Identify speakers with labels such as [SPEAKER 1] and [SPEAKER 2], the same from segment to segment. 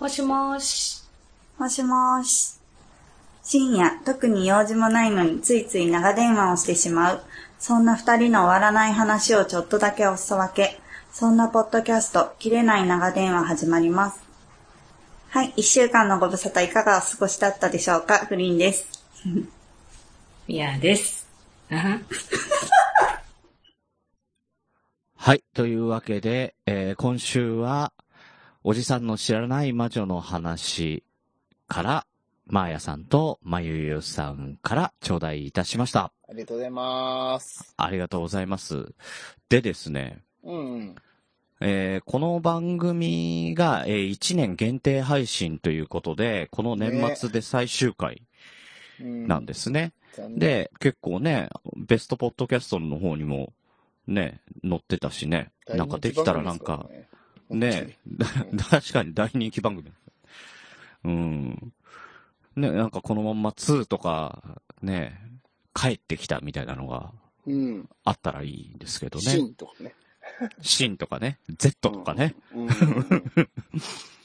[SPEAKER 1] もしもーし。
[SPEAKER 2] もしもし。深夜、特に用事もないのについつい長電話をしてしまう。そんな二人の終わらない話をちょっとだけおすそ分け。そんなポッドキャスト、切れない長電話始まります。はい、一週間のご無沙汰いかがお過ごしだったでしょうかグリーンです。
[SPEAKER 1] ミヤです。うん
[SPEAKER 3] はい。というわけで、えー今週は、おじさんの知らない魔女の話から、マーヤさんとまゆゆさんから頂戴いたしました。
[SPEAKER 4] ありがとうございます。
[SPEAKER 3] ありがとうございます。でですね、
[SPEAKER 4] うんうん。
[SPEAKER 3] えーこの番組が、え1年限定配信ということで、この年末で最終回
[SPEAKER 4] うん、
[SPEAKER 3] なんですね。
[SPEAKER 4] 残念、
[SPEAKER 3] で、結構ね、ベストポッドキャストの方にも、ね、載ってたしね。
[SPEAKER 4] 第二
[SPEAKER 3] なんかできたらなんか、
[SPEAKER 4] 番組ですから
[SPEAKER 3] ね
[SPEAKER 4] ね、
[SPEAKER 3] 確かに大人気番組。うん。ね、なんかこのまんま2とか、ね、帰ってきたみたいなのが
[SPEAKER 4] うん。
[SPEAKER 3] あったらいいんですけど
[SPEAKER 4] シ
[SPEAKER 3] ね。
[SPEAKER 4] ンとかね。
[SPEAKER 3] シンとかね、Z とかね。
[SPEAKER 4] うん。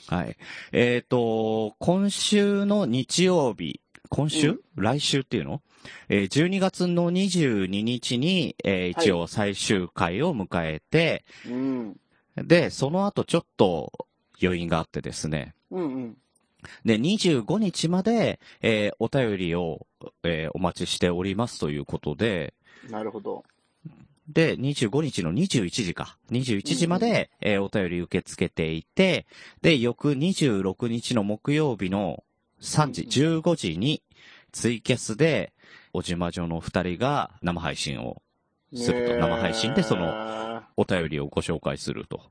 [SPEAKER 3] はい。えっ、と、今週の日曜日、今週、
[SPEAKER 4] うん
[SPEAKER 3] 来週っていうのえー12月の22日に、えー
[SPEAKER 4] はい
[SPEAKER 3] 一応最終回を迎えて、
[SPEAKER 4] うん。
[SPEAKER 3] で、その後ちょっと余韻があってですね。
[SPEAKER 4] うんうん。
[SPEAKER 3] で、25日まで、えーお便りを、えーお待ちしておりますということで、
[SPEAKER 4] なるほど。
[SPEAKER 3] で、25日の21時か。21時まで、えーお便り受け付けていて、で、翌26日の木曜日の3時、15時に、ツイキャスで、おじまじょの二人が生配信を、すると
[SPEAKER 4] ねえ
[SPEAKER 3] 生配信でその。お便りをご紹介すると。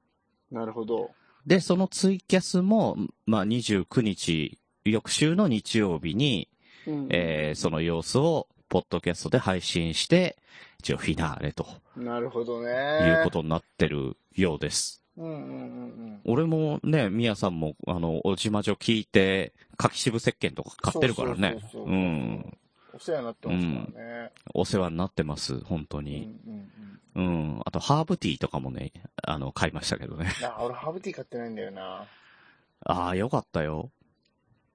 [SPEAKER 4] なるほど。
[SPEAKER 3] で、そのツイキャスも、まあ、29日、翌週の日曜日に、
[SPEAKER 4] うん。
[SPEAKER 3] えーその様子を、ポッドキャストで配信して、一応フィナーレと
[SPEAKER 4] なるほどね。
[SPEAKER 3] いうことになってるようです。
[SPEAKER 4] うんうんうん
[SPEAKER 3] 俺もね、みやさんも、あの、おじまじょ聞いて、柿渋石鹸とか買ってるからね。
[SPEAKER 4] そうそうそうそう
[SPEAKER 3] うん。
[SPEAKER 4] うん。お世話になってますからね。
[SPEAKER 3] お世話になってます、本当
[SPEAKER 4] うんうん
[SPEAKER 3] に。
[SPEAKER 4] うん。
[SPEAKER 3] うん。あと、ハーブティーとかもね、あの、買いましたけどね。
[SPEAKER 4] な、俺ハーブティー買ってないんだよな。
[SPEAKER 3] ああ、よかったよ。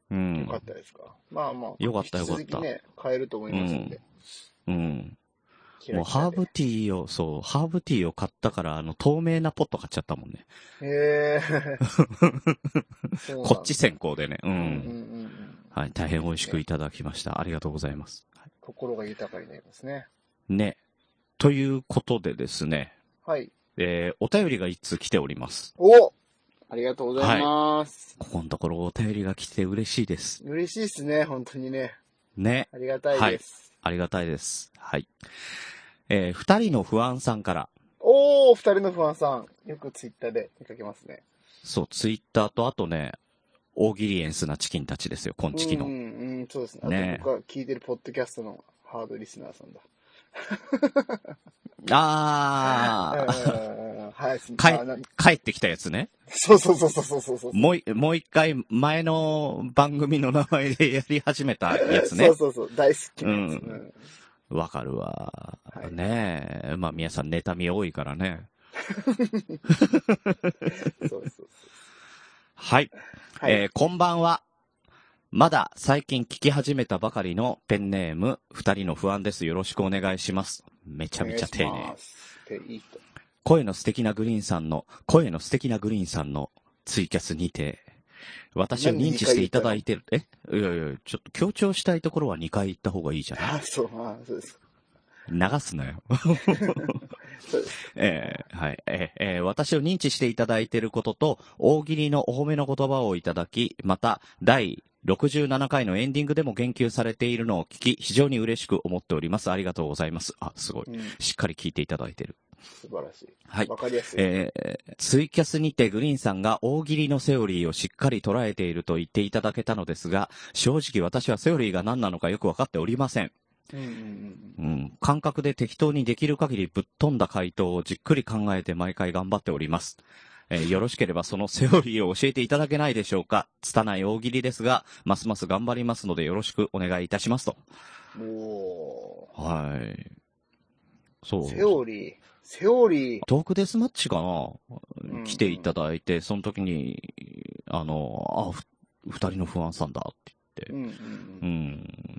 [SPEAKER 3] う
[SPEAKER 4] よ
[SPEAKER 3] ん
[SPEAKER 4] か。ったですか。まあまあ。
[SPEAKER 3] よかった
[SPEAKER 4] 引き続きね、買えると思いますんで。
[SPEAKER 3] うん。
[SPEAKER 4] キラキラで
[SPEAKER 3] もう、ハーブティーを、そう、ハーブティーを買ったから、あの、透明なポット買っちゃったもんね。
[SPEAKER 4] へえ。そうなんだ
[SPEAKER 3] こっち先行でね。う。
[SPEAKER 4] うんうんうんん。
[SPEAKER 3] はい、大変美味しくいただきました。ありがとうございます。はい
[SPEAKER 4] 心が豊かになりますね。
[SPEAKER 3] ね。ということでですね、
[SPEAKER 4] はい。
[SPEAKER 3] えー、お便りが一通来ております。
[SPEAKER 4] おありがとうございます。
[SPEAKER 3] ここのところお便りが来て嬉しいです。
[SPEAKER 4] 嬉しいですね、本当にね。
[SPEAKER 3] ね。
[SPEAKER 4] ありがたいです。
[SPEAKER 3] ありがたいです。はい。えー二人の不安さんから、
[SPEAKER 4] おー、二人の不安さん。よくツイッターで見かけますね。
[SPEAKER 3] そう、ツイッターとあとね、大喜利エンスなチキンたちですよ、コンチキ
[SPEAKER 4] う
[SPEAKER 3] の。
[SPEAKER 4] ん、うん、そうですね。
[SPEAKER 3] ね
[SPEAKER 4] ね僕が聞いてるポッドキャストのハードリスナーさんだ。
[SPEAKER 3] あー、
[SPEAKER 4] あ。はい、す
[SPEAKER 3] かい
[SPEAKER 4] あな
[SPEAKER 3] 帰ってきたやつね。
[SPEAKER 4] そうそうそうそうそうそうそう。
[SPEAKER 3] もうい、もう一回前の番組の名前でやり始めたやつね
[SPEAKER 4] そう。そうそう、大好きなやつ。
[SPEAKER 3] うん
[SPEAKER 4] うん
[SPEAKER 3] わかるわ。
[SPEAKER 4] はい
[SPEAKER 3] ねえ。まあ、皆さん妬み多いからね。
[SPEAKER 4] そうそうそう。
[SPEAKER 3] はい。
[SPEAKER 4] はい。
[SPEAKER 3] えーこんばんは。まだ最近聞き始めたばかりのペンネーム、二人の不安です。よろしくお願いします。めちゃめちゃ丁
[SPEAKER 4] お願いし
[SPEAKER 3] 寧
[SPEAKER 4] ま。す。でいい人。
[SPEAKER 3] 声の素敵なグリーンさんの、声の素敵なグリーンさんのツイキャスにて、私を認知していただいてる。えいやいや、ちょっと強調したいところは2回行った方がいいじゃない
[SPEAKER 4] あ、そう、あ、そうです。
[SPEAKER 3] 流すな よ。
[SPEAKER 4] そうです。
[SPEAKER 3] えーはい、えーえー私を認知していただいていることと、大喜利のお褒めの言葉をいただき、また、第67回のエンディングでも言及されているのを聞き、非常に嬉しく思っております。ありがとうございます。あ、すごい。
[SPEAKER 4] うん、
[SPEAKER 3] しっかり聞いていただいている。
[SPEAKER 4] 素晴らしい。
[SPEAKER 3] はい
[SPEAKER 4] わ。かりやすい。
[SPEAKER 3] えーツイキャスにてグリーンさんが大喜利のセオリーをしっかり捉えていると言っていただけたのですが、正直私はセオリーが何なのかよくわかっておりません。
[SPEAKER 4] うんうんうん
[SPEAKER 3] うん、感覚で適当にできる限りぶっ飛んだ回答をじっくり考えて毎回頑張っております。えーよろしければそのセオリーを教えていただけないでしょうか。拙い大喜利ですが、ますます頑張りますのでよろしくお願いいたしますと。
[SPEAKER 4] うん。お
[SPEAKER 3] はい。そう。
[SPEAKER 4] ー。セオリー。セオリー。
[SPEAKER 3] トークデスマッチかな、
[SPEAKER 4] うん
[SPEAKER 3] 来ていただいて、その時に、あの、あ、ふ二人の不安さんだって
[SPEAKER 4] うんうん
[SPEAKER 3] う
[SPEAKER 4] うん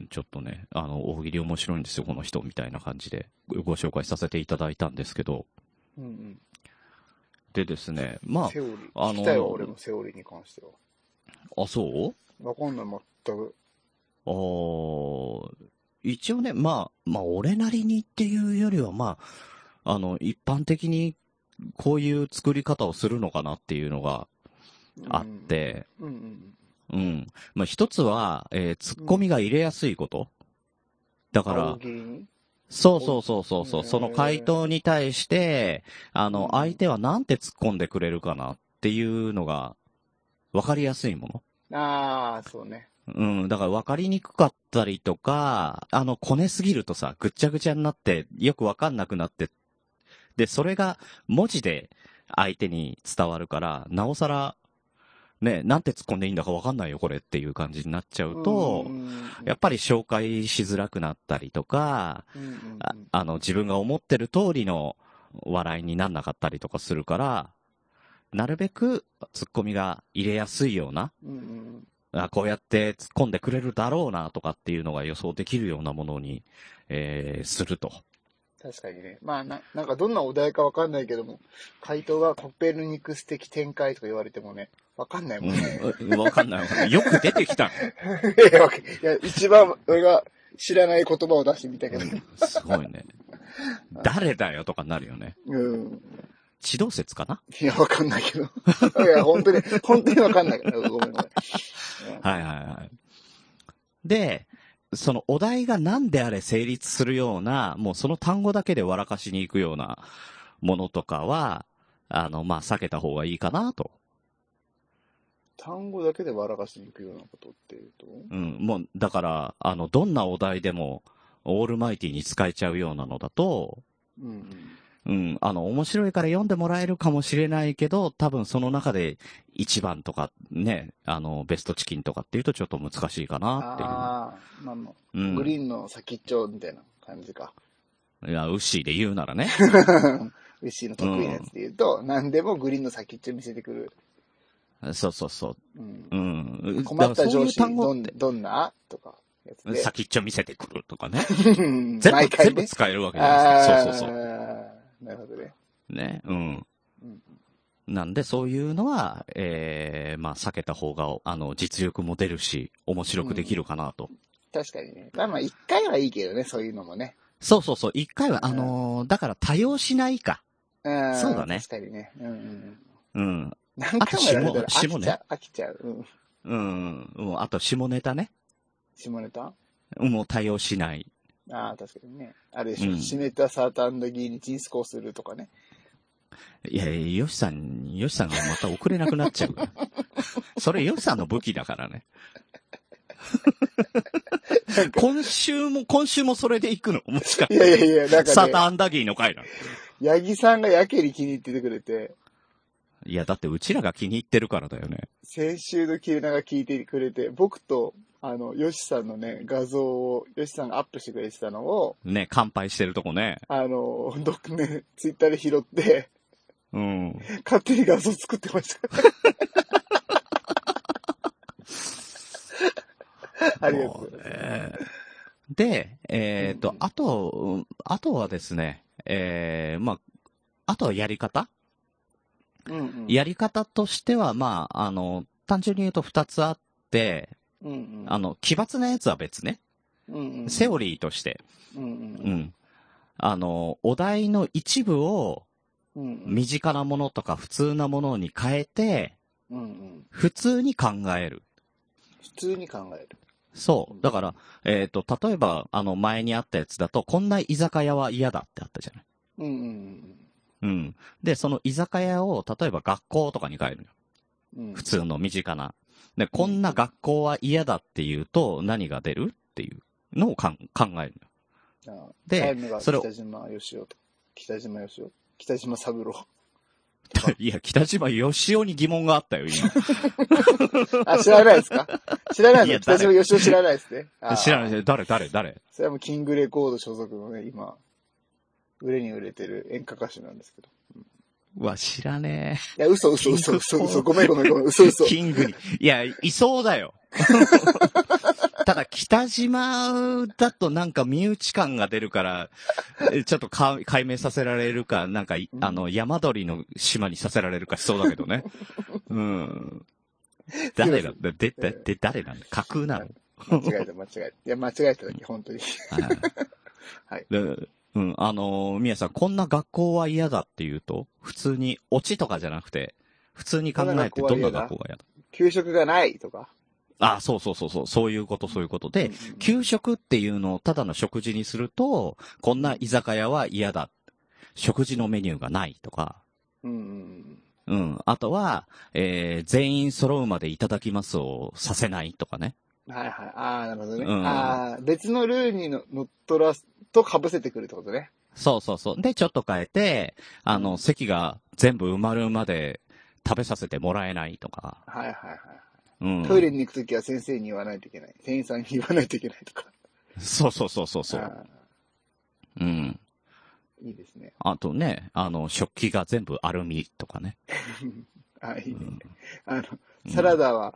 [SPEAKER 3] ん、ちょっとね、あの、大喜利面白いんですよ、この人、みたいな感じで、ごご紹介させていただいたんですけど、
[SPEAKER 4] うん
[SPEAKER 3] でですね、
[SPEAKER 4] う
[SPEAKER 3] ま
[SPEAKER 4] ん。セオリー。
[SPEAKER 3] あの
[SPEAKER 4] 聞きたいわ、俺のセオリーに関しては。
[SPEAKER 3] あ、あ、そう
[SPEAKER 4] わかんない、全く。
[SPEAKER 3] あー一応ね、まあ、まあ、俺なりにっていうよりは、まあ、あの、一般的にこういう作り方をするのかなっていうのがあって、
[SPEAKER 4] うんう
[SPEAKER 3] う
[SPEAKER 4] ん。
[SPEAKER 3] ん。まあ、一つは、えー、ツッコミが入れやすいこと。だか
[SPEAKER 4] 大
[SPEAKER 3] ら、
[SPEAKER 4] 喜利に
[SPEAKER 3] そうそうそうそうそう、
[SPEAKER 4] へー
[SPEAKER 3] その回答に対して、あ
[SPEAKER 4] うん
[SPEAKER 3] の、相手はなんて突っ込んでくれるかなっていうのが、わかりやすいもの。
[SPEAKER 4] ああ、そうね。
[SPEAKER 3] うん、だから分かりにくかったりとか、あの、こねすぎるとさ、ぐっちゃぐちゃになって、よく分かんなくなって、で、それが文字で相手に伝わるから、なおさら、ね、なんて突っ込んでいいんだか分かんないよ、これっていう感じになっちゃうと、
[SPEAKER 4] うんうんうん、
[SPEAKER 3] やっぱり紹介しづらくなったりとか、
[SPEAKER 4] うんうんうん
[SPEAKER 3] ああの、自分が思ってる通りの笑いになんなかったりとかするから、なるべく突っ込みが入れやすいような、
[SPEAKER 4] うんうん
[SPEAKER 3] あこうやって突っ込んでくれるだろうなとかっていうのが予想できるようなものに、えー、すると。
[SPEAKER 4] 確かにね。まあな、なんかどんなお題かわかんないけども、回答がコペルニクス的展開とか言われてもね、わかんないもんね。
[SPEAKER 3] うん、わかんないわかんない。よく出てきた。
[SPEAKER 4] いやわかいや、一番俺が知らない言葉を出してみたけ
[SPEAKER 3] う
[SPEAKER 4] ど。
[SPEAKER 3] んすごいね。誰だよとかなるよね。
[SPEAKER 4] うん。
[SPEAKER 3] 地動説かない
[SPEAKER 4] や、わかんないけど。いや、本当に、本当にわかんないから。ごめんごめん。
[SPEAKER 3] はいはいはい。で、そのお題が何であれ成立するような、もうその単語だけで笑かしに行くようなものとかは、あの、まあ、避けた方がいいかなと。
[SPEAKER 4] 単語だけで笑かしに行くようなことっていうと。
[SPEAKER 3] うん、もう、だから、あの、どんなお題でも、オールマイティに使えちゃうようなのだと、
[SPEAKER 4] うん
[SPEAKER 3] う
[SPEAKER 4] うん。
[SPEAKER 3] ん、あの、面白いから読んでもらえるかもしれないけど、多分その中で一番とか、ね、あの、ベストチキンとかっていうとちょっと難しいかな
[SPEAKER 4] ああ、まあまあ、
[SPEAKER 3] っていう。うん。
[SPEAKER 4] グリーンの先っちょみたいな感じか。
[SPEAKER 3] いや、ウッシーで言うなら ね。
[SPEAKER 4] ウッシーの得意なやつで言うと、何でもグリーンの先っちょ見せてくる。、
[SPEAKER 3] そうそうそうう。うんん。
[SPEAKER 4] 困った上司
[SPEAKER 3] だからそういう
[SPEAKER 4] にど
[SPEAKER 3] ん単
[SPEAKER 4] どんなとか、やつ
[SPEAKER 3] 語っ
[SPEAKER 4] で。
[SPEAKER 3] て、先っちょ見せてくるとか ね。
[SPEAKER 4] 全
[SPEAKER 3] 全
[SPEAKER 4] 毎
[SPEAKER 3] 部、
[SPEAKER 4] 回
[SPEAKER 3] 全部
[SPEAKER 4] ね。
[SPEAKER 3] 使えるわけじゃないですか。そう
[SPEAKER 4] ああ
[SPEAKER 3] そうそう。
[SPEAKER 4] なるほどね。
[SPEAKER 3] ね、うん
[SPEAKER 4] うん。
[SPEAKER 3] なんで、そういうのは、ええまあ、避けた方が、あの、実力も出るし、面白くできるかなと。
[SPEAKER 4] 確かにね。まあまあ、一回はいいけどね、そういうのもね。
[SPEAKER 3] そうそうそう、一回は、あのーだから多用しないか。
[SPEAKER 4] うん。
[SPEAKER 3] そうだね
[SPEAKER 4] 確かにね。うんう
[SPEAKER 3] う
[SPEAKER 4] ん。
[SPEAKER 3] ん。
[SPEAKER 4] 何回もやられたら
[SPEAKER 3] あと下
[SPEAKER 4] 飽きちゃう。飽きちゃう。うん。
[SPEAKER 3] うん。もうあと、下ネタね。
[SPEAKER 4] 下ネタ
[SPEAKER 3] もう多用しない。
[SPEAKER 4] ああ、確かにね。あれでしょ。
[SPEAKER 3] うん
[SPEAKER 4] 下ネタサーターアンドギーにチンスコをするとかね。
[SPEAKER 3] いやいや、ヨシさん、ヨシさんがまた遅れなくなっ ちゃうから。それ、ヨシさんの武器だからね。 今週も、今週もそれで行くのもしか
[SPEAKER 4] いやいやいや、なん
[SPEAKER 3] サ
[SPEAKER 4] か
[SPEAKER 3] ーター
[SPEAKER 4] ね、
[SPEAKER 3] アンダギーの回なの
[SPEAKER 4] 八木さんがやけに気に入っててくれて、
[SPEAKER 3] いや、だってうちらが気に入ってるからだよね。
[SPEAKER 4] 先週のキルナが聞いてくれて、僕と、あの、ヨシさんのね、画像を、ヨシさんがアップしてくれてたのを、
[SPEAKER 3] ね、乾杯してるとこね。
[SPEAKER 4] あの、どっかね、ツイッターで拾って、
[SPEAKER 3] うん。
[SPEAKER 4] 勝手に画像作ってました。 ありがとうございます。
[SPEAKER 3] えーで、えっ、と、あと、うんあとはですね、えー、まあ、あとはやり方、
[SPEAKER 4] うんうん、
[SPEAKER 3] やり方としては、まあ、あの、単純に言うと二つあって、
[SPEAKER 4] うんうん、
[SPEAKER 3] あの、奇抜なやつは別ね。
[SPEAKER 4] うんうん、
[SPEAKER 3] セオリーとして、
[SPEAKER 4] うんうん
[SPEAKER 3] う。ん。あの、お題の一部を
[SPEAKER 4] うんうん。
[SPEAKER 3] 身近なものとか普通なものに変えて、
[SPEAKER 4] うんうん。
[SPEAKER 3] 普通に考える。
[SPEAKER 4] 普通に考える。
[SPEAKER 3] そう。だから、えっ、と、例えば、あの、前にあったやつだと、こんな居酒屋は嫌だってあったじゃない。
[SPEAKER 4] うんうん
[SPEAKER 3] うん。で、その居酒屋を、例えば学校とかに変えるのよ。
[SPEAKER 4] うん。うん
[SPEAKER 3] 普。通の身近な。で、こんな学校は嫌だっていうと、何が出るっていうのをかん考えるで
[SPEAKER 4] タイムが
[SPEAKER 3] それを
[SPEAKER 4] 北島よしおと。北島よしお。北島三 郎。
[SPEAKER 3] の よ。いや、北島よしおに疑問があったよ、今。
[SPEAKER 4] あ、知らないですか知らない
[SPEAKER 3] い
[SPEAKER 4] で
[SPEAKER 3] や
[SPEAKER 4] すか北島よしお知らない ですね。 あー
[SPEAKER 3] 知らない。誰、誰、誰
[SPEAKER 4] それはもうキングレコード所属のね、今、売れに売れてる演歌歌手なんですけど。
[SPEAKER 3] うわ、知らね
[SPEAKER 4] いや、嘘嘘嘘嘘嘘。ごめんごめんごめん。嘘嘘
[SPEAKER 3] え。。キングに。いや、いそうだ よ。ただ、北島だとなんか身内感が出るから、えちょっとか解明させられるか、なんかい、あの、山鳥の島にさせられるかしそうだけど ね。うん。誰 だで、で、で、で誰なんだ架空なの
[SPEAKER 4] 間違えた間違えた。いや、間違えただけ、本当に。
[SPEAKER 3] はい
[SPEAKER 4] い。
[SPEAKER 3] でうん、あのー、宮さん、こんな学校は嫌だって言うと、普通に、オチとかじゃなくて、普通に考えてど
[SPEAKER 4] こ
[SPEAKER 3] ん
[SPEAKER 4] ん
[SPEAKER 3] な
[SPEAKER 4] な
[SPEAKER 3] 学
[SPEAKER 4] 学
[SPEAKER 3] 校
[SPEAKER 4] 校
[SPEAKER 3] が嫌だ
[SPEAKER 4] 給食がないとか。
[SPEAKER 3] あ、そうそうそうそう、そういうこと、そういうこと
[SPEAKER 4] う
[SPEAKER 3] で
[SPEAKER 4] ん、うん
[SPEAKER 3] 給食っていうのをただの食事にすると、こんな居酒屋は嫌だ。食事のメニューがないとか、
[SPEAKER 4] うんう
[SPEAKER 3] う
[SPEAKER 4] ん
[SPEAKER 3] ん、あとは、えー、全員揃うまでいただきますをさせないとかね。
[SPEAKER 4] うん。はいはい。ああ、なるほどね。
[SPEAKER 3] うん
[SPEAKER 4] ああ、別のルールにの乗っ取らすと被せてくるってことね。
[SPEAKER 3] そうそうそう。で、ちょっと変えて、あの、席が全部埋まるまで食べさせてもらえないとか。
[SPEAKER 4] はいはいはい。
[SPEAKER 3] うん。
[SPEAKER 4] トイレに行くときは先生に言わないといけない。店員さんに言わないといけないとか。
[SPEAKER 3] そうそうそうそうそう。
[SPEAKER 4] あ
[SPEAKER 3] うん。
[SPEAKER 4] ーいいですね。
[SPEAKER 3] あとね、あの、食器が全部アルミとかね。
[SPEAKER 4] あいいね
[SPEAKER 3] うん。
[SPEAKER 4] あの、
[SPEAKER 3] うん
[SPEAKER 4] サラダは、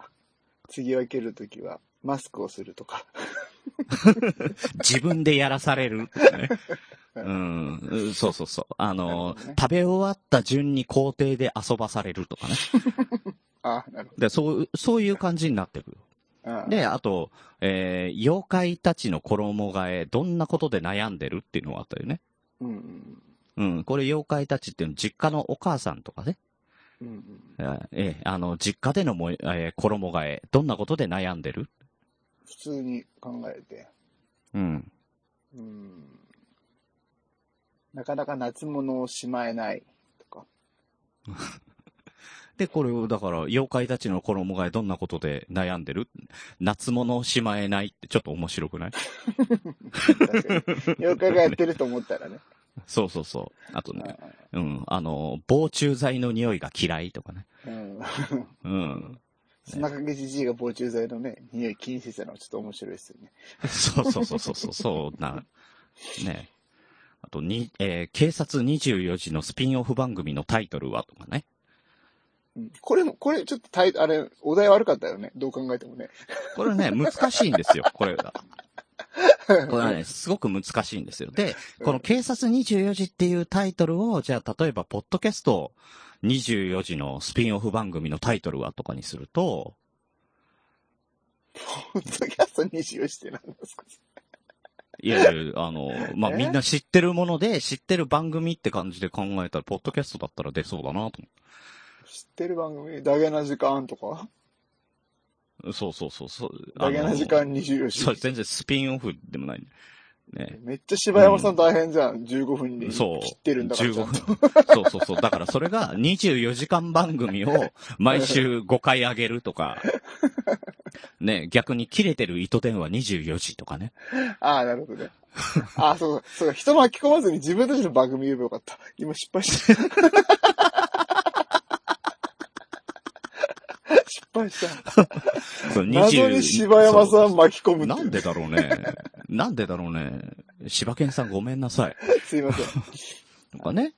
[SPEAKER 4] 継ぎ分けるときは、マスクをするとか。
[SPEAKER 3] 自分でやらされるとかね。うん、うんそうそうそう。あ
[SPEAKER 4] なる
[SPEAKER 3] の、
[SPEAKER 4] ほどね
[SPEAKER 3] 食べ終わった順に校庭で遊ばされるとかね。
[SPEAKER 4] ああ、なるほ
[SPEAKER 3] で、そう、そういう感じになってくる。
[SPEAKER 4] ど。あー
[SPEAKER 3] で、あと、えー妖怪たちの衣替え、どんなことで悩んでるっていうのがあったよね。
[SPEAKER 4] うんうん
[SPEAKER 3] うん、これ妖怪たちっていうの、実家のお母さんとかね。
[SPEAKER 4] うん。うんうん
[SPEAKER 3] えーえーあの、実家でのも、えー衣替え、どんなことで悩んでる
[SPEAKER 4] 普通に考えて、
[SPEAKER 3] うん。
[SPEAKER 4] うん、なかなか夏物をしまえないとか、
[SPEAKER 3] で、これを、だから、妖怪たちの衣替えどんなことで悩んでる夏物をしまえないってちょっと面白くない
[SPEAKER 4] 確かに妖怪がやってると思ったらね、
[SPEAKER 3] そうそうそう。あとね、うん、あの、防虫剤の匂いが嫌いとかね。
[SPEAKER 4] うん、
[SPEAKER 3] うん。
[SPEAKER 4] 砂かけじじいが防虫剤のね、匂い気にしてたのはちょっと面白いですよね。
[SPEAKER 3] そうそうそうそう そう、そうな。ね。あと、に、えー警察24時のスピンオフ番組のタイトルはとかね。
[SPEAKER 4] うん、これも、これちょっとタイあれ、お題悪かったよね、どう考えてもね。
[SPEAKER 3] これね、難しいん ですよ、これが。これはね、すごく難しいんですよ。で、この警察24時っていうタイトルを、じゃあ例えば、ポッドキャスト24時のスピンオフ番組のタイトルはとかにすると、
[SPEAKER 4] ポッドキャスト24してなんですか
[SPEAKER 3] いやいや、あの、まあ、
[SPEAKER 4] え
[SPEAKER 3] みんな知ってるもので、知ってる番組って感じで考えたら、ポッドキャストだったら出そうだなと
[SPEAKER 4] 知ってる番組、ダゲな時間とか、
[SPEAKER 3] 思う。そうそうそうそう。
[SPEAKER 4] ダゲ
[SPEAKER 3] あの
[SPEAKER 4] な時間24
[SPEAKER 3] そう、
[SPEAKER 4] 時。
[SPEAKER 3] 全然スピンオフでもない。ね。
[SPEAKER 4] めっちゃ柴山さん大変じゃん、15分に切
[SPEAKER 3] そう。
[SPEAKER 4] ってるんだから。ちゃんと
[SPEAKER 3] 15分。そうそうそう。だからそれが24時間番組を毎週5回上げるとか、ね、逆に切れてる糸電話24時とかね。
[SPEAKER 4] ああ、なるほどね。ああ、そうだそうだ。人巻き込まずに自分たちの番組言えばよかった。今失敗した。 失敗した。
[SPEAKER 3] そう、
[SPEAKER 4] 謎に柴山さ
[SPEAKER 3] そ
[SPEAKER 4] ん巻き込む
[SPEAKER 3] う
[SPEAKER 4] っていう
[SPEAKER 3] なんでだろうね。なんでだろうね。柴犬さんごめんなさい。
[SPEAKER 4] すいません。
[SPEAKER 3] とかね。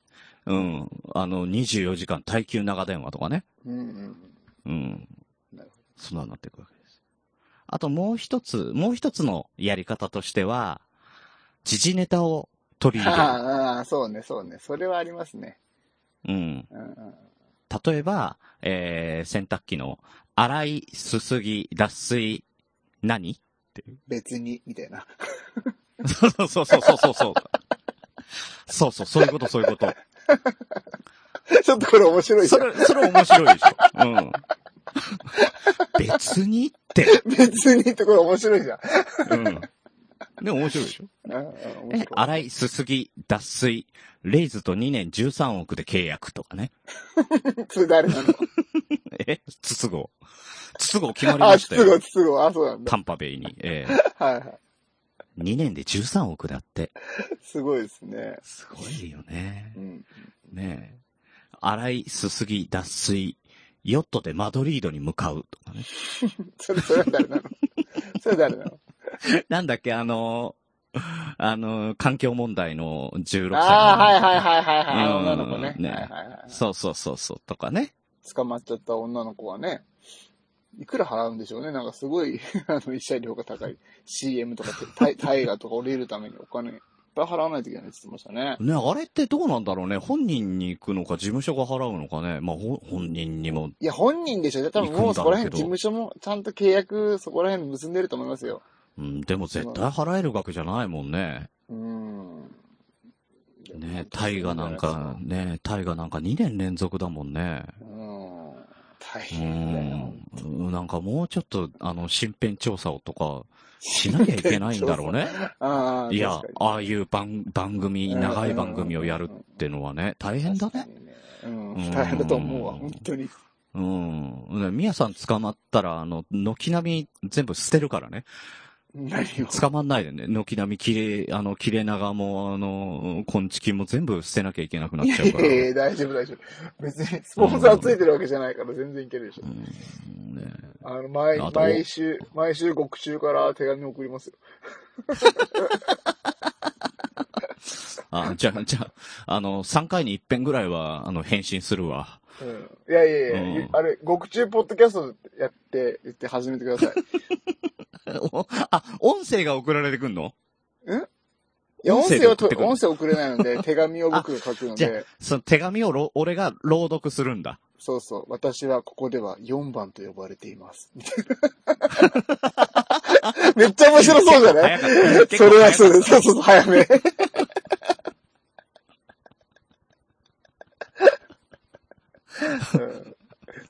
[SPEAKER 3] うん。あの、24時間耐久長電話とかね。
[SPEAKER 4] うんうん
[SPEAKER 3] うん
[SPEAKER 4] なるほ。
[SPEAKER 3] そんなになっていくわけです。あともう一つ、もう一つのやり方としては、時事ネタを取
[SPEAKER 4] う
[SPEAKER 3] り
[SPEAKER 4] ん。
[SPEAKER 3] 入れる。
[SPEAKER 4] ああ、そうね、そうね。それはありますね。
[SPEAKER 3] うん。
[SPEAKER 4] うんうん、
[SPEAKER 3] 例えば、えー、洗濯機の洗い、すすぎ、脱水、何
[SPEAKER 4] 別に、みたいな。
[SPEAKER 3] そうそうそうそうそうそう。そうそう、そういうこと、そういうこと。
[SPEAKER 4] ちょっとこれ面白いじ
[SPEAKER 3] そ
[SPEAKER 4] ゃん。
[SPEAKER 3] れ、それ面白いでしょ。うん。別にって。
[SPEAKER 4] 別にってこれ面白いじゃん。
[SPEAKER 3] うん。でも面白いでしょ。
[SPEAKER 4] うんうん、面
[SPEAKER 3] え、
[SPEAKER 4] 白い。
[SPEAKER 3] 洗い、すすぎ、脱水、レイズと2年13億で契約とかね。
[SPEAKER 4] それ誰なの
[SPEAKER 3] え、筒子。筒子決まり
[SPEAKER 4] あ、
[SPEAKER 3] まし
[SPEAKER 4] 筒
[SPEAKER 3] たよ
[SPEAKER 4] 子、。筒子。あ、そうなんだ。
[SPEAKER 3] タンパベイに。ええ
[SPEAKER 4] はいはい。
[SPEAKER 3] 2年で13億だって。
[SPEAKER 4] すごいですね。
[SPEAKER 3] すごいよね
[SPEAKER 4] う。ん。
[SPEAKER 3] ねえ。洗い、すすぎ、脱水、ヨットでマドリードに向かうとかね。
[SPEAKER 4] それ、それは誰なのそれは誰なの
[SPEAKER 3] なんだっけ、あのあの、環境問題の16歳の。
[SPEAKER 4] ああ、はいはいはいはいはい。
[SPEAKER 3] うん
[SPEAKER 4] 女の子ね。
[SPEAKER 3] ね
[SPEAKER 4] はいはいはい。
[SPEAKER 3] そうそうそうそう、とかね。
[SPEAKER 4] 捕まっちゃった女の子はね、いくら払うんでしょうね。なんかすごい、 あの、医者料が高い。CM とかタイ、大河とか降りるためにお金いっぱい払わないといけないって言ってましたね。
[SPEAKER 3] ね、あれってどうなんだろうね。本人に行くのか、事務所が払うのかね。まあ、ほ本人にも。
[SPEAKER 4] いや、本人でしょ。多分もうそこら辺、
[SPEAKER 3] 行
[SPEAKER 4] 事
[SPEAKER 3] くんだろうけど
[SPEAKER 4] 務所もちゃんと契約、そこら辺結んでると思いますよ。
[SPEAKER 3] うん、でも絶対払える額じゃないもんね。
[SPEAKER 4] うーん。
[SPEAKER 3] ね、大河なんか、ね、大河なんか2年連続だもんね。
[SPEAKER 4] うん。大
[SPEAKER 3] う
[SPEAKER 4] 変だよ。
[SPEAKER 3] ん。うんなんかもうちょっと、あの、身辺調査をとか、しなきゃいけないんだろう ね。
[SPEAKER 4] ああ、
[SPEAKER 3] いや
[SPEAKER 4] 確かに、
[SPEAKER 3] ああいう番、番組、
[SPEAKER 4] うん
[SPEAKER 3] 長い番組をやるってのはね、大変だ
[SPEAKER 4] 確
[SPEAKER 3] ね。
[SPEAKER 4] かにね。うん、大変だと思うわ、
[SPEAKER 3] うん
[SPEAKER 4] 本当に。
[SPEAKER 3] うん。ねみやさん捕まったら、あの、軒並み全部捨てるからね。
[SPEAKER 4] 何を。
[SPEAKER 3] 捕まんないでね。軒並み切れ、あの、切れ長も、あの、昆虫も全部捨てなきゃいけなくなっ
[SPEAKER 4] い
[SPEAKER 3] ちゃうから。
[SPEAKER 4] やいや、大丈夫大丈夫。別に、スポンサーついてるわけじゃないから全然いけるでしょ
[SPEAKER 3] う。んね
[SPEAKER 4] あの、毎
[SPEAKER 3] あ、と
[SPEAKER 4] 毎週、毎週獄中から手紙送りますよ。
[SPEAKER 3] あ、じゃあ、じゃあ、あの、3回に一遍ぐらいは、あの、返信するわ。
[SPEAKER 4] うん。いやいやいや、
[SPEAKER 3] うん
[SPEAKER 4] あれ、獄中ポッドキャストやって、言って始めてください。
[SPEAKER 3] おあ、音声が送られてくんの
[SPEAKER 4] いや、音声はと
[SPEAKER 3] 音声で送ってくる
[SPEAKER 4] 音声送れないので、手紙を僕が書くの
[SPEAKER 3] じゃ
[SPEAKER 4] で、
[SPEAKER 3] その手紙をろ俺が朗読するんだ。
[SPEAKER 4] そうそう、私はここでは4番と呼ばれて います。みたいなめっちゃ面白そうじゃない
[SPEAKER 3] 結
[SPEAKER 4] そ
[SPEAKER 3] 構早か
[SPEAKER 4] れ
[SPEAKER 3] っ
[SPEAKER 4] は
[SPEAKER 3] た
[SPEAKER 4] そうです。そうそうそう、早め。うん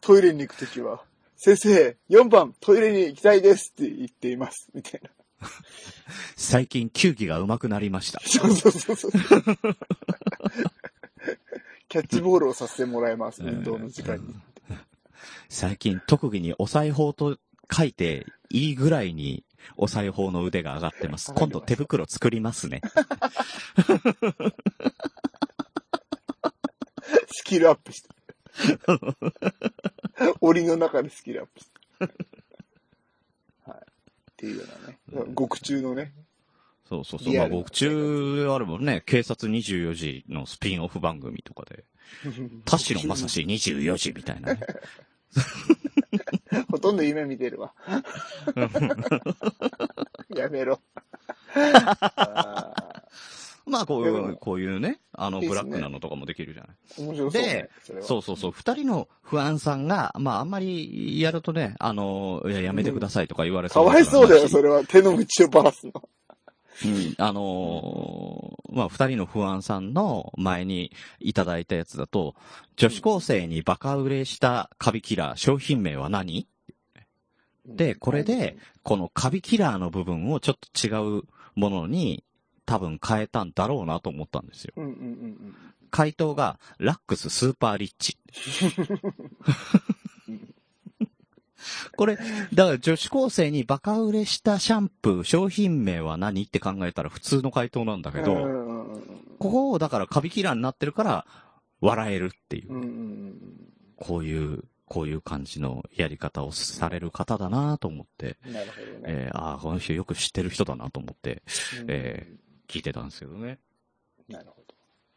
[SPEAKER 4] トイレに行くときは、先生、4番、トイレに行きたいですって言っています。みたいな。
[SPEAKER 3] 最近、球技が上手くなりました。
[SPEAKER 4] そうそうそ うそう。キャッチボールをさせてもらいます、運動の時間に。
[SPEAKER 3] 最近、特技にお裁縫と書いていいぐらいに、お裁縫の腕が上がってます。
[SPEAKER 4] 上がり
[SPEAKER 3] 今
[SPEAKER 4] ました
[SPEAKER 3] 度手袋作りますね。
[SPEAKER 4] スキルアップして。檻の中でスキルアップして。はい。っていうようなね。獄中のね。
[SPEAKER 3] そうそうそう。
[SPEAKER 4] リ
[SPEAKER 3] ま
[SPEAKER 4] ア
[SPEAKER 3] あ、
[SPEAKER 4] ルな
[SPEAKER 3] 僕中、あれもんね、警察24時のスピンオフ番組とかで、田代正史24時みたいな ね。
[SPEAKER 4] ほとんど夢見てるわ。やめろ。あ
[SPEAKER 3] まあ、こう
[SPEAKER 4] いやで
[SPEAKER 3] いう、
[SPEAKER 4] も
[SPEAKER 3] こういうね、あの、
[SPEAKER 4] いいっ
[SPEAKER 3] ブ
[SPEAKER 4] すね
[SPEAKER 3] ラックなのとかもできるじゃない。
[SPEAKER 4] ー面白そう、ね
[SPEAKER 3] で。
[SPEAKER 4] それは
[SPEAKER 3] そうそうそう。二人の不安さんが、まあ、あんまりやるとね、あの、いや、やめてくださいとか言われ
[SPEAKER 4] か
[SPEAKER 3] そうだ
[SPEAKER 4] わ
[SPEAKER 3] ら
[SPEAKER 4] いそうだよ、
[SPEAKER 3] まあ
[SPEAKER 4] それは。手の内をばらすの。
[SPEAKER 3] うんあのーまあ、二人の不安さんの前にいただいたやつだと、女子高生にバカ売れしたカビキラー、商品名は何でこれで、このカビキラーの部分をちょっと違うものに多分変えたんだろうなと思ったんですよ。
[SPEAKER 4] うんうんうんうん。
[SPEAKER 3] 回答が、ラックススーパーリッ チ。これ、だから女子高生にバカ売れしたシャンプー、商品名は何って考えたら普通の回答なんだけど、
[SPEAKER 4] うんうんうん
[SPEAKER 3] ここをだからカビキラーになってるから、笑えるっていう、
[SPEAKER 4] うんうんうん
[SPEAKER 3] こういう、こういう感じのやり方をされる方だなと思って、
[SPEAKER 4] うん。なるほどね。
[SPEAKER 3] えーああ、この人よく知ってる人だなと思って
[SPEAKER 4] うん
[SPEAKER 3] え聞いてたんですけどね。
[SPEAKER 4] なるほ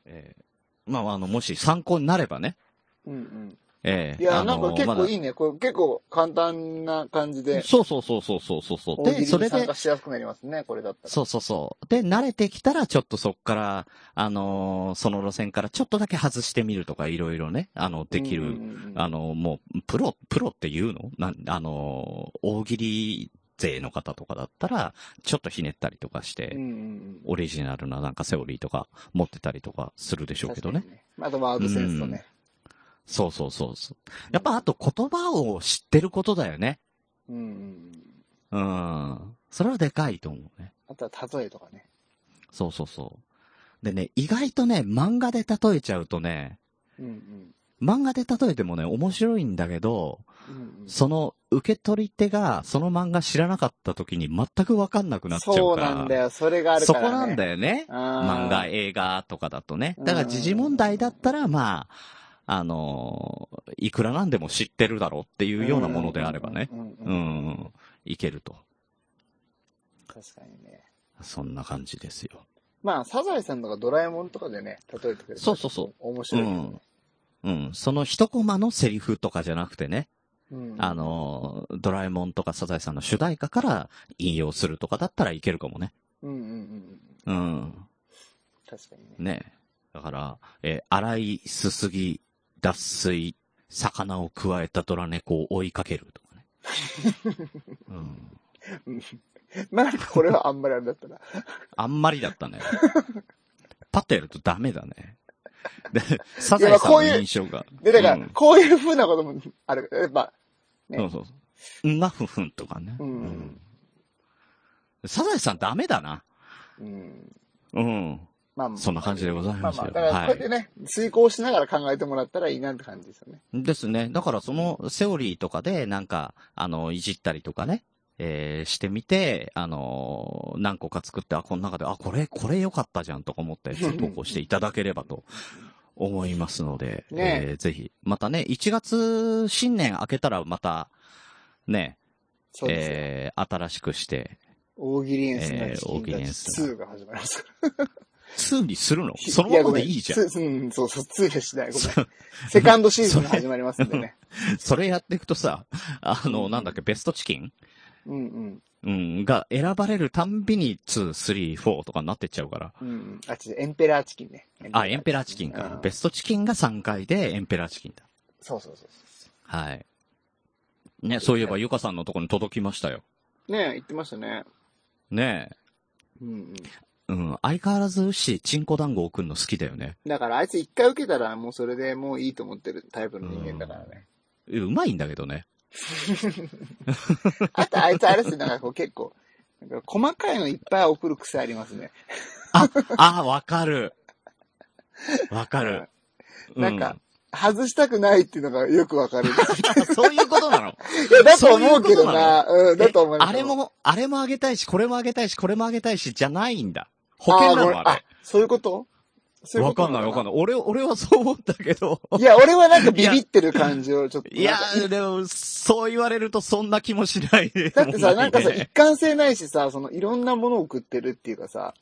[SPEAKER 3] えーまあ、あの、もし参考になればね、
[SPEAKER 4] ど。うんうん。
[SPEAKER 3] えー
[SPEAKER 4] いや、
[SPEAKER 3] あの
[SPEAKER 4] なんか結
[SPEAKER 3] ま
[SPEAKER 4] 構
[SPEAKER 3] だ
[SPEAKER 4] いいね。これ結構簡単な感じで、
[SPEAKER 3] そうそうそうそうそうそうそう。
[SPEAKER 4] 大喜
[SPEAKER 3] で、そ
[SPEAKER 4] 利
[SPEAKER 3] れ
[SPEAKER 4] に参
[SPEAKER 3] で
[SPEAKER 4] 加、しやすくなりますね、これだったら。
[SPEAKER 3] そうそうそう。で、慣れてきたら、ちょっとそっから、あのーその路線からちょっとだけ外してみるとか、いろいろね、あの、できる、
[SPEAKER 4] うんうんうん
[SPEAKER 3] あのーもう、プロ、プロっていうのなん、あのー大喜利勢の方とかだったら、ちょっとひねったりとかして、
[SPEAKER 4] うんうんうん
[SPEAKER 3] オリジナルななんかセオリーとか持ってたりとかするでしょうけどね
[SPEAKER 4] 確。かに。あとワードセンスとね。
[SPEAKER 3] そうそうそうそう。やっぱ、あと言葉を知ってることだよね。
[SPEAKER 4] うんうんうん。
[SPEAKER 3] うん。それはでかいと思うね。
[SPEAKER 4] あとは例えとかね。
[SPEAKER 3] そうそうそう。でね、意外とね、漫画で例えちゃうとね、
[SPEAKER 4] うんうん。
[SPEAKER 3] 漫画で例えてもね、面白いんだけど、
[SPEAKER 4] うんうん
[SPEAKER 3] その受け取り手が、その漫画知らなかった時に全くわかんなくなっちゃうから。
[SPEAKER 4] そうなんだよ。それがある
[SPEAKER 3] そ
[SPEAKER 4] か
[SPEAKER 3] こ
[SPEAKER 4] らね。
[SPEAKER 3] なんだよね。
[SPEAKER 4] あ
[SPEAKER 3] 漫
[SPEAKER 4] ー。
[SPEAKER 3] 画、映画とかだとね。だから、時事問題だったら、まあ、あのーいくらなんでも知ってるだろうっていうようなものであればね。
[SPEAKER 4] うんうんう
[SPEAKER 3] うん
[SPEAKER 4] うん。
[SPEAKER 3] ん、いけると。
[SPEAKER 4] 確かにね。
[SPEAKER 3] そんな感じですよ。
[SPEAKER 4] まあ、サザエさんとかドラえもんとかでね、例えてくれる。。
[SPEAKER 3] そうそうそう
[SPEAKER 4] 面
[SPEAKER 3] う
[SPEAKER 4] 白いけど
[SPEAKER 3] ん
[SPEAKER 4] ね。。
[SPEAKER 3] うん。その一コマのセリフとかじゃなくてね、
[SPEAKER 4] うん。
[SPEAKER 3] あのー、ドラえもんとかサザエさんの主題歌から引用するとかだったらいけるかもね。
[SPEAKER 4] うんうんう
[SPEAKER 3] う
[SPEAKER 4] ん。
[SPEAKER 3] ん。
[SPEAKER 4] 確かにね。
[SPEAKER 3] ね。だから、えー洗い、すすぎ、脱水、魚をくわえたドラ猫を追いかけるとかね。うん。
[SPEAKER 4] なんかこれはあ んまりあれだったな。
[SPEAKER 3] あんまりだったね。パッとやるとダメだね。で、サ
[SPEAKER 4] いや
[SPEAKER 3] ザエ
[SPEAKER 4] まあ
[SPEAKER 3] さん
[SPEAKER 4] こう
[SPEAKER 3] の
[SPEAKER 4] いう
[SPEAKER 3] 印象が。
[SPEAKER 4] で、だか
[SPEAKER 3] うん
[SPEAKER 4] ら、こういう風なこともある。やっぱ、ね
[SPEAKER 3] そうそうそう。うんがふふんとかね。
[SPEAKER 4] うん
[SPEAKER 3] サザエさんダメだな。
[SPEAKER 4] うん。
[SPEAKER 3] うん。
[SPEAKER 4] まあ、
[SPEAKER 3] そんな感じでございますよ
[SPEAKER 4] まあまあ、だからこうやってね、遂行しながら考えてもらったらいいなって感じですよね。
[SPEAKER 3] ですね。だからそのセオリーとかでなんか、あの、いじったりとかね、えーしてみて、あの何個か作って、あ、この中で、あ、これ、これ良かったじゃんとか思 ったやつを投稿していただければと思いますので、
[SPEAKER 4] ね
[SPEAKER 3] えーぜひ、またね、1月新年明けたらまた、ね、
[SPEAKER 4] そうですよ。
[SPEAKER 3] えー新しくして、
[SPEAKER 4] 大喜利演出な
[SPEAKER 3] え
[SPEAKER 4] チ
[SPEAKER 3] ー
[SPEAKER 4] キン
[SPEAKER 3] 大喜利
[SPEAKER 4] た
[SPEAKER 3] 演
[SPEAKER 4] ち
[SPEAKER 3] 出
[SPEAKER 4] 2が始まりますから。
[SPEAKER 3] 2にするのそのままでいいじゃん
[SPEAKER 4] や。ごめんツー うん、そうそう、2でしない。ごめん。セカンドシーズンが始まりますんでね。
[SPEAKER 3] それやっていくとさ、あの、なんだっけ、ベストチキン
[SPEAKER 4] うんうん。
[SPEAKER 3] うん、が選ばれるたんびに2、3、4とかになってっちゃうから。
[SPEAKER 4] うんうん。あ、違う、エンペラーチキンね。
[SPEAKER 3] あ、エンペラーチキン
[SPEAKER 4] う
[SPEAKER 3] か
[SPEAKER 4] ん。
[SPEAKER 3] ベストチキンが3回でエンペラーチキンだ。
[SPEAKER 4] そうそうそうそ
[SPEAKER 3] はい。ね、そういえばゆかさんのとこに届きましたよ。
[SPEAKER 4] う。ねえ、言ってましたね。
[SPEAKER 3] ね
[SPEAKER 4] うんうん。
[SPEAKER 3] え。うん、相変わらずウッシー、チンコ団子送るの好きだよね。
[SPEAKER 4] だからあいつ一回受けたらもうそれでもういいと思ってるタイプの人間だからね。
[SPEAKER 3] えうまいんだけどね。
[SPEAKER 4] あとあいつあれですね、なんかこう結構、なんか細かいのいっぱい送る癖ありますね。
[SPEAKER 3] あ、あ、わかる。わかる。う
[SPEAKER 4] なんか、、外したくないっていうのがよくわ かる。い
[SPEAKER 3] あそういうことなの。
[SPEAKER 4] や、だと思うけどな。うん、 だと思い
[SPEAKER 3] え
[SPEAKER 4] ます。
[SPEAKER 3] あれも、あれもあげたいし、これもあげたいし、これもあげたいし、じゃないんだ。
[SPEAKER 4] あー、
[SPEAKER 3] 保険なの
[SPEAKER 4] ごめん
[SPEAKER 3] あれ。
[SPEAKER 4] あ、そういうことそういう
[SPEAKER 3] わ
[SPEAKER 4] こと
[SPEAKER 3] かんないわかん
[SPEAKER 4] な
[SPEAKER 3] ない。俺、俺はそう思ったけど。
[SPEAKER 4] い。いや、俺はなんかビビってる感じをちょっと。
[SPEAKER 3] いや
[SPEAKER 4] なんか
[SPEAKER 3] ー、でも、そう言われるとそんな気もしないで
[SPEAKER 4] だってさ、
[SPEAKER 3] も
[SPEAKER 4] な
[SPEAKER 3] うん
[SPEAKER 4] かさ、
[SPEAKER 3] ね
[SPEAKER 4] 一貫性ないしさ、そのいろんなものを送ってるっていうかさ、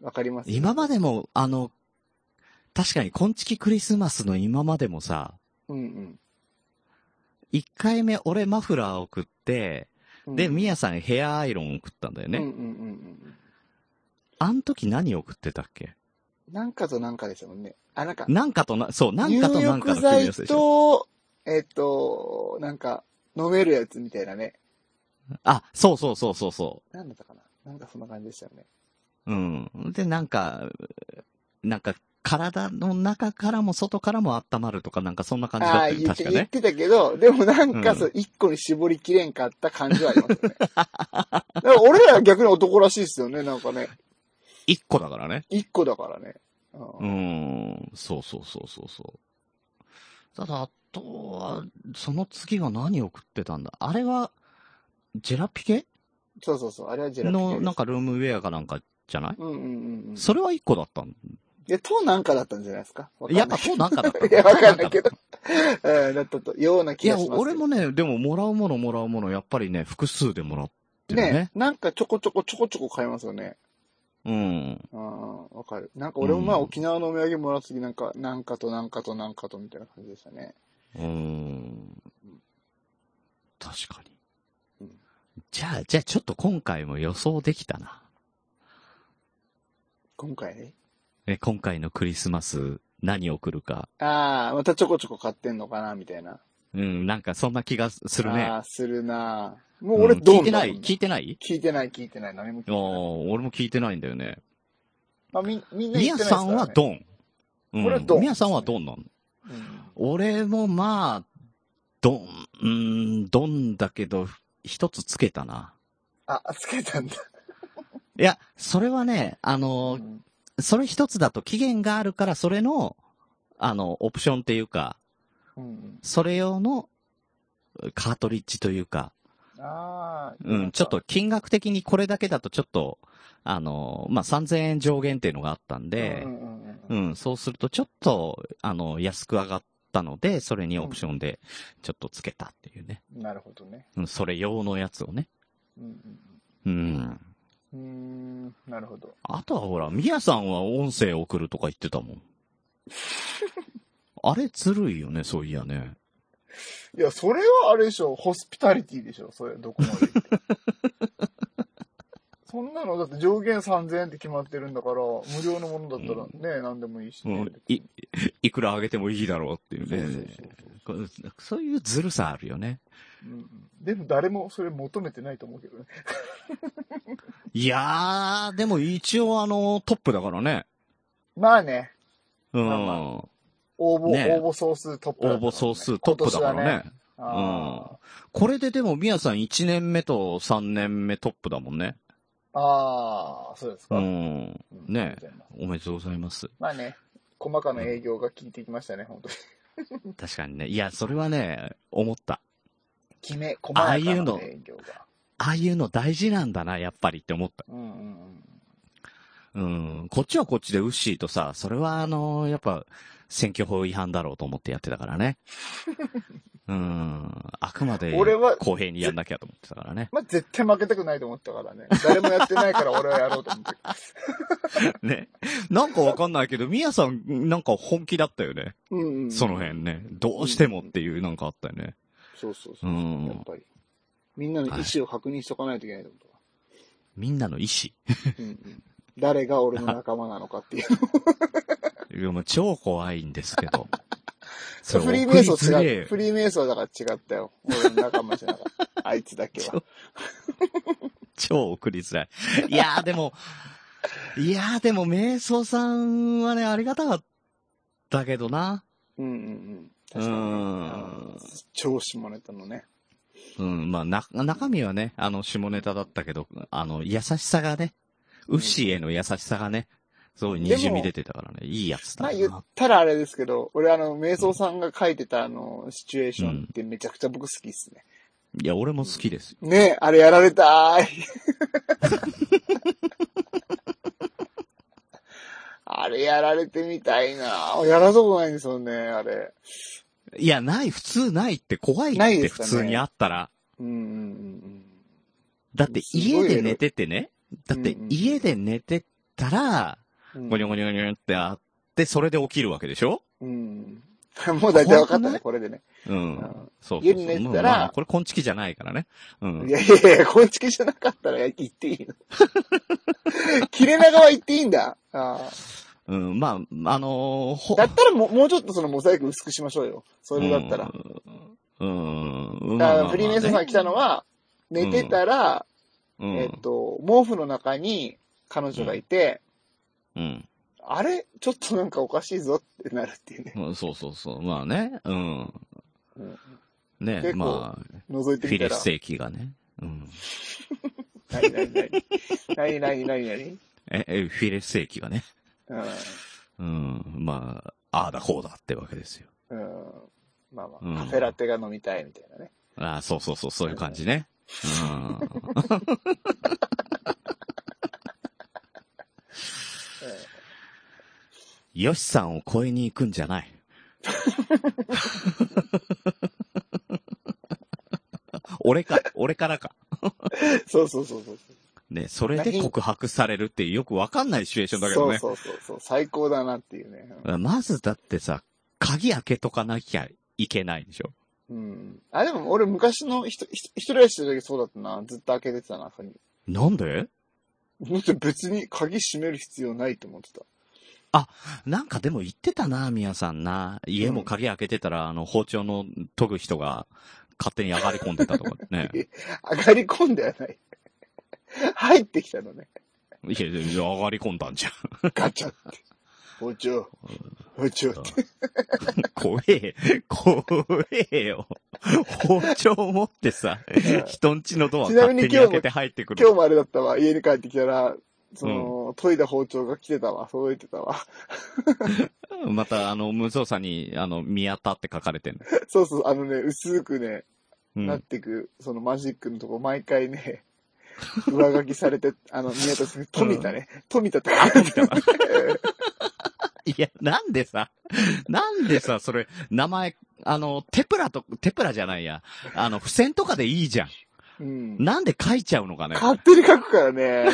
[SPEAKER 4] わかります
[SPEAKER 3] 今ま
[SPEAKER 4] で。
[SPEAKER 3] でも、あの、確かに、こんちきクリスマスの今までもさ、
[SPEAKER 4] うんうん
[SPEAKER 3] 一回目俺マフラー送って、
[SPEAKER 4] うん。
[SPEAKER 3] で、みやさんヘアアイロン送ったんだよね。
[SPEAKER 4] うんうんうんうん。
[SPEAKER 3] あん時何送ってたっけ
[SPEAKER 4] なんかとなんかですもんね。あ、なんか、
[SPEAKER 3] なんかとな、そう、なん
[SPEAKER 4] 入
[SPEAKER 3] かとなんか
[SPEAKER 4] 浴
[SPEAKER 3] の組み合
[SPEAKER 4] 剤
[SPEAKER 3] わせでしょ。
[SPEAKER 4] と、えっと、なんか、飲めるやつみたいなね。
[SPEAKER 3] あ、そうそうそうそうそ
[SPEAKER 4] なんだったかななんかそんな感じでしたよね。
[SPEAKER 3] う。うん。で、なんか、なんか、体の中からも外からも温まるとか、なんかそんな感じだっ
[SPEAKER 4] あ
[SPEAKER 3] た
[SPEAKER 4] あ、
[SPEAKER 3] よね、
[SPEAKER 4] 言っ
[SPEAKER 3] 確
[SPEAKER 4] て
[SPEAKER 3] か
[SPEAKER 4] 言っ
[SPEAKER 3] ね。
[SPEAKER 4] てたけど、でもなん
[SPEAKER 3] う
[SPEAKER 4] か
[SPEAKER 3] ん
[SPEAKER 4] そう、一個に絞りきれんかった感じはありますよね。 だから俺らは逆に男らしいですよね、なんかね。
[SPEAKER 3] 一個だからね。
[SPEAKER 4] 一個だからね。う
[SPEAKER 3] うんーん、そうそうそうそうそう。ただ、あとは、その次が何を食ってたんだあれは、ジェラピケ
[SPEAKER 4] そうそうそう、あれはジェラピケです
[SPEAKER 3] の、なんかルームウェアかなんかじゃない、
[SPEAKER 4] うんうんうんうん。
[SPEAKER 3] それは一個だったん
[SPEAKER 4] で、となんかだったんじゃないですかわかんな
[SPEAKER 3] や
[SPEAKER 4] い
[SPEAKER 3] っぱ そうなんかだったの
[SPEAKER 4] いや、わかんないけど。うん、だったと、ような
[SPEAKER 3] い
[SPEAKER 4] 気
[SPEAKER 3] や、
[SPEAKER 4] がしますけど。
[SPEAKER 3] 俺もね、でももらうものもらうもの、やっぱりね、複数でもらってるね。
[SPEAKER 4] ね、なんかちょこちょこちょこちょこ買いますよね。
[SPEAKER 3] うん。
[SPEAKER 4] うん、わかる。なんか俺もまあ
[SPEAKER 3] うん
[SPEAKER 4] 沖縄のお土産もらった時なんか、なんかとなんかとなんかとみたいな感じでしたね。
[SPEAKER 3] うーん。確か
[SPEAKER 4] う
[SPEAKER 3] に
[SPEAKER 4] ん。
[SPEAKER 3] じゃあ、じゃあちょっと今回も予想できたな。
[SPEAKER 4] 今回ね。
[SPEAKER 3] え今回のクリスマス、何を送るか。
[SPEAKER 4] ああ、またちょこちょこ買ってんのかな、みたいな。
[SPEAKER 3] うん、なんかそんな気がするね
[SPEAKER 4] あ。あ、するなもう俺、
[SPEAKER 3] うん
[SPEAKER 4] ど
[SPEAKER 3] 聞
[SPEAKER 4] う
[SPEAKER 3] いてない、聞いてない
[SPEAKER 4] 聞いてない、聞いてない。何も聞い
[SPEAKER 3] あ
[SPEAKER 4] て
[SPEAKER 3] あ、
[SPEAKER 4] ない。
[SPEAKER 3] 俺も聞いてないんだよね。
[SPEAKER 4] まあ、み、みんな
[SPEAKER 3] みや
[SPEAKER 4] 言ってないです
[SPEAKER 3] さ
[SPEAKER 4] から、ね。
[SPEAKER 3] んはドン。うん
[SPEAKER 4] 俺はドン
[SPEAKER 3] みやさんはドンなの。
[SPEAKER 4] うん
[SPEAKER 3] 俺もまあ、ドン、うーん、ドンだけど、一つつけたな。
[SPEAKER 4] あ、つけたんだ。
[SPEAKER 3] いや、それはね、あの、それ一つだと期限があるから、それの、あの、オプションっていうか、
[SPEAKER 4] うんうん
[SPEAKER 3] それ用のカートリッジというか、
[SPEAKER 4] ああ、
[SPEAKER 3] うん、ちょっと金額的にこれだけだとちょっと、あの、まあ、3000円上限っていうのがあったんで、
[SPEAKER 4] うんうんうんう
[SPEAKER 3] うんん、そうするとちょっと、あの、安く上がったので、それにオプションで、ちょっとつけたっていうね。
[SPEAKER 4] なるほどね。
[SPEAKER 3] うん、それ用のやつをね。
[SPEAKER 4] うん
[SPEAKER 3] うん。
[SPEAKER 4] うんうん、うーんん、なるほど。
[SPEAKER 3] あとはほら、ミヤさんは音声送るとか言ってた もん。あれずるいよね、そういやね。
[SPEAKER 4] いや、それはあれでしょ、ホスピタリティでしょ、それ、どこまで行って。そんなの、だって上限3000円って決まってるんだから、無料のものだったらね、ん、何でもいいし
[SPEAKER 3] う
[SPEAKER 4] ね。
[SPEAKER 3] ん、い、いくら上げてもいいだろうっていう
[SPEAKER 4] そうそうそう
[SPEAKER 3] ね。こうそういうずるさあるよね。
[SPEAKER 4] うんでも誰もそれ求めてないと思うけどね。
[SPEAKER 3] いやー、でも一応あの、トップだからね。
[SPEAKER 4] まあね、
[SPEAKER 3] うん。
[SPEAKER 4] まあま応募、
[SPEAKER 3] ね
[SPEAKER 4] 応募総数トップ
[SPEAKER 3] 応
[SPEAKER 4] だったからね
[SPEAKER 3] 募総数トップだからね。。
[SPEAKER 4] 今年はね
[SPEAKER 3] これででも、ミヤさん1年目と3年目トップだもんね。
[SPEAKER 4] あーあー、そうですか。
[SPEAKER 3] う
[SPEAKER 4] うん
[SPEAKER 3] ん。ね
[SPEAKER 4] ありがとうございます
[SPEAKER 3] おめでとうございます。
[SPEAKER 4] まあね、細かな営業が効いてきましたね、本当に。
[SPEAKER 3] 確かにね。いや、それはね、思った。
[SPEAKER 4] きめ、細やか
[SPEAKER 3] ああいうの
[SPEAKER 4] な営業が。
[SPEAKER 3] ああいうの大事なんだな、やっぱりって思った。
[SPEAKER 4] うんうん
[SPEAKER 3] うん。こっちはこっちでウッシーとさ、それはあのーやっぱ、選挙法違反だろうと思ってやってたから ね。うん。あくまで
[SPEAKER 4] 俺は、
[SPEAKER 3] 公平にやんなきゃと思ってたからね。
[SPEAKER 4] まあ、絶対負けたくないと思ったからね。誰もやってないから俺はやろうと 思って。
[SPEAKER 3] ね。なんかわかんないけど、ミヤさん、なんか本気だったよね。
[SPEAKER 4] うん、うん。
[SPEAKER 3] その辺ね。どうしてもっていうなんかあったよね。
[SPEAKER 4] そうそう
[SPEAKER 3] う
[SPEAKER 4] そう。やっ
[SPEAKER 3] ん。
[SPEAKER 4] ぱり。みんなの意思を確認しとかないといけないってことか。
[SPEAKER 3] みんなの意思。
[SPEAKER 4] うんうん。誰が俺の仲間なのかっていう。
[SPEAKER 3] いやもう超怖いんですけど。 それ
[SPEAKER 4] フリーメイソン
[SPEAKER 3] 送りづれえ
[SPEAKER 4] 違う。
[SPEAKER 3] よ
[SPEAKER 4] フリーメイソンだから違ったよ。俺の仲間じゃな かった。あいつだけは。
[SPEAKER 3] 超送りづらい。いやーでも、いやーでも、瞑想さんはね、ありがたかったけどな。
[SPEAKER 4] うんうんうん。
[SPEAKER 3] う
[SPEAKER 4] 確かにね。
[SPEAKER 3] ん。
[SPEAKER 4] 超下ネタのね。
[SPEAKER 3] うん、まあ、な、中身はね、あの、下ネタだったけど、あの、優しさがね、ウッシーへの優しさがね、すごい滲み出てたからね、いいやつだ
[SPEAKER 4] まあ
[SPEAKER 3] な。
[SPEAKER 4] 言ったらあれですけど、俺あの、瞑想さんが書いてたあの、シチュエーションってめちゃくちゃ僕好きっすね。
[SPEAKER 3] いや、俺も好きですよ。
[SPEAKER 4] ねえ、あれやられた ーい。あれやられてみたいなやらそうないんですよね、あれ。
[SPEAKER 3] いや、ない、普通ないって怖いっ
[SPEAKER 4] ないで
[SPEAKER 3] て、
[SPEAKER 4] す
[SPEAKER 3] 普
[SPEAKER 4] かね
[SPEAKER 3] 通にあったら。
[SPEAKER 4] うんうんうん
[SPEAKER 3] だって
[SPEAKER 4] すごい
[SPEAKER 3] 家で寝ててね。だって
[SPEAKER 4] うんうん
[SPEAKER 3] 家で寝てたら、
[SPEAKER 4] うんうん。
[SPEAKER 3] ゴニョゴニョゴニョってあって、それで起きるわけでしょ
[SPEAKER 4] うん。 もう大体分か
[SPEAKER 3] 怖
[SPEAKER 4] った
[SPEAKER 3] くな
[SPEAKER 4] ね、
[SPEAKER 3] い
[SPEAKER 4] これでね。
[SPEAKER 3] うん。
[SPEAKER 4] うん
[SPEAKER 3] そうそうそう。
[SPEAKER 4] 家に寝てたら
[SPEAKER 3] まあこれ、昆虫じゃないからね。うん
[SPEAKER 4] い。やいやいや、こんちきじゃなかったら言っていいの。 切れ長は言っていいんだ。あ
[SPEAKER 3] うん、まあ、あのーほ
[SPEAKER 4] あだったらもうもうちょっとそのモザイク薄くしましょうよ。それだったら。
[SPEAKER 3] うん。うん。
[SPEAKER 4] だか
[SPEAKER 3] まあまあま
[SPEAKER 4] ら
[SPEAKER 3] あ
[SPEAKER 4] フリーメイソンさんが来たのは、寝てたら、
[SPEAKER 3] うん。
[SPEAKER 4] えっと、毛布の中に彼女がいて、
[SPEAKER 3] うん。
[SPEAKER 4] あれちょっとなんかおかしいぞってなるっていうね。
[SPEAKER 3] うんそうそうそう。まあね。うん。
[SPEAKER 4] うん
[SPEAKER 3] ね
[SPEAKER 4] 結、構
[SPEAKER 3] ま
[SPEAKER 4] 覗い
[SPEAKER 3] あ、
[SPEAKER 4] て
[SPEAKER 3] フィ
[SPEAKER 4] みた
[SPEAKER 3] レ
[SPEAKER 4] ら
[SPEAKER 3] ス。テーキがね。うん。
[SPEAKER 4] なになになになになになになに
[SPEAKER 3] え、え、フィレステーキがね。
[SPEAKER 4] う
[SPEAKER 3] う
[SPEAKER 4] ん。
[SPEAKER 3] ん。まあ、ああだこうだってわけですよ。
[SPEAKER 4] うん。まあま
[SPEAKER 3] うん
[SPEAKER 4] あ、カフェラテが飲みたいみたいなね。
[SPEAKER 3] ああ、そうそうそう、そういう感じね。うん。 ヨシさんを超えに行くんじゃない。 俺か、俺からか。
[SPEAKER 4] うんそうそうそうそう。
[SPEAKER 3] ね、それで告白されるってよくわかんないシチュエーションだけど
[SPEAKER 4] そ
[SPEAKER 3] ね。
[SPEAKER 4] うそうそうそう、最高だなっていうね。
[SPEAKER 3] まずだってさ、鍵開けとかなきゃいけないでしょ。
[SPEAKER 4] うん。うんあ、でも俺昔の一人一人暮らししてる時そうだったな。ずっと開けてたな、鍵。
[SPEAKER 3] なんで
[SPEAKER 4] だって別に鍵閉める必要ないと思ってた。
[SPEAKER 3] なんかでも言ってたな、みやさんな。家も鍵開けてたら、あの、包丁の研ぐ人が勝手に上がり込んでたとか ね。
[SPEAKER 4] 上がり込んではない。入ってきたのね。
[SPEAKER 3] いや、いや上がり込んだんじゃん。
[SPEAKER 4] ガチャって。包丁。包丁って。
[SPEAKER 3] 怖え、怖えよ。包丁持って さ、人んちのドア
[SPEAKER 4] ちな
[SPEAKER 3] 勝
[SPEAKER 4] みに
[SPEAKER 3] 手に開けて入ってくる。
[SPEAKER 4] 今日もあれだったわ。家に帰ってきたら、その、研いだ包丁が来てたわ。届いてたわ。
[SPEAKER 3] また、あの、無造作に、あの、宮田って書かれてる。
[SPEAKER 4] そうそう、あのね、薄くね、
[SPEAKER 3] う
[SPEAKER 4] なっ
[SPEAKER 3] ん。
[SPEAKER 4] てく、そのマジックのとこ、毎回ね、 上書きされて、あの、宮田さん、富田ね、富田って書いてた。
[SPEAKER 3] いや、なんでさ、なんでさ、それ、名前、あの、テプラと、テプラじゃないや。あの、付箋とかでいいじゃん。
[SPEAKER 4] うん。
[SPEAKER 3] なんで書いちゃうのかね。
[SPEAKER 4] 勝手に書くからね。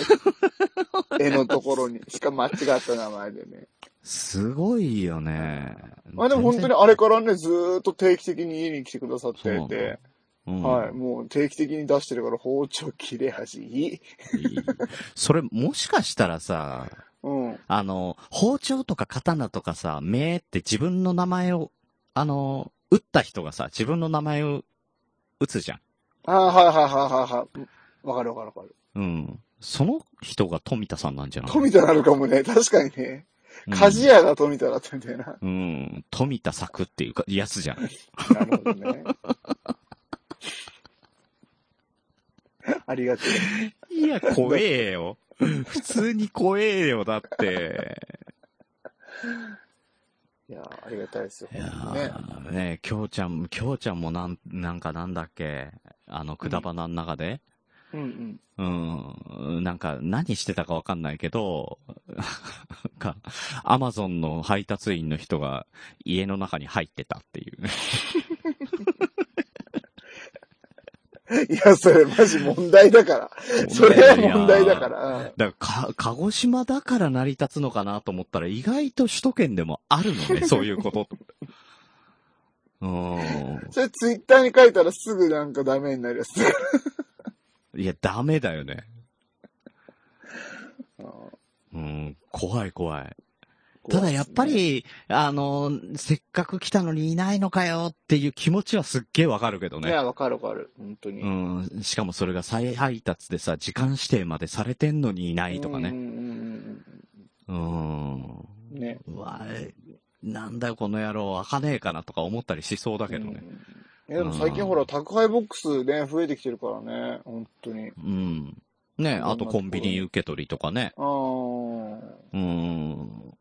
[SPEAKER 4] 絵のところに。しかも間違った名前でね。
[SPEAKER 3] すごいよね。
[SPEAKER 4] まあでも本当にあれからね、ずーっと定期的に家に来てくださって
[SPEAKER 3] そう
[SPEAKER 4] て、
[SPEAKER 3] 全然、うん
[SPEAKER 4] はい、もう定期的に出してるから包丁切れ端い
[SPEAKER 3] い
[SPEAKER 4] い。
[SPEAKER 3] い それもしかしたらさ、
[SPEAKER 4] うん。
[SPEAKER 3] あの、包丁とか刀とかさ、名って自分の名前を、あの、打った人がさ、自分の名前を打つじゃん。
[SPEAKER 4] ああ、はいはいはいはいはい。わかるわかるわかる。
[SPEAKER 3] うん。その人が富田さんなんじゃない
[SPEAKER 4] 富田なるかもね、確かにね。
[SPEAKER 3] うん
[SPEAKER 4] 鍛冶屋が富田だったみたいな。
[SPEAKER 3] うん。富田作っていうか、やつじゃん。
[SPEAKER 4] なるほどね。ありがと
[SPEAKER 3] いや、怖えよ。普通に怖えよ、だって。
[SPEAKER 4] う。いやーありがたいですよ。
[SPEAKER 3] いや
[SPEAKER 4] 本当に
[SPEAKER 3] ー
[SPEAKER 4] ね。
[SPEAKER 3] ねきょうちゃん、きょうちゃんもなん、なんかなんだっけ、あの、くだばなの中で、
[SPEAKER 4] うんうん。
[SPEAKER 3] うん、なんか何してたかわかんないけど、 なんか、アマゾンの配達員の人が家の中に入ってたっていう。
[SPEAKER 4] いや、それマジ問題だから。それは問題だか
[SPEAKER 3] いや
[SPEAKER 4] ら。うん
[SPEAKER 3] ー。だからか、鹿児島だから成り立つのかなと思ったら、意外と首都圏でもあるのね、そういうこと。うん。
[SPEAKER 4] それツイッターに書いたらすぐなんかダメになるやつ。
[SPEAKER 3] いや、ダメだよね。
[SPEAKER 4] うん
[SPEAKER 3] うん、怖い怖い。 ただやっぱ、り、あの、せっかく来たのにいないのかよっていう気持ちはすっげえわかるけど
[SPEAKER 4] い
[SPEAKER 3] ね。
[SPEAKER 4] や、わかるわかる。本当に。
[SPEAKER 3] うん、しかもそれが再配達でさ、時間指定までされてんのにいないとか
[SPEAKER 4] うん
[SPEAKER 3] ね。
[SPEAKER 4] うんうん
[SPEAKER 3] うん。
[SPEAKER 4] うん。ね。
[SPEAKER 3] うわなんだよこの野郎、開かねえかなとか思ったりしそうだけどね。
[SPEAKER 4] うん。いや、でも最近ほら、宅配ボックスね、増えてきてるからね。本当に。
[SPEAKER 3] うん。ねあとコンビニ受け取りとかね。
[SPEAKER 4] ああ。
[SPEAKER 3] うん。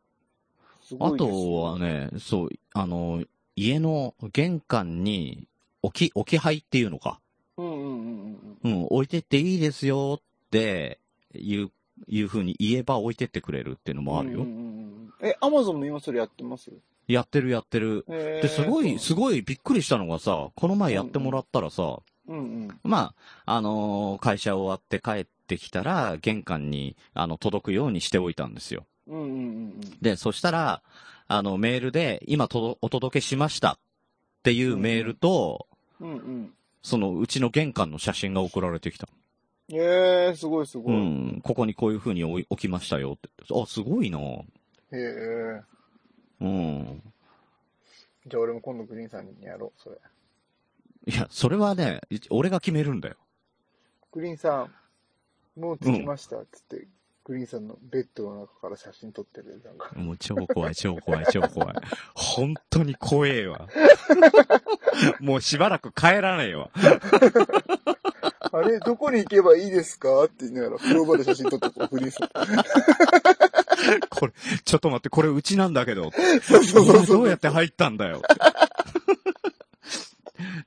[SPEAKER 4] すご
[SPEAKER 3] あ
[SPEAKER 4] いです
[SPEAKER 3] とはね、そう、あの、家の玄関に置き、置き配っていうのか。
[SPEAKER 4] うんうんうんうん
[SPEAKER 3] うん、置いてっていいですよっていう、いうふうに言えば置いてってくれるっていうの
[SPEAKER 4] うん。
[SPEAKER 3] もあるよ。
[SPEAKER 4] うんうんうんうんえ、アマゾンも今それやってますよ。
[SPEAKER 3] やってるやってる。
[SPEAKER 4] で
[SPEAKER 3] で、すごい、すごいびっくりしたのがさ、この前やってもらったらさ、
[SPEAKER 4] うんうん。
[SPEAKER 3] まあ、あのー会社終わって帰ってきたら、玄関に、あの、届くようにしておいたんですよ。
[SPEAKER 4] うんうんうん
[SPEAKER 3] で、そしたら、あの、メールで、今とどお届けしましたっていうメールと、
[SPEAKER 4] うん。うんうん。
[SPEAKER 3] その、うちの玄関の写真が送られてきた。
[SPEAKER 4] ええ、すごいすご
[SPEAKER 3] う
[SPEAKER 4] い。
[SPEAKER 3] ん、ここにこういう風に置い置きましたよって。あ、すごいな
[SPEAKER 4] へえ。
[SPEAKER 3] うん。
[SPEAKER 4] じゃあ俺も今度グリーンさんにやろう、それ。
[SPEAKER 3] いや、それはね、い俺が決めるんだよ。
[SPEAKER 4] グリーンさん、もう着きました、つって、グリーンさんのベッドの中から写真撮ってる。なん か、
[SPEAKER 3] もう超怖い、超怖い、超怖い。本当に怖えわ。もうしばらく帰らねえわ。
[SPEAKER 4] あれ、どこに行けばいいですかって言いながら、風呂場で写真撮ってこう、グリーン さん。
[SPEAKER 3] これ、ちょっと待って、これうちなんだけど。
[SPEAKER 4] そうそうそう
[SPEAKER 3] ど
[SPEAKER 4] そうう。
[SPEAKER 3] やって入ったんだよ。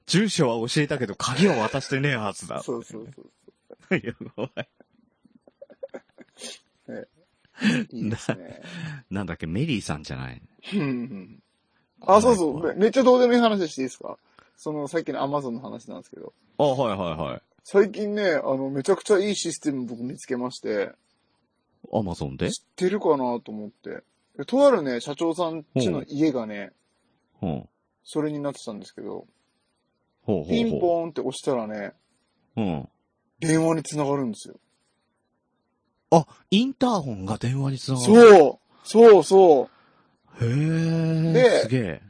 [SPEAKER 3] 住所は教えたけど、鍵は渡してねえはずだ。
[SPEAKER 4] そうそうそう。
[SPEAKER 3] いや怖い
[SPEAKER 4] いいですね。
[SPEAKER 3] なんだっけ、メリーさんじゃない。
[SPEAKER 4] うんうんあ、そうそ
[SPEAKER 3] 怖
[SPEAKER 4] う。
[SPEAKER 3] い
[SPEAKER 4] めっちゃどうでもいい話していいですかその、さっきの Amazon の話なんですけど。
[SPEAKER 3] 怖いあ、はいはいはい。
[SPEAKER 4] 最近ね、あの、めちゃくちゃいいシステム僕見つけまして、
[SPEAKER 3] アマゾンで
[SPEAKER 4] 知ってるかなと思って。でとあるね、社長さんちの家がね、
[SPEAKER 3] うん。ほう
[SPEAKER 4] それになってたんですけど、
[SPEAKER 3] ほうほう。
[SPEAKER 4] ピンポーンって押したらね、
[SPEAKER 3] うん。
[SPEAKER 4] 電話に繋がるんですよ。
[SPEAKER 3] あ、インターホンが電話につながる。
[SPEAKER 4] そうそうそ
[SPEAKER 3] へー。
[SPEAKER 4] です
[SPEAKER 3] げえ。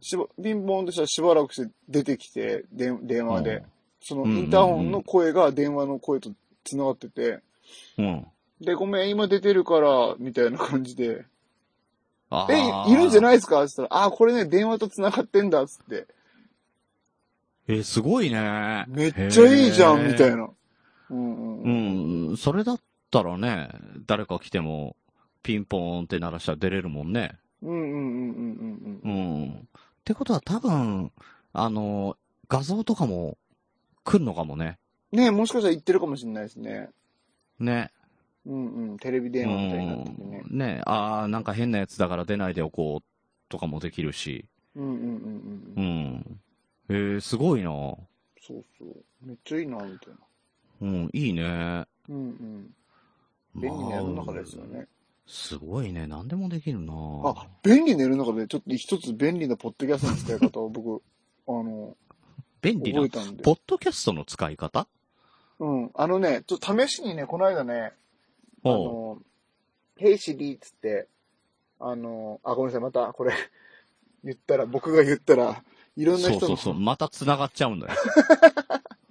[SPEAKER 4] うしばピンポーンとしたらしばらくして出てきて、で電話
[SPEAKER 3] うん
[SPEAKER 4] で。その
[SPEAKER 3] うんうんうん
[SPEAKER 4] インターホンの声が電話の声と繋がってて、
[SPEAKER 3] うん。
[SPEAKER 4] で、ごめん、今出てるから、みたいな感じで、
[SPEAKER 3] あー
[SPEAKER 4] え、いるんじゃないですかって言ったら、あー、これね、電話と繋がってんだ、つって。
[SPEAKER 3] えーすごいね。
[SPEAKER 4] めっちゃいいじゃ
[SPEAKER 3] へ
[SPEAKER 4] ん、
[SPEAKER 3] ー
[SPEAKER 4] みたい。な。うんうん。
[SPEAKER 3] う
[SPEAKER 4] うん、
[SPEAKER 3] ん、それだったらね、誰か来ても、ピンポーンって鳴らしたら出れるもんね。
[SPEAKER 4] うんうんうんうん
[SPEAKER 3] う
[SPEAKER 4] うん。
[SPEAKER 3] ん。ってことは多分、あの、画像とかも来るのかもね。
[SPEAKER 4] ねもしかしたら言ってるかもしれないですね。
[SPEAKER 3] ね。
[SPEAKER 4] うんうん。テレビ電話みたいになっててね。
[SPEAKER 3] うんねあーなんか変なやつだから出ないでおこうとかもできるし。
[SPEAKER 4] うんうんうん
[SPEAKER 3] う
[SPEAKER 4] う。
[SPEAKER 3] んん。えー、すごいな
[SPEAKER 4] そうそう。めっちゃいいな、みたいな。
[SPEAKER 3] うん、いいね。
[SPEAKER 4] うんうん。便利な世の中ですよ
[SPEAKER 3] まあ
[SPEAKER 4] ね。
[SPEAKER 3] すごいね。何でもできるな
[SPEAKER 4] あ、便利な世の中で、ちょっと一つ便利なポッドキャストの使い方を僕、あの、
[SPEAKER 3] 便利
[SPEAKER 4] 覚
[SPEAKER 3] な
[SPEAKER 4] え。たんで
[SPEAKER 3] ポ。ッドキャストの使い方
[SPEAKER 4] うん。あのね、ちょっと試しにね、この間ね、あ
[SPEAKER 3] おう
[SPEAKER 4] の、ヘイシリーっつって、あの、あ、ごめんなさい、またこれ、 言ったら、僕が言ったら、いろんな
[SPEAKER 3] そう
[SPEAKER 4] 人
[SPEAKER 3] そ
[SPEAKER 4] の
[SPEAKER 3] うそう。また繋がっちゃうんだよ。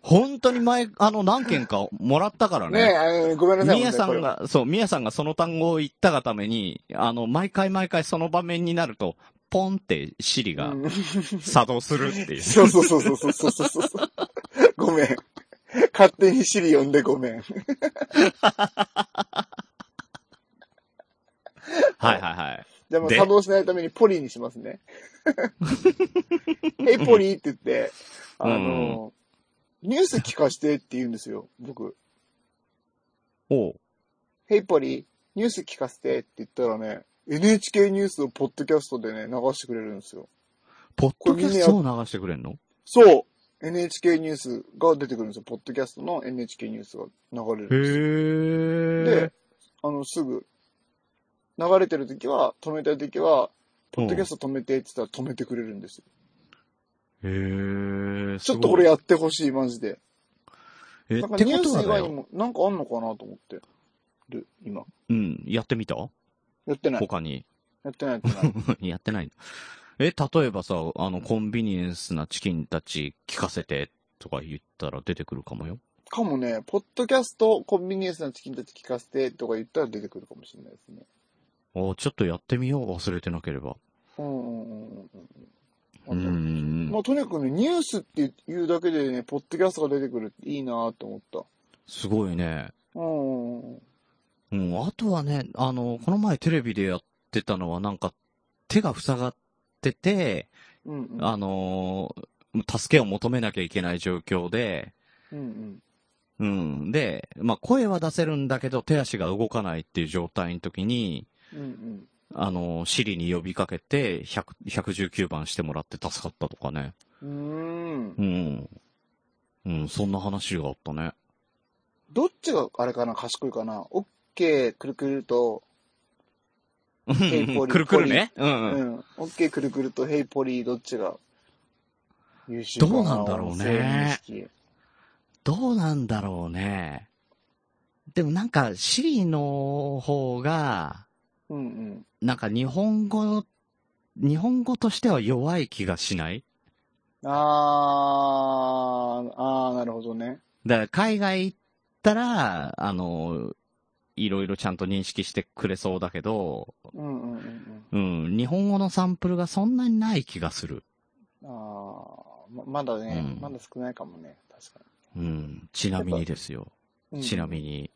[SPEAKER 3] 本当に前、あの、何件かもらったから
[SPEAKER 4] ね
[SPEAKER 3] ね。
[SPEAKER 4] あのごめんなさい。
[SPEAKER 3] みやさ
[SPEAKER 4] 本
[SPEAKER 3] ん
[SPEAKER 4] 当にこれ
[SPEAKER 3] が、そう、みやさんがその単語を言ったがために、あの、毎回毎回その場面になると、ポンってシリが
[SPEAKER 4] うん
[SPEAKER 3] 作動するって いう。
[SPEAKER 4] そうそうそうそうそう そうそう。ごめん。勝手にシリ呼んでごめん。
[SPEAKER 3] はいはいはい。
[SPEAKER 4] じゃあもう
[SPEAKER 3] で
[SPEAKER 4] 作動しないためにポリにします ね。 ヘイポリって言って、あの、ニュース聞かしてって言うんですよ、僕。
[SPEAKER 3] おう
[SPEAKER 4] ヘイポリ、ニュース聞かせてって言ったらね、NHK ニュースをポッドキャストでね、流してくれるんですよ。
[SPEAKER 3] ポッドキャストを流してくれんの
[SPEAKER 4] そう。NHK ニュースが出てくるんですよ。ポッドキャストの NHK ニュースが流れる
[SPEAKER 3] へ
[SPEAKER 4] んです
[SPEAKER 3] ー
[SPEAKER 4] よ。で。、あの、すぐ、流れてる時は、止めたい時は、ポッドキャスト止めてって言ったら止めてくれるんですよ。
[SPEAKER 3] へー。
[SPEAKER 4] ちょっとこれ
[SPEAKER 3] や、
[SPEAKER 4] やってほしい、マジで。
[SPEAKER 3] え、
[SPEAKER 4] なんか
[SPEAKER 3] って
[SPEAKER 4] ニュ
[SPEAKER 3] こ
[SPEAKER 4] ー
[SPEAKER 3] と
[SPEAKER 4] ス
[SPEAKER 3] は
[SPEAKER 4] 以
[SPEAKER 3] だ
[SPEAKER 4] 外に
[SPEAKER 3] よ。
[SPEAKER 4] も、なんかあんのかなと思ってる、今。
[SPEAKER 3] うん、やってみた
[SPEAKER 4] やってない。
[SPEAKER 3] 他に。
[SPEAKER 4] やってない、やってない。
[SPEAKER 3] やってない。え、例えばさ、あの、コンビニエンスなチキンたち聞かせてとか言ったら出てくるかもよ。
[SPEAKER 4] かもね、ポッドキャスト、コンビニエンスなチキンたち聞かせてとか言ったら出てくるかもしれないですね。
[SPEAKER 3] おちょっとやってみよう、忘れてなければ。
[SPEAKER 4] うんうんうん
[SPEAKER 3] う
[SPEAKER 4] うんうん。
[SPEAKER 3] ん。
[SPEAKER 4] まあ、とにかくね、ニュースっていうだけでね、ポッドキャストが出てくるっていいなと思った。
[SPEAKER 3] すごいね。
[SPEAKER 4] うんうんうん。
[SPEAKER 3] うん、あとはね、あの、この前テレビでやってたのはなんか、手が塞がってて、
[SPEAKER 4] うんうん。
[SPEAKER 3] あのー助けを求めなきゃいけない状況で、
[SPEAKER 4] うんうん。
[SPEAKER 3] うん。で、まあ、声は出せるんだけど、手足が動かないっていう状態の時に、
[SPEAKER 4] うんうん。
[SPEAKER 3] あの、シリに呼びかけて、100 119番してもらって助かったとかね。
[SPEAKER 4] うーん。
[SPEAKER 3] うん。うん、そんな話があったね。
[SPEAKER 4] どっちがあれかな賢いかなオッケーくるくると、イポ リ
[SPEAKER 3] くるくるね。う。
[SPEAKER 4] うん
[SPEAKER 3] うん、
[SPEAKER 4] ん。オッケーくるくると、ヘイポリーどっちが優秀かな
[SPEAKER 3] どうなんだろうね
[SPEAKER 4] そういう認識
[SPEAKER 3] どうなんだろうね。でもなんか、シリの方が、
[SPEAKER 4] うんうん。
[SPEAKER 3] なんか日本語、日本語としては弱い気がしない
[SPEAKER 4] あー、あー、なるほどね。
[SPEAKER 3] だから海外行ったら、あの、いろいろちゃんと認識してくれそうだけど、
[SPEAKER 4] うんうんうんうん。
[SPEAKER 3] うん、日本語のサンプルがそんなにない気がする。
[SPEAKER 4] あー、ままだね、
[SPEAKER 3] うん
[SPEAKER 4] まだ少ないかもね。確か
[SPEAKER 3] うん、ちなみにですよ。
[SPEAKER 4] に。うん
[SPEAKER 3] ちなみ。に、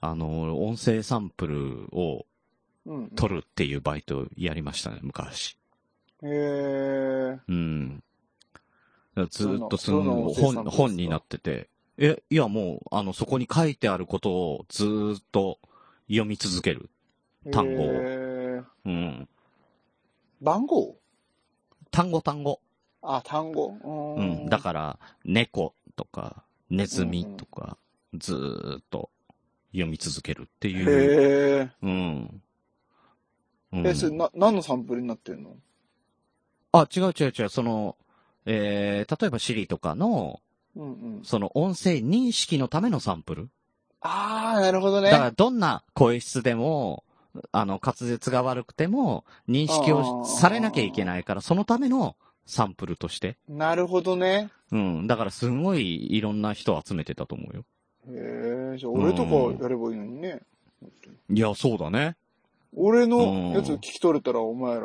[SPEAKER 3] あの、音声サンプルを
[SPEAKER 4] うんうん。
[SPEAKER 3] 取るっていうバイトやりましたね、昔。
[SPEAKER 4] へー。
[SPEAKER 3] うん。だからずーっとすん
[SPEAKER 4] どの
[SPEAKER 3] の
[SPEAKER 4] どの音声サン
[SPEAKER 3] 本、
[SPEAKER 4] プルですか
[SPEAKER 3] 本になってて。え、いやもう、あの、そこに書いてあることをずーっと読み続ける。単語を
[SPEAKER 4] へー
[SPEAKER 3] うん。
[SPEAKER 4] 番号
[SPEAKER 3] 単語単語。
[SPEAKER 4] あ、単語。
[SPEAKER 3] う。
[SPEAKER 4] うん
[SPEAKER 3] だから、猫とか、ネズミとか、ずーっと読み続けるって
[SPEAKER 4] ら
[SPEAKER 3] いう。
[SPEAKER 4] へー。
[SPEAKER 3] うん。うん
[SPEAKER 4] え、それな、何のサンプルになってんの
[SPEAKER 3] あ、違う違う違う。その、えー、例えばシリとかの、
[SPEAKER 4] うんうん。
[SPEAKER 3] その音声認識のためのサンプル。
[SPEAKER 4] あー、なるほどね。
[SPEAKER 3] だからどんな声質でも、あの、滑舌が悪くても、認識をし
[SPEAKER 4] あー
[SPEAKER 3] されなきゃいけないから、そのためのサンプルとして。
[SPEAKER 4] なるほどね。
[SPEAKER 3] うん。だからすごいいろんな人を集めてたと思うよ。
[SPEAKER 4] へえ、じゃあ俺とかやればいいのにね。
[SPEAKER 3] いや、そうだね。
[SPEAKER 4] 俺のやつ聞き取れたらお前ら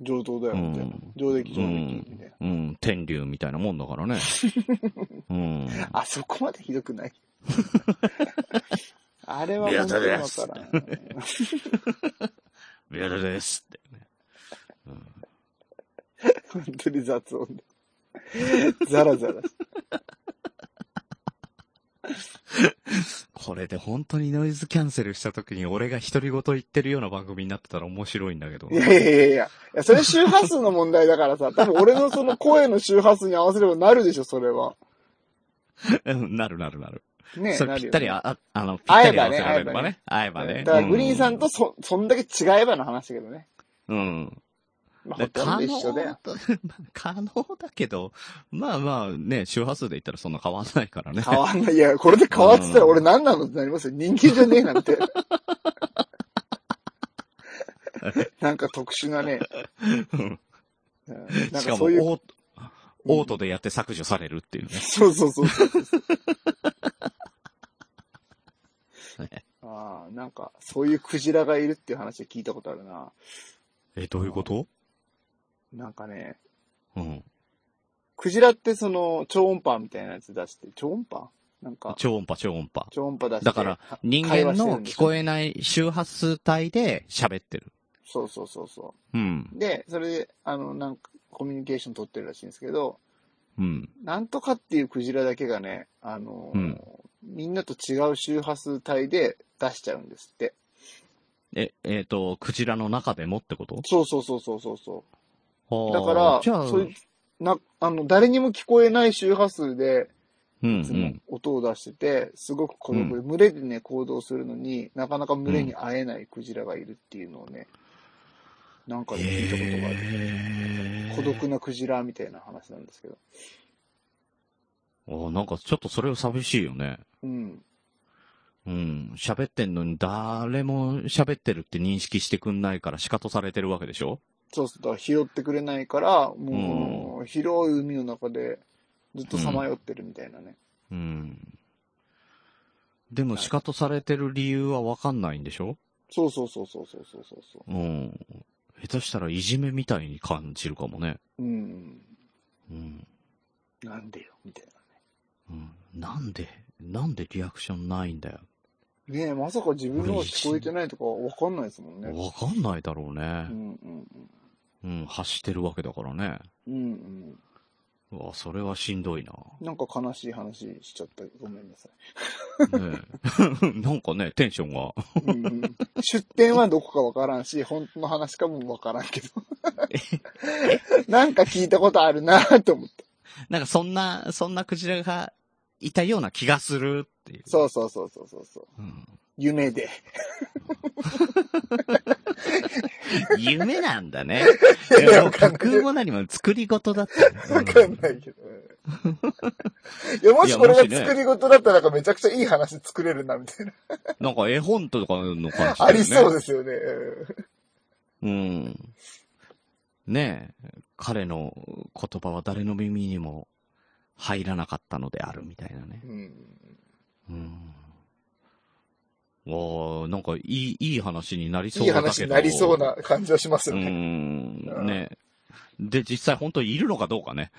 [SPEAKER 4] 上等だよ、みたいな
[SPEAKER 3] うん。
[SPEAKER 4] 上出来上出来、みたいな。
[SPEAKER 3] うん。天竜みたいなもんだからね。 うん。
[SPEAKER 4] あ、そこまでひど くない。あれは
[SPEAKER 3] 宮田
[SPEAKER 4] 本当に
[SPEAKER 3] で
[SPEAKER 4] わ
[SPEAKER 3] す
[SPEAKER 4] からん。
[SPEAKER 3] やるですってね。
[SPEAKER 4] 本当に雑音で。ザラザラ。
[SPEAKER 3] これで本当にノイズキャンセルした時に俺が独り言言ってるような番組になってたら面白いんだけど
[SPEAKER 4] い。やいやいやいや。いや、それ周波数の問題だからさ、多分俺のその声の周波数に合わせればなるでしょ、それは。
[SPEAKER 3] うんなるなるなる。
[SPEAKER 4] ね
[SPEAKER 3] それぴったり
[SPEAKER 4] なるよね
[SPEAKER 3] あ、ああの、ぴったり合わせられればね。合えば
[SPEAKER 4] だ
[SPEAKER 3] ね。
[SPEAKER 4] からグリーンさん
[SPEAKER 3] と、
[SPEAKER 4] とそ、そんだけ違えばの話だけどね。
[SPEAKER 3] うん。
[SPEAKER 4] まあ、ほ
[SPEAKER 3] だ
[SPEAKER 4] とん
[SPEAKER 3] 可
[SPEAKER 4] ど一緒
[SPEAKER 3] 能
[SPEAKER 4] だよ
[SPEAKER 3] だ。可能だけど、 まあまあね、周波数で言ったらそんな変わらないからね。
[SPEAKER 4] 変わんない。いや、これで変わってたら俺何なのってなりますよ。人間じゃねえなん て。なんか特殊なね。
[SPEAKER 3] うん
[SPEAKER 4] うんなん
[SPEAKER 3] しか
[SPEAKER 4] か
[SPEAKER 3] も、
[SPEAKER 4] そ ういう。
[SPEAKER 3] オート、オートでやって削除されるっていうね。
[SPEAKER 4] そうそうそうそう
[SPEAKER 3] ね。
[SPEAKER 4] ああ、なんか、そういうクジラがいるっていう話は聞いたことあるな。
[SPEAKER 3] え、どういうこと
[SPEAKER 4] なんかね、
[SPEAKER 3] うん。
[SPEAKER 4] クジラってその、超音波みたいなやつ出して、超音波なんか、
[SPEAKER 3] 超音波、超音波。
[SPEAKER 4] 超音波出して。
[SPEAKER 3] だから
[SPEAKER 4] は、
[SPEAKER 3] 人
[SPEAKER 4] 会
[SPEAKER 3] 間
[SPEAKER 4] 話してる
[SPEAKER 3] の
[SPEAKER 4] んで
[SPEAKER 3] 聞
[SPEAKER 4] しょ
[SPEAKER 3] こえない周波数帯で喋ってる。
[SPEAKER 4] そうそうそうそ
[SPEAKER 3] うん。
[SPEAKER 4] う。で、それで、あの、なんか、コミュニケーション取ってるらしいんですけど、
[SPEAKER 3] うん。
[SPEAKER 4] なんとかっていうクジラだけがね、あのー
[SPEAKER 3] うん
[SPEAKER 4] みんなと違う周波数帯で出しちゃうんですって。
[SPEAKER 3] え、えっ、と、クジラの中でもってこと
[SPEAKER 4] そうそうそうそうそうそ
[SPEAKER 3] あ
[SPEAKER 4] う。
[SPEAKER 3] ー
[SPEAKER 4] だから、
[SPEAKER 3] じゃあ、
[SPEAKER 4] そういう、な、あの、誰にも聞こえない周波数で、
[SPEAKER 3] うんう
[SPEAKER 4] いつも
[SPEAKER 3] ん。
[SPEAKER 4] 音を出してて、すごく孤独で、群れでね、行動するのに、なかなか群れに会えないクジラがいるっていうのをね、なんかで聞いたことがある。
[SPEAKER 3] へー
[SPEAKER 4] 孤独なクジラみたいな話なんですけど。
[SPEAKER 3] おなんかちょっとそれは寂しいよね。
[SPEAKER 4] うん。
[SPEAKER 3] うん。喋ってんのに誰も喋ってるって認識してくんないから仕方されてるわけでしょ
[SPEAKER 4] そうすると拾ってくれないから、もう、広い海の中でずっとさまよってるみたいなね。
[SPEAKER 3] うん。でも仕方されてる理由はわかんないんでしょ
[SPEAKER 4] そうそうそうそうそうそうそうそ
[SPEAKER 3] うん。下手したらいじめみたいに感じるかもね。
[SPEAKER 4] う。うん。
[SPEAKER 3] うん。
[SPEAKER 4] なんでよ、みたい
[SPEAKER 3] うん、なんで、なんでリアクションないんだよ。
[SPEAKER 4] なね。ねえ、まさか自分のが聞こえてないとかわかんないですもんね。
[SPEAKER 3] わかんないだろう
[SPEAKER 4] う
[SPEAKER 3] ね。
[SPEAKER 4] んうん
[SPEAKER 3] うん、発してるわけだからね。
[SPEAKER 4] うん。うんうん。
[SPEAKER 3] うわ、それはしんどいな。
[SPEAKER 4] なんか悲しい話しちゃった。ごめんなさい。
[SPEAKER 3] ね えなんかね、テンションが。
[SPEAKER 4] うんうん、出典はどこかわからんし、本当の話かもわからんけ ど。なんか聞いたことあるなと思って。
[SPEAKER 3] なんかそんな、そんなクジラがいたような気がするっていう。
[SPEAKER 4] そうそうそうそうそうそう。
[SPEAKER 3] うん
[SPEAKER 4] 夢で。
[SPEAKER 3] 夢なんだね。
[SPEAKER 4] い
[SPEAKER 3] も
[SPEAKER 4] や
[SPEAKER 3] う
[SPEAKER 4] わかん
[SPEAKER 3] 架
[SPEAKER 4] ない
[SPEAKER 3] 空も何も作り事だった。
[SPEAKER 4] わかんないけど。いや、もしこれが
[SPEAKER 3] いやもしね
[SPEAKER 4] 作り事だったらなんかめちゃくちゃいい話作れるな、みたいな。
[SPEAKER 3] なんか絵本とかの感じだよね。
[SPEAKER 4] ありそうですよね。う
[SPEAKER 3] う
[SPEAKER 4] ん
[SPEAKER 3] ん。ねえ、彼の言葉は誰の耳にも入らなかったのであるみたいなね。
[SPEAKER 4] うん。
[SPEAKER 3] うん。わあ、なんかいい、いい話になりそう
[SPEAKER 4] いい
[SPEAKER 3] だけど。
[SPEAKER 4] 話になりそうな感じはしますよ
[SPEAKER 3] う
[SPEAKER 4] ね。
[SPEAKER 3] ん、ねで、実際本当にいるのかどうかね。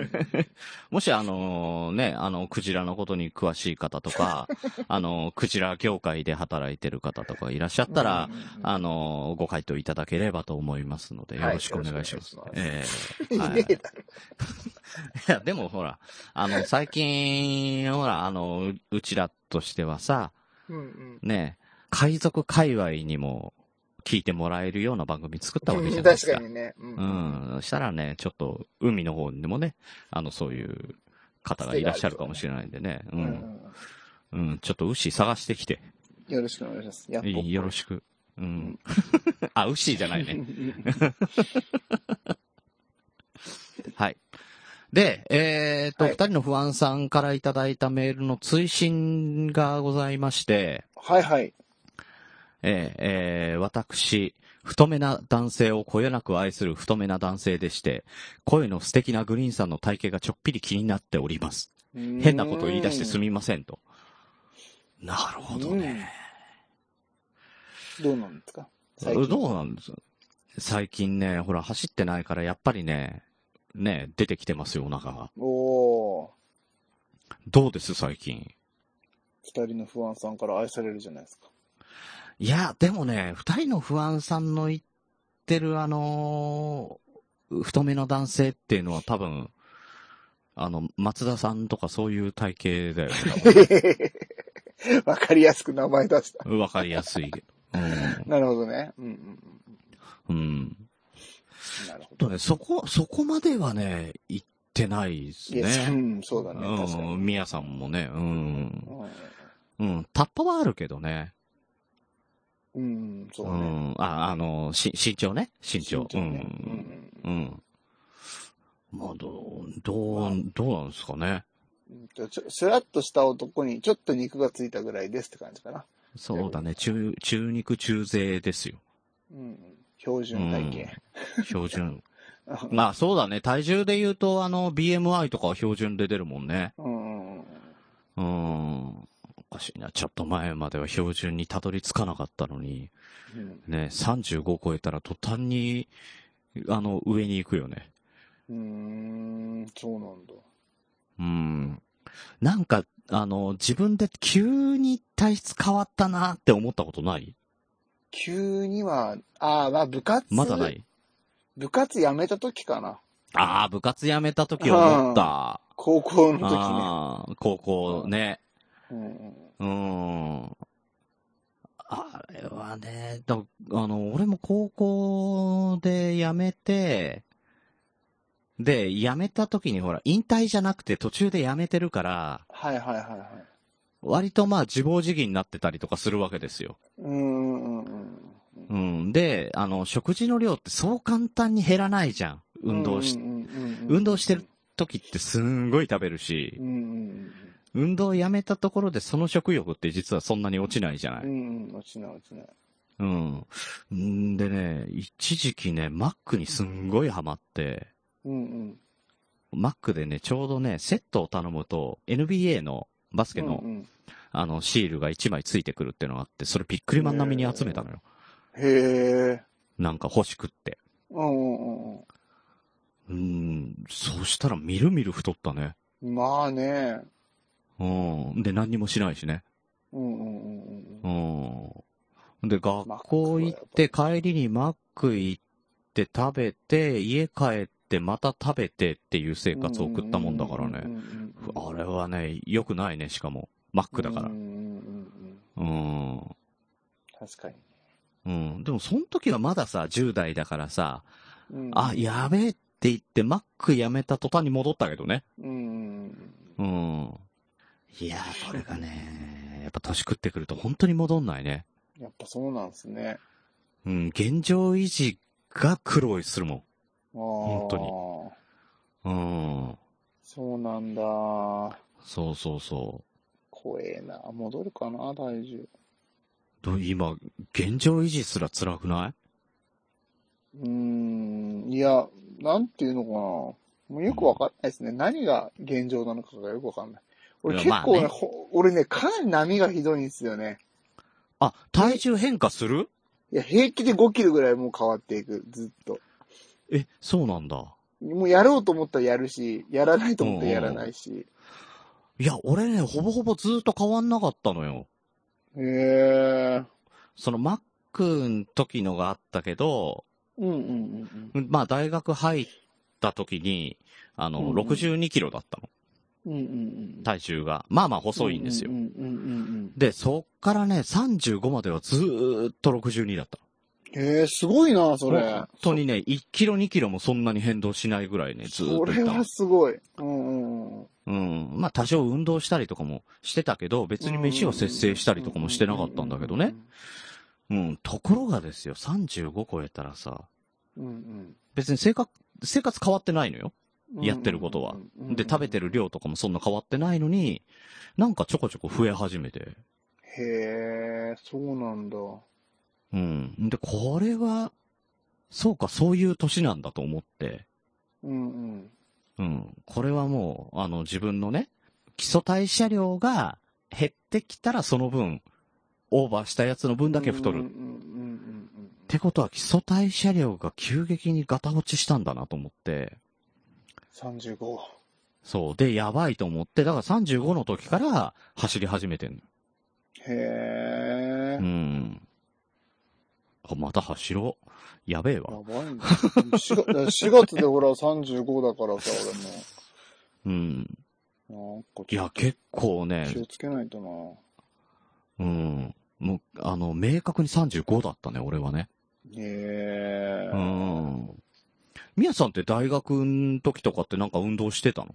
[SPEAKER 3] もしあのね、あの、クジラのことに詳しい方と か、あの、クジラ業界で働いてる方とかいらっしゃったら、
[SPEAKER 4] うん
[SPEAKER 3] あの、ご回答いただければと思いますので、
[SPEAKER 4] はい
[SPEAKER 3] よろしくお願いします。
[SPEAKER 4] よろし
[SPEAKER 3] ええ
[SPEAKER 4] くお願い
[SPEAKER 3] はい。
[SPEAKER 4] ねえだ
[SPEAKER 3] いや、でもほら、あの、最近、ほら、あの、ううちらとしてはさ、
[SPEAKER 4] うんうん。
[SPEAKER 3] ね、海賊界隈にも聞いてもらえるような番組作ったわけじゃないで
[SPEAKER 4] 確
[SPEAKER 3] すか。
[SPEAKER 4] かにね。う
[SPEAKER 3] う。ん。したらね、ちょっと、海の方にもね、あの、そういう方がいらっしゃるかもしれないんでね。う
[SPEAKER 4] うん
[SPEAKER 3] ん。うん。ちょっと、牛探してきて。
[SPEAKER 4] よろしくお願いします。やっ
[SPEAKER 3] よろしく。うん。 あ、牛じゃないね。 はい。で、えっと、
[SPEAKER 4] は
[SPEAKER 3] 二、
[SPEAKER 4] い
[SPEAKER 3] 人の不安さんからいただいたメールの追伸がございまして、
[SPEAKER 4] はいはい。
[SPEAKER 3] えーえー私、太めな男性をこよなく愛する太めな男性でして、声の素敵なグリーンさんの体型がちょっぴり気になっております。変なことを言い出してすみませんと。なるほどね。
[SPEAKER 4] うん。どうなんですか最近
[SPEAKER 3] どうなんです最近ね、ほら、走ってないから、やっぱりね、ね、出てきてますよ、お腹が。
[SPEAKER 4] おー。
[SPEAKER 3] どうです、最近。
[SPEAKER 4] 二人の不安さんから愛されるじゃない ですか。
[SPEAKER 3] いや、でもね、二人の不安さんの言ってる、あのー太めの男性っていうのは多分、あの、松田さんとかそういう体型だよね
[SPEAKER 4] わかりやすく名前出した。
[SPEAKER 3] 多分。わかりやすいけど。
[SPEAKER 4] なるほどね。うんうん
[SPEAKER 3] うん。うん。
[SPEAKER 4] うん。なるほ
[SPEAKER 3] と
[SPEAKER 4] ど。
[SPEAKER 3] ね、そこ、そこまではね、言っってないです
[SPEAKER 4] いや、う
[SPEAKER 3] ね。
[SPEAKER 4] ん、そうだね。確か
[SPEAKER 3] う
[SPEAKER 4] に。
[SPEAKER 3] ん、宮さんもね、うん。
[SPEAKER 4] うん
[SPEAKER 3] うん、タッパはあるけどね。
[SPEAKER 4] うん、そううだね。
[SPEAKER 3] ん、あ、あの、し身長ね、身長。
[SPEAKER 4] 身長ねう
[SPEAKER 3] うん。
[SPEAKER 4] ん
[SPEAKER 3] うん。まあ、どう、どう、どうなんですかね。
[SPEAKER 4] うんとちょスラッとした男にちょっと肉がついたぐらいですって感じかな。
[SPEAKER 3] そうだね、中、中肉中背ですよ。
[SPEAKER 4] うん。標準体型。
[SPEAKER 3] 標 準。まあ、そうだね、体重で言うと、あの、BMI とかは標準で出るもんね。
[SPEAKER 4] うん。うん
[SPEAKER 3] うん。おかしいな、ちょっと前までは標準にたどり着かなかったのに、ね、35超えたら途端に、あの、上に行くよね。
[SPEAKER 4] うん。うーん、そうなんだ。
[SPEAKER 3] うん。なんか、あの、自分で急に体質変わったなって思ったことない
[SPEAKER 4] 急には、ああ、まあ部活。
[SPEAKER 3] まだない
[SPEAKER 4] 部活辞めた時かな。
[SPEAKER 3] ああ、部活辞めた時思った。
[SPEAKER 4] 高校の時ね。
[SPEAKER 3] あー高校ね。
[SPEAKER 4] うんうん
[SPEAKER 3] うーん。あれはね、だあの、俺も高校で辞めて、で、辞めた時にほら、引退じゃなくて途中で辞めてるから、
[SPEAKER 4] はいはいはいはい。
[SPEAKER 3] 割とまあ自暴自棄になってたりとかするわけですよ。
[SPEAKER 4] うんうんうん。
[SPEAKER 3] うん。で、あの、食事の量ってそう簡単に減らないじゃん。運動し、運
[SPEAKER 4] 運
[SPEAKER 3] 動してる。時ってすんごい食べるし
[SPEAKER 4] う、んうん
[SPEAKER 3] 運動をやめたところでその食欲って実はそんなに落ちないじゃな
[SPEAKER 4] う
[SPEAKER 3] い。
[SPEAKER 4] ん。うんうん。落ちない落ちない。
[SPEAKER 3] うん。んでね、一時期ね、マックにすんごいハマって、
[SPEAKER 4] うんうん。
[SPEAKER 3] マックでね、ちょうどね、セットを頼むと、NBA のバスケの、
[SPEAKER 4] うんうん
[SPEAKER 3] あの、シールが1枚ついてくるってのがあって、それびっくりマン並みに集めたのよ。
[SPEAKER 4] へえ。
[SPEAKER 3] なんか欲しくって。
[SPEAKER 4] うんうんうん
[SPEAKER 3] うん、そうしたらみるみる太ったね。
[SPEAKER 4] うん。まあね。
[SPEAKER 3] うん。で、何にもしないしね。
[SPEAKER 4] うんうんうんうん
[SPEAKER 3] う
[SPEAKER 4] うん。
[SPEAKER 3] ん。で、学校行って、帰りにマック行って食べて、家帰ってまた食べてっていう生活を送ったもんだから
[SPEAKER 4] うん
[SPEAKER 3] ね。
[SPEAKER 4] うんうんうんうん。
[SPEAKER 3] あれはね、良くないね、しかも。マックだから
[SPEAKER 4] うんう。
[SPEAKER 3] う
[SPEAKER 4] んうん
[SPEAKER 3] ん。
[SPEAKER 4] うん。確かに。
[SPEAKER 3] うん。でも、その時はまださ、10代だからさ、
[SPEAKER 4] うん
[SPEAKER 3] あ、やべえって言って、マックやめた途端に戻ったけどね。
[SPEAKER 4] うんうんう
[SPEAKER 3] う
[SPEAKER 4] ん。
[SPEAKER 3] ん。いやー、これがね、やっぱ年食ってくると本当に戻んないね。
[SPEAKER 4] やっぱそうなんですね。
[SPEAKER 3] うん、現状維持が苦労するもん。
[SPEAKER 4] 本
[SPEAKER 3] 当に。うん。
[SPEAKER 4] そうなんだ。
[SPEAKER 3] そうそうそ
[SPEAKER 4] 怖えな。戻るかな、体重。
[SPEAKER 3] う。ど今、現状維持すら辛くないう
[SPEAKER 4] ーん。いや、なんていうのかな。もうよくわかんないですね。何が現状なのかがよくわかんない。俺
[SPEAKER 3] い
[SPEAKER 4] 結
[SPEAKER 3] やまあ
[SPEAKER 4] 構ね、
[SPEAKER 3] ね
[SPEAKER 4] ほ俺ね、かなり波がひどいんですよね。
[SPEAKER 3] あ、体重変化する
[SPEAKER 4] いや、平気で5キロぐらいもう変わっていく、ずっと。
[SPEAKER 3] え、そうなんだ。
[SPEAKER 4] もうやろうと思ったらやるし、やらないと思ったらやらないし。
[SPEAKER 3] いや、俺ね、ほぼほぼずっと変わんなかったのよ。
[SPEAKER 4] へえ。
[SPEAKER 3] その、マックん時のがあったけど、
[SPEAKER 4] うんうんうん
[SPEAKER 3] まあ、大学入った時に、あの、
[SPEAKER 4] うんうん
[SPEAKER 3] 62キロだったの。
[SPEAKER 4] うん。うんうんうん。
[SPEAKER 3] 体重が。まあまあ、細いんですよ。
[SPEAKER 4] うんうんうん
[SPEAKER 3] で、そっからね、35まではずーっと62だったの。
[SPEAKER 4] うん。へえ、すごいな、それ。
[SPEAKER 3] 本当にね、1キロ2キロもそんなに変動しないぐらいね、ずーっ
[SPEAKER 4] そ
[SPEAKER 3] といった
[SPEAKER 4] れ
[SPEAKER 3] の
[SPEAKER 4] はすごい。うんうんうん。
[SPEAKER 3] うん。まあ、多少運動したりとかもしてたけど、別に飯を節制したりとかもしてなかったんだけどね。。うん。ところがですよ、35超えたらさ、
[SPEAKER 4] うんうん
[SPEAKER 3] 別に生活、生活変わってないのよ。
[SPEAKER 4] うん。
[SPEAKER 3] やってることは
[SPEAKER 4] うんうんうん。
[SPEAKER 3] で、食べてる量とかもそんな変わってないのに、なんかちょこちょこ増え始めて。
[SPEAKER 4] へえ、そうなんだ。
[SPEAKER 3] うん。で、これは、そうか、そういう年なんだと思って。
[SPEAKER 4] うんうん。
[SPEAKER 3] うん。これはもう、あの、自分のね、基礎代謝量が減ってきたらその分、オーバーしたやつの分だけ太る
[SPEAKER 4] うんうんうん
[SPEAKER 3] ってことは基礎代謝量が急激にガタ落ちしたんだなと思って、
[SPEAKER 4] うんうん。35。
[SPEAKER 3] そう。で、やばいと思って、だから35の時から走り始めてんの。
[SPEAKER 4] へえ
[SPEAKER 3] う。ん。あまた走ろう。やべえ
[SPEAKER 4] や
[SPEAKER 3] わ。
[SPEAKER 4] ばいね。4月 ,4 月でほら35だからさ、
[SPEAKER 3] うん。
[SPEAKER 4] 俺も。なんかちょっと
[SPEAKER 3] いや、結構ね、
[SPEAKER 4] 気をつけないとな。
[SPEAKER 3] うん。もう、あの、明確に35だったね、俺はね。
[SPEAKER 4] へえ
[SPEAKER 3] う。ん。みやさんって大学の時とかってなんか運動してたの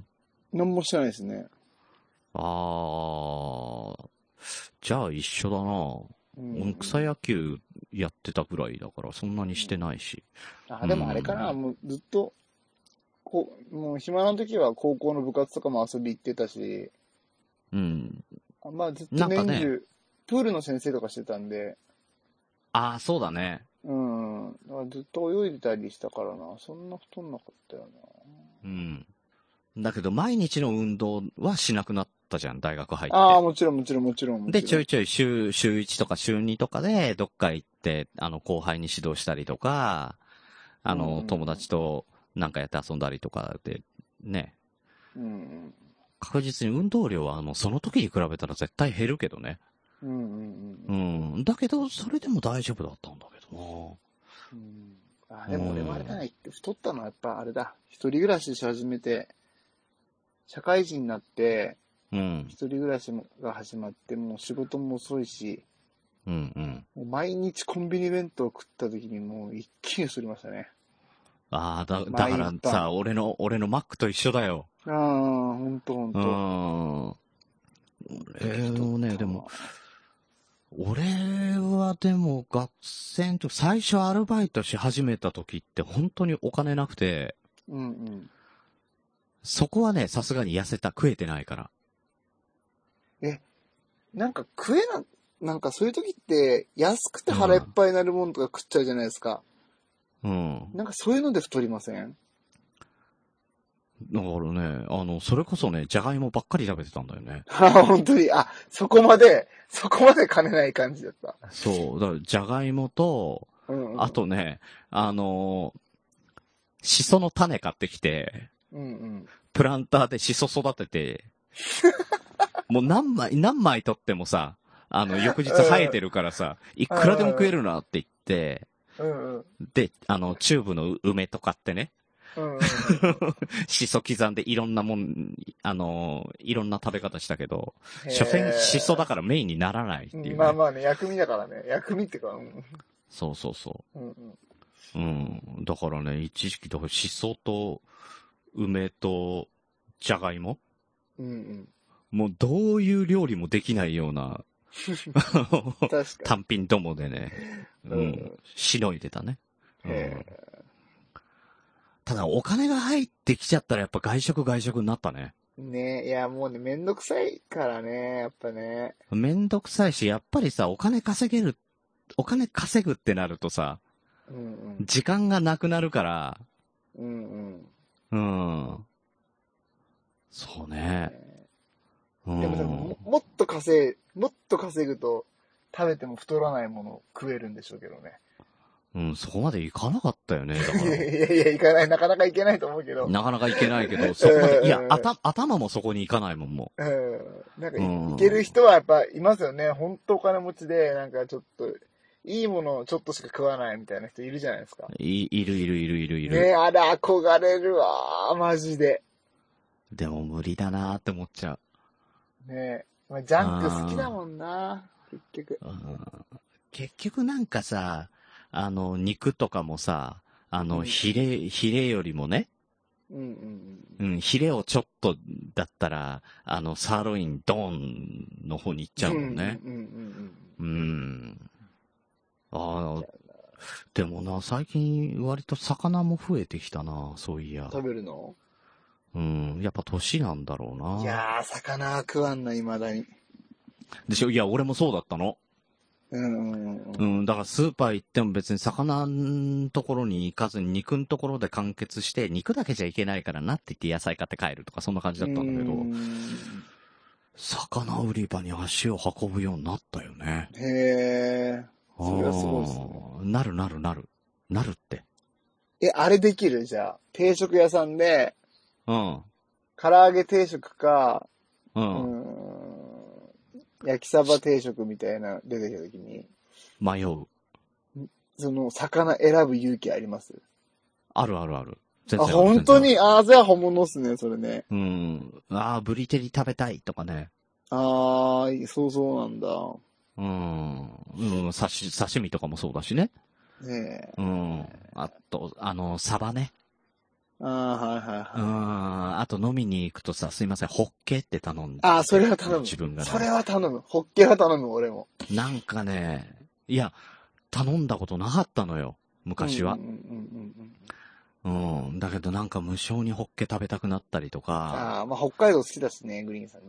[SPEAKER 4] 何もしてないですね。
[SPEAKER 3] あー、じゃあ一緒だな。
[SPEAKER 4] うん
[SPEAKER 3] 草野球やってたぐらいだから、そんなにしてないし。
[SPEAKER 4] あ、でもあれかな、
[SPEAKER 3] うん
[SPEAKER 4] もうずっと、こう、もう暇な時は高校の部活とかも遊び行ってたし、
[SPEAKER 3] うん。
[SPEAKER 4] あまあずっ
[SPEAKER 3] な
[SPEAKER 4] と
[SPEAKER 3] んか
[SPEAKER 4] 年中、
[SPEAKER 3] ね
[SPEAKER 4] プールの先生とかしてたんで、
[SPEAKER 3] あー、そうだね。
[SPEAKER 4] うん、だからずっと泳いでたりしたからな、そんな太んなかったよ
[SPEAKER 3] うん。だけど、毎日の運動はしなくなったじゃん、大学入
[SPEAKER 4] な。ああ、
[SPEAKER 3] っ
[SPEAKER 4] もちろんもちろんもちろんも
[SPEAKER 3] て。
[SPEAKER 4] ちろ
[SPEAKER 3] で、
[SPEAKER 4] ん。
[SPEAKER 3] ちょいちょい週、週1とか週2とかで、どっか行って、あの、後輩に指導したりとか、あ
[SPEAKER 4] うんう
[SPEAKER 3] の
[SPEAKER 4] ん、
[SPEAKER 3] 友達となんかやって遊んだりとかで、ね。
[SPEAKER 4] うん
[SPEAKER 3] 確実に運動量は、あの、その時に比べたら絶対減るけどね。
[SPEAKER 4] うん。うんうん
[SPEAKER 3] う
[SPEAKER 4] うん。
[SPEAKER 3] ん。だけど、それでも大丈夫だったんだけどな。
[SPEAKER 4] うん、あでも俺もあれだな、太ったのはやっぱあれだ。一人暮らしし始めて、社会人になって、
[SPEAKER 3] うん。
[SPEAKER 4] 一人暮らしが始まって、もう仕事も遅いし、
[SPEAKER 3] うんうん。
[SPEAKER 4] もう毎日コンビニ弁当を食った時にもう一気に太りましたね。
[SPEAKER 3] ああ、だ、
[SPEAKER 4] まあ
[SPEAKER 3] だから
[SPEAKER 4] 一旦
[SPEAKER 3] さ、俺の、俺のマックと一緒だよ。
[SPEAKER 4] ああ、ほんとほん
[SPEAKER 3] う
[SPEAKER 4] と。
[SPEAKER 3] ん。俺も
[SPEAKER 4] 太
[SPEAKER 3] ね、
[SPEAKER 4] った
[SPEAKER 3] でも、。俺はでも学生の時、最初アルバイトし始めた時って本当にお金なくて、
[SPEAKER 4] うんうん。
[SPEAKER 3] そこはね、さすがに痩せた、食えてないから。
[SPEAKER 4] なんか食えな、なんかそういう時って安くて腹いっぱいになるもんとか食っちゃうじゃないですか。
[SPEAKER 3] うん。
[SPEAKER 4] なんかそういうので太りません
[SPEAKER 3] だからね、あの、それこそね、じゃがいもばっかり食べてたんだよね。
[SPEAKER 4] あ、本当に。あ、そこまで、そこまで兼ねない感じだった。
[SPEAKER 3] そう。だから、じゃがいもと、
[SPEAKER 4] うん、うん。
[SPEAKER 3] あ、とね、あのしその種買ってきて、
[SPEAKER 4] うんうん。
[SPEAKER 3] プランターでシソ育て て、もう何枚、何枚取ってもさ、あの、翌日生えてるからさ、いくらでも食えるなって言って、
[SPEAKER 4] うんうん。
[SPEAKER 3] で、あの、チューブの梅とかってね、
[SPEAKER 4] うんうん、
[SPEAKER 3] シソ刻んでいろんなもん、あの、いろんな食べ方したけど、
[SPEAKER 4] へー
[SPEAKER 3] 所詮シソだからメインにならないっていう、ね
[SPEAKER 4] まあまあね、薬味だからね。薬味ってか、うん。
[SPEAKER 3] そうそうそ
[SPEAKER 4] うんうん。
[SPEAKER 3] う。うん。だからね、一時期、だからシソと、梅と、じゃがいも
[SPEAKER 4] うんうん。
[SPEAKER 3] もうどういう料理もできないよう な、あの
[SPEAKER 4] 確か
[SPEAKER 3] 単品どもでね、う
[SPEAKER 4] うんん、
[SPEAKER 3] しのいでたね。う
[SPEAKER 4] に。へ
[SPEAKER 3] ん、ただお金が入ってきちゃったらやっぱ外食外食になったね。
[SPEAKER 4] ーねいや、もうね、めんどくさいからね、やっぱね。
[SPEAKER 3] めんどくさいし、やっぱりさ、お金稼げる、お金稼ぐってなるとさ、
[SPEAKER 4] うん
[SPEAKER 3] 時間がなくなるから、
[SPEAKER 4] うん。うん
[SPEAKER 3] うん。そう
[SPEAKER 4] う
[SPEAKER 3] ね。
[SPEAKER 4] ん。
[SPEAKER 3] う
[SPEAKER 4] でもでもも
[SPEAKER 3] ん、
[SPEAKER 4] もっと稼い、もっと稼ぐと、食べても太らないものを食えるんでしょうけどね。
[SPEAKER 3] うん、そこまでいかなかったよね、だか
[SPEAKER 4] いや
[SPEAKER 3] ら。
[SPEAKER 4] いやいや、いかない、なかなかいけないと思うけど。
[SPEAKER 3] なかなかいけないけど、そこまで、いや
[SPEAKER 4] う、ん
[SPEAKER 3] 頭、頭もそこにいかないもん、もう。
[SPEAKER 4] うんなんか
[SPEAKER 3] うん
[SPEAKER 4] い、いける人はやっぱいますよね。本当お金持ちで、なんかちょっと、いいものをちょっとしか食わないみたいな人いるじゃないですか。
[SPEAKER 3] い、いるいるいるいるいる。
[SPEAKER 4] ねあれ憧れるわマジで。
[SPEAKER 3] でも無理だなーって思っちゃう。
[SPEAKER 4] ねまあ、ジャンク好きだもんな結局。
[SPEAKER 3] うん結局なんかさ、あの、肉とかもさ、あ
[SPEAKER 4] う
[SPEAKER 3] の、
[SPEAKER 4] ん
[SPEAKER 3] ヒレ、ヒレよりもね、
[SPEAKER 4] うんうん
[SPEAKER 3] うん、ヒレをちょっとだったら、あの、サーロインドーンの方に行っちゃうもんね。。
[SPEAKER 4] うんうんうん
[SPEAKER 3] うん。ああ、でもな、最近割と魚も増えてきたな、そういや
[SPEAKER 4] うん。。食べるの
[SPEAKER 3] うん、やっぱ年なんだろうな。
[SPEAKER 4] いやー、魚は食わんな、未だに。
[SPEAKER 3] でしょいや、俺もそうだったの。
[SPEAKER 4] うんうんうんう。
[SPEAKER 3] うんん、だからスーパー行っても別に魚のところに行かずに肉のところで完結して、肉だけじゃいけないからなって言って野菜買って帰るとかそんな感じだったんだけど、魚売り場に足を運ぶようになったよね。
[SPEAKER 4] ど。へー。それはすごいですね。
[SPEAKER 3] あーなるなるなる。なるって。
[SPEAKER 4] え、あれできるじゃあ。定食屋さんで、
[SPEAKER 3] うん。
[SPEAKER 4] 唐揚げ定食か、
[SPEAKER 3] うん。
[SPEAKER 4] うーん焼きサバ定食みたいな出てきた時に、
[SPEAKER 3] 迷う。
[SPEAKER 4] その魚選ぶ勇気あります
[SPEAKER 3] あるあるある。全
[SPEAKER 4] あ、
[SPEAKER 3] 然ある
[SPEAKER 4] 本当
[SPEAKER 3] 全
[SPEAKER 4] に
[SPEAKER 3] 然
[SPEAKER 4] あー、じゃあ本物っすね、それね。
[SPEAKER 3] あるうん。ああ、ブリテリ食べたいとかね。
[SPEAKER 4] あー、そうそうなんだ。
[SPEAKER 3] うん。うん、刺し、刺身とかもそうだしね。
[SPEAKER 4] ねえ。
[SPEAKER 3] うん。あと、あの、サバね。
[SPEAKER 4] ああ、は
[SPEAKER 3] う
[SPEAKER 4] いはいはい。
[SPEAKER 3] ん。あと飲みに行くとさ、すいません、ホッケって頼んで。
[SPEAKER 4] ああ、それは頼む。
[SPEAKER 3] 自分が、ね。
[SPEAKER 4] それは頼む。ホッケは頼む、俺も。
[SPEAKER 3] なんかね、いや、頼んだことなかったのよ。昔は
[SPEAKER 4] うん。うんうんうんうん。
[SPEAKER 3] うん、だけどなんか無償にホッケ食べたくなったりとか。
[SPEAKER 4] ああ、まあ北海道好きだしね、グリーンさんね。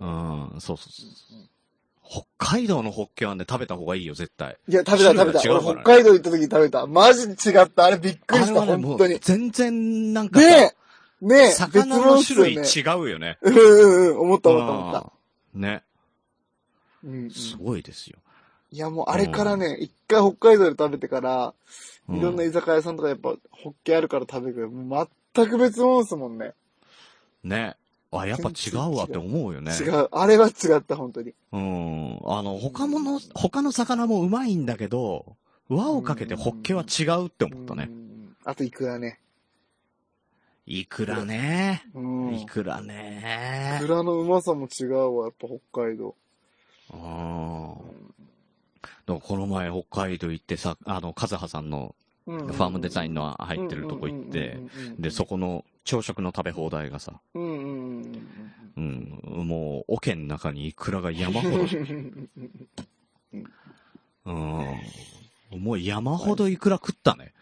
[SPEAKER 3] うん、そうそうそう。北海道のホッケはね、食べた方がいいよ、絶対。
[SPEAKER 4] いや、食べた食べた。
[SPEAKER 3] 種類が違う
[SPEAKER 4] 俺
[SPEAKER 3] から
[SPEAKER 4] 北
[SPEAKER 3] ね
[SPEAKER 4] 海道行った時に食べた。マジで違った。あれびっくりした、
[SPEAKER 3] も
[SPEAKER 4] 本当
[SPEAKER 3] う
[SPEAKER 4] に。
[SPEAKER 3] 全然なんかさ、
[SPEAKER 4] ねえねえ別
[SPEAKER 3] 魚
[SPEAKER 4] 物
[SPEAKER 3] の
[SPEAKER 4] っすよ
[SPEAKER 3] 種類
[SPEAKER 4] ね。
[SPEAKER 3] 違うよね。
[SPEAKER 4] うんうんうん、思った思った思った。
[SPEAKER 3] うんね、
[SPEAKER 4] うんうん、
[SPEAKER 3] すごいですよ。
[SPEAKER 4] いや、もうあれからね、一回北海道で食べてから、
[SPEAKER 3] うん
[SPEAKER 4] いろんな居酒屋さんとかやっぱ、ホッケあるから食べるけど、もう全く別物ですもんね。
[SPEAKER 3] ね。あ、やっぱ違うわって思うよね。
[SPEAKER 4] 違う。あれは違った、本当に。
[SPEAKER 3] うん。あの、他もの、他の魚もうまいんだけど、輪をかけてホッケは違うって思ったね
[SPEAKER 4] う。ん。あと、イクラね。
[SPEAKER 3] いくらね。
[SPEAKER 4] うん。
[SPEAKER 3] い
[SPEAKER 4] イ
[SPEAKER 3] くらね
[SPEAKER 4] ク。ラのうまさも違うわ、やっぱ北海道。
[SPEAKER 3] うん。だからこの前北海道行ってさ、あの、カズハさんの
[SPEAKER 4] フ
[SPEAKER 3] ファームデザイン
[SPEAKER 4] の
[SPEAKER 3] の入ってるとこ行って、、で、そ
[SPEAKER 4] こ。
[SPEAKER 3] この朝食の食べ放題がさ、
[SPEAKER 4] うんうんうんうん
[SPEAKER 3] うん、もう、桶の中にイクラが山ほ
[SPEAKER 4] うんう
[SPEAKER 3] ど、
[SPEAKER 4] んうん。
[SPEAKER 3] うん。もう山ほどイクラ食ったね。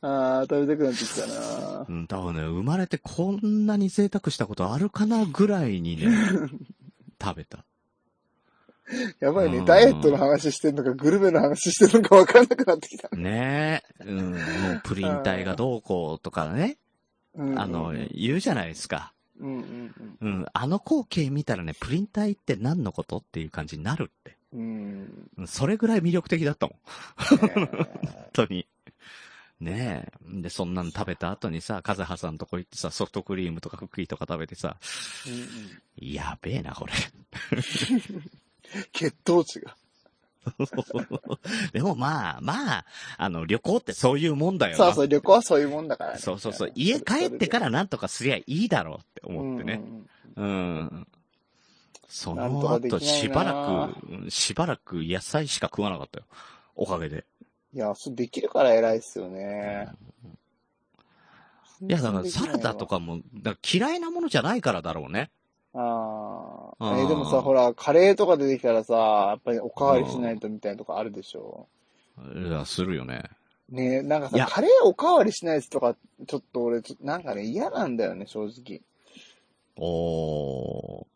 [SPEAKER 4] ああ、食べたくなってきたな
[SPEAKER 3] うん、多分ね、生まれてこんなに贅沢したことあるかなぐらいに ね、食べた。
[SPEAKER 4] やばいね、
[SPEAKER 3] うん
[SPEAKER 4] ダイエットの話してんのか、グルメの話してんのか分からなくなってきた。
[SPEAKER 3] ねえ。うん、もうプリン体がどうこうとかね、
[SPEAKER 4] うんうん
[SPEAKER 3] あの、言うじゃないですか。
[SPEAKER 4] うんうん
[SPEAKER 3] うん、あの光景見たらね、プリン体って何のことっていう感じになるって。
[SPEAKER 4] うん。うん。
[SPEAKER 3] うんそれぐらい魅力的だったもん。
[SPEAKER 4] ね
[SPEAKER 3] 本当に。ねえ。で、そんなの食べた後にさ、カズハさんとこ行ってさ、ソフトクリームとかクッキーとか食べてさ、
[SPEAKER 4] えうんうん
[SPEAKER 3] やべえな、これ。
[SPEAKER 4] 血糖値が。
[SPEAKER 3] でもまあ、まあ、あの、旅行ってそういうもんだよな。
[SPEAKER 4] そうそう、旅行はそういうもんだからね。
[SPEAKER 3] そうそうそう家帰ってかららなんとかすりゃいいだろうって思ってね。。うんそ
[SPEAKER 4] なん
[SPEAKER 3] の
[SPEAKER 4] とかでき
[SPEAKER 3] 後、
[SPEAKER 4] ないな
[SPEAKER 3] しばらく、うんしばらく野菜しか食わなかったよ。おかげで。
[SPEAKER 4] いや、そうできるから偉いっすよね。
[SPEAKER 3] いや、だからサラダとかも、だから嫌いなものじゃないからだろうね。
[SPEAKER 4] あ
[SPEAKER 3] う
[SPEAKER 4] あ。
[SPEAKER 3] ん
[SPEAKER 4] えー、でもさ、ほら、カレーとか出てきたらさ、やっぱりおかわりしないとみたいなとこあるでしょ。
[SPEAKER 3] いや、するよね。
[SPEAKER 4] ねなんか
[SPEAKER 3] いや
[SPEAKER 4] さ、カレーおかわりしないやつとか、ちょっと俺、ちょなんかね、嫌なんだよね、正直。
[SPEAKER 3] おー。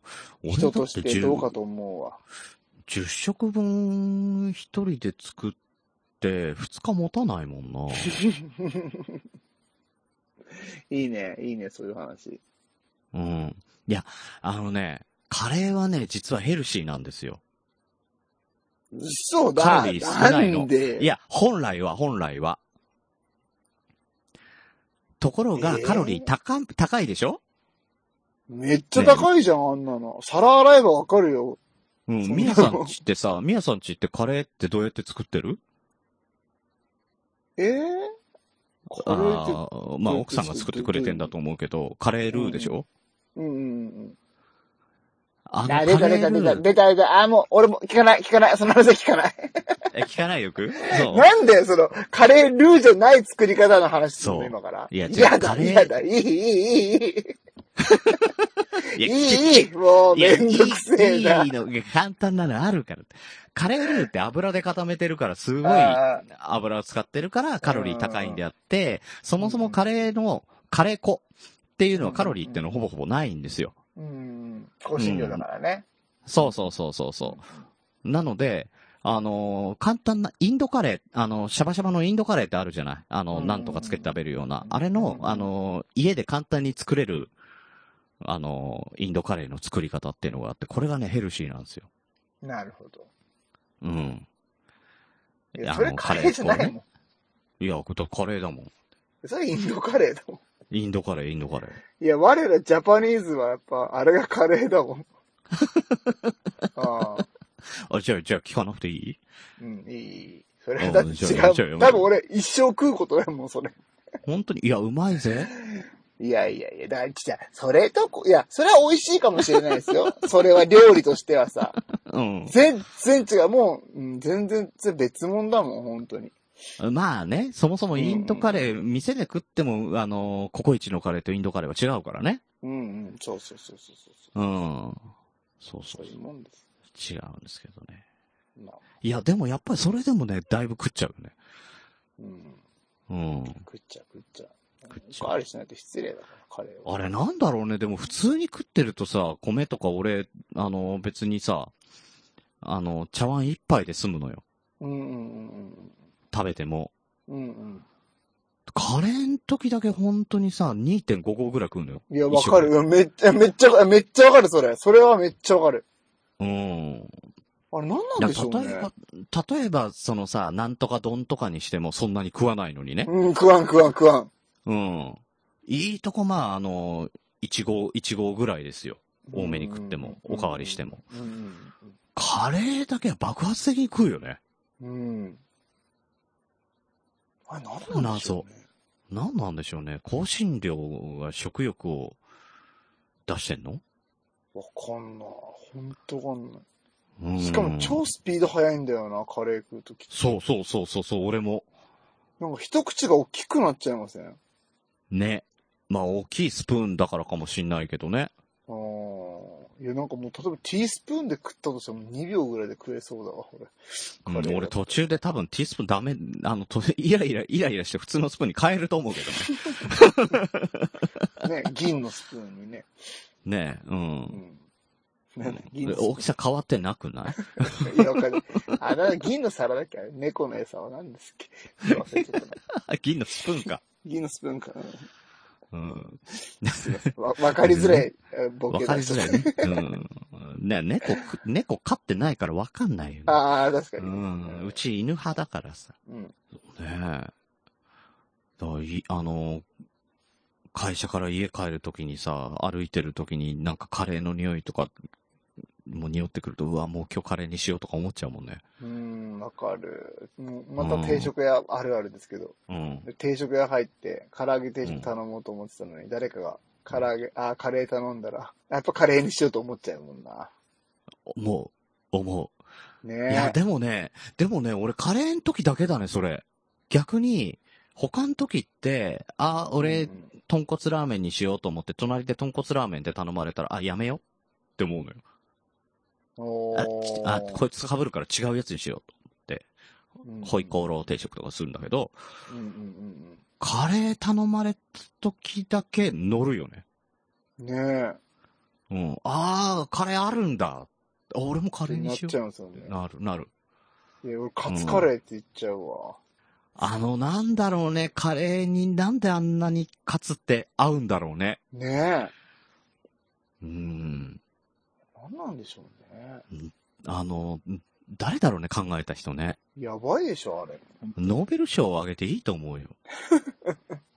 [SPEAKER 3] 俺だ
[SPEAKER 4] 人
[SPEAKER 3] って
[SPEAKER 4] としてどうかと思うわ。
[SPEAKER 3] 10食分一人で作って2日持たないもんな。
[SPEAKER 4] いいね、いいね、そういう話。
[SPEAKER 3] うん。いや、あのね、カレーはね、実はヘルシーなんですよ。
[SPEAKER 4] 嘘
[SPEAKER 3] カ
[SPEAKER 4] だ
[SPEAKER 3] ロリー少ないの
[SPEAKER 4] んで
[SPEAKER 3] いや、本来は、本来は。ところが、
[SPEAKER 4] えー
[SPEAKER 3] カロリー高、高いでしょ
[SPEAKER 4] めっちゃ高いじゃん、あんなの。皿洗えばわかるよ。
[SPEAKER 3] う
[SPEAKER 4] そん
[SPEAKER 3] ん。
[SPEAKER 4] な
[SPEAKER 3] みやさんちってさ、 みやさんちってカレーってどうやって作ってる
[SPEAKER 4] ええこれ
[SPEAKER 3] ああ、まあ
[SPEAKER 4] どうやって
[SPEAKER 3] 奥さんが作ってくれてんだと思うけど、カレールーでしょ、
[SPEAKER 4] うんうんうん。
[SPEAKER 3] あのカ
[SPEAKER 4] あ、
[SPEAKER 3] レ
[SPEAKER 4] 出
[SPEAKER 3] ー
[SPEAKER 4] た
[SPEAKER 3] ル
[SPEAKER 4] 出た出た
[SPEAKER 3] ー。
[SPEAKER 4] 出た出た。あ、もう、俺も聞かない聞かない。その話は聞かない。
[SPEAKER 3] え、聞かないよく そう。
[SPEAKER 4] なんで、その、カレールーじゃない作り方の話する
[SPEAKER 3] そう
[SPEAKER 4] の、今から。
[SPEAKER 3] いや違う
[SPEAKER 4] 嫌
[SPEAKER 3] カ
[SPEAKER 4] だ、
[SPEAKER 3] レー
[SPEAKER 4] 嫌だ、いい、いい、いい、いい。
[SPEAKER 3] い
[SPEAKER 4] い
[SPEAKER 3] や、
[SPEAKER 4] い、いい、もう、めんどくせえ
[SPEAKER 3] い
[SPEAKER 4] な。
[SPEAKER 3] いいの、いや簡単なのあるから。カレールーって油で固めてるから、すごい
[SPEAKER 4] あー
[SPEAKER 3] 油を使ってるからカロリー高いんであって、そもそもカレーの、カレー粉っていうのはカロリーっていうのはほぼほぼないんですよ。
[SPEAKER 4] うん。香辛料だからね。
[SPEAKER 3] そうそうそうそうそう。なので、あのー簡単なインドカレー、あのーシャバシャバのインドカレーってあるじゃないあの
[SPEAKER 4] う
[SPEAKER 3] ー、
[SPEAKER 4] ん
[SPEAKER 3] なんとかつけて食べるような。あれの、あのー家で簡単に作れる、あのーインドカレーの作り方っていうのがあって、これがね、ヘルシーなんですよ。
[SPEAKER 4] なるほど。
[SPEAKER 3] うん。い
[SPEAKER 4] いや、
[SPEAKER 3] や
[SPEAKER 4] それ
[SPEAKER 3] もう
[SPEAKER 4] カレーじゃな
[SPEAKER 3] カレー
[SPEAKER 4] い
[SPEAKER 3] 粉
[SPEAKER 4] もん。
[SPEAKER 3] いや、これカレーだもん。
[SPEAKER 4] それインドカレーだもん。
[SPEAKER 3] インドカレー、インドカレー。
[SPEAKER 4] いや、我らジャパニーズはやっぱ、あれがカレーだも ん。ああ、
[SPEAKER 3] あ、じゃあ、じゃあ聞かなくていい
[SPEAKER 4] うん、いい。それはだって
[SPEAKER 3] あじ
[SPEAKER 4] 違
[SPEAKER 3] ゃあじゃあ
[SPEAKER 4] う。多分俺、一生食うことないもん、それ。
[SPEAKER 3] 本当にいや、うまいぜ。
[SPEAKER 4] いやいやいや、だ、じゃあそれとこ、いや、それは美味しいかもしれないですよ。 それは料理としてはさ。
[SPEAKER 3] うん。
[SPEAKER 4] 全然違う。もう、うん、全然別物だもん、本当に。
[SPEAKER 3] まあね、そもそもインドカレー、店で食っても、あの、ココイチのカレーとインドカレーは違うからね。
[SPEAKER 4] うんうん、そうそうそうそうそうそう。
[SPEAKER 3] うん。そうそ
[SPEAKER 4] そううい
[SPEAKER 3] そう
[SPEAKER 4] もんです。
[SPEAKER 3] う。違うんですけどね。
[SPEAKER 4] まあ、
[SPEAKER 3] いや、でもやっぱりそれでもね、だいぶ食っちゃうよね。
[SPEAKER 4] うん。
[SPEAKER 3] うん。
[SPEAKER 4] 食っちゃう食っちゃう。
[SPEAKER 3] 食っちゃう
[SPEAKER 4] おかわりしないと失礼だから、カレーは。
[SPEAKER 3] あれなんだろうね、でも普通に食ってるとさ、米とか俺、あの、別にさ、あの、茶碗一杯で済むのよ。
[SPEAKER 4] うんうんうん
[SPEAKER 3] 食べても。
[SPEAKER 4] うん。うん
[SPEAKER 3] カレーの時だけ本当にさ、2.5合ぐらい食うのよ。
[SPEAKER 4] うん。いや、わかる。うんめっちゃ、めっちゃ、めっちゃわかる、それ。それはめっちゃわかる。
[SPEAKER 3] うん。
[SPEAKER 4] あれ、なんないん
[SPEAKER 3] や
[SPEAKER 4] でしょう
[SPEAKER 3] 例え
[SPEAKER 4] ね。
[SPEAKER 3] ば、例えば、そのさ、なんとか丼とかにしてもそんなに食わないのにね。
[SPEAKER 4] うん、食わん食わん食わん。
[SPEAKER 3] うん。いいとこ、まあ、あの、1合、1合ぐらいですよ。多めに食っても、おかわりしても。
[SPEAKER 4] うん
[SPEAKER 3] カレーだけは爆発的に食うよね。
[SPEAKER 4] うんうん。うん。あれ、なんなんでしょうね。
[SPEAKER 3] なんなんでしょうね。香辛料が食欲を出してんの
[SPEAKER 4] わかんない。ほんとわかんな
[SPEAKER 3] うん
[SPEAKER 4] い。しかも超スピード速いんだよな、カレー食うとき。
[SPEAKER 3] そうそうそうそうそう、俺も。
[SPEAKER 4] なんか一口が大きくなっちゃいませんあ
[SPEAKER 3] ね。まあ、大きいスプーンだからかもしんないけどね。
[SPEAKER 4] ーいや、なんかもう、例えばティースプーンで食ったとしても2秒ぐらいで食えそうだわ、これ。
[SPEAKER 3] うん
[SPEAKER 4] カレー
[SPEAKER 3] 俺途中で多分ティースプーンダメ、あの、と イライラ、イライラして普通のスプーンに変えると思うけどね。
[SPEAKER 4] ね、銀のスプーンにね。
[SPEAKER 3] ねえ、 うん
[SPEAKER 4] う。ん。ね、銀
[SPEAKER 3] で
[SPEAKER 4] のスプーン
[SPEAKER 3] 大きさ変わってなくない
[SPEAKER 4] いや、わかんない。あ、なんか銀の皿だっけあれ猫の餌は何ですっけ忘れちゃっ たな。
[SPEAKER 3] あ銀のスプーンか。
[SPEAKER 4] 銀のスプーンかな。
[SPEAKER 3] うん。
[SPEAKER 4] わ、わかりづらい、えボ
[SPEAKER 3] わ
[SPEAKER 4] ケ
[SPEAKER 3] か
[SPEAKER 4] だ
[SPEAKER 3] りづらいね。うん。ね猫、猫飼ってないからわかんないよ、ね。
[SPEAKER 4] ああ、確か
[SPEAKER 3] う
[SPEAKER 4] に。
[SPEAKER 3] ん。うち犬派だからさ。
[SPEAKER 4] うん。
[SPEAKER 3] ねえ。だからいあの、会社から家帰るときにさ、歩いてるときになんかカレーの匂いとか、もう匂ってくると、うわ、もう今日カレーにしようとか思っちゃうもんね。
[SPEAKER 4] うん、わかる。うんまた定食屋あるあるですけど、
[SPEAKER 3] うん。
[SPEAKER 4] で定食屋入って、唐揚げ定食頼もうと思ってたのに、誰かが、唐揚げ、あーカレー頼んだら、やっぱカレーにしようと思っちゃうもんな。
[SPEAKER 3] 思う。思う。
[SPEAKER 4] ね
[SPEAKER 3] いや、
[SPEAKER 4] え。
[SPEAKER 3] でもね、でもね、俺カレーの時だけだね、それ。逆に、他の時って、あ、俺
[SPEAKER 4] う、ん
[SPEAKER 3] 豚骨ラーメンにしようと思って、隣で豚骨ラーメンって頼まれたら、あ、やめようって思うのよ。
[SPEAKER 4] お
[SPEAKER 3] あき
[SPEAKER 4] ー
[SPEAKER 3] あ、こいつ被るから違うやつにしようと
[SPEAKER 4] うん。
[SPEAKER 3] ホイコーロー定食とかするんだけど、
[SPEAKER 4] うんうんうん
[SPEAKER 3] カレー頼まれた時だけ乗るよね。
[SPEAKER 4] うん。ね
[SPEAKER 3] うん。あー、カレーあるんだ。あ俺もカ
[SPEAKER 4] え。
[SPEAKER 3] レー
[SPEAKER 4] な
[SPEAKER 3] に
[SPEAKER 4] っ
[SPEAKER 3] しよ
[SPEAKER 4] ちゃうんですよ
[SPEAKER 3] う。
[SPEAKER 4] ね。
[SPEAKER 3] なる、なる。
[SPEAKER 4] いや、俺、カツカレーって言っちゃうわ。
[SPEAKER 3] あの、なんだろうね、カレーになんであんなにカツって合うんだろうね。
[SPEAKER 4] ねえ。な
[SPEAKER 3] うん。
[SPEAKER 4] んなんでしょうね。
[SPEAKER 3] あの、誰だろうね、考えた人ね。
[SPEAKER 4] やばいでしょ、あれ。
[SPEAKER 3] ノーベル賞をあげていいと思 うよ。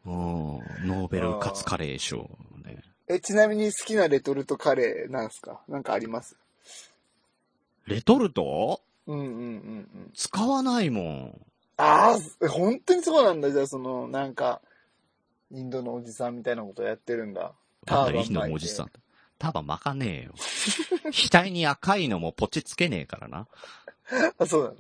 [SPEAKER 3] うん、ノーベルカツカレー賞、ね。
[SPEAKER 4] え、ちなみに好きなレトルトカレーなんすかなんかあります
[SPEAKER 3] レトルト
[SPEAKER 4] うんうんうんうん。
[SPEAKER 3] 使わないもん。
[SPEAKER 4] ああ、本当にそうなんだ。じゃあ、その、なんか、インドのおじさんみたいなことやってるんだ。
[SPEAKER 3] なんだ
[SPEAKER 4] ターバン
[SPEAKER 3] よ、インドのおじさん
[SPEAKER 4] 巻。
[SPEAKER 3] タバ巻かねえよ。額に赤いのもポチつけねえからな。
[SPEAKER 4] あ、そうなの。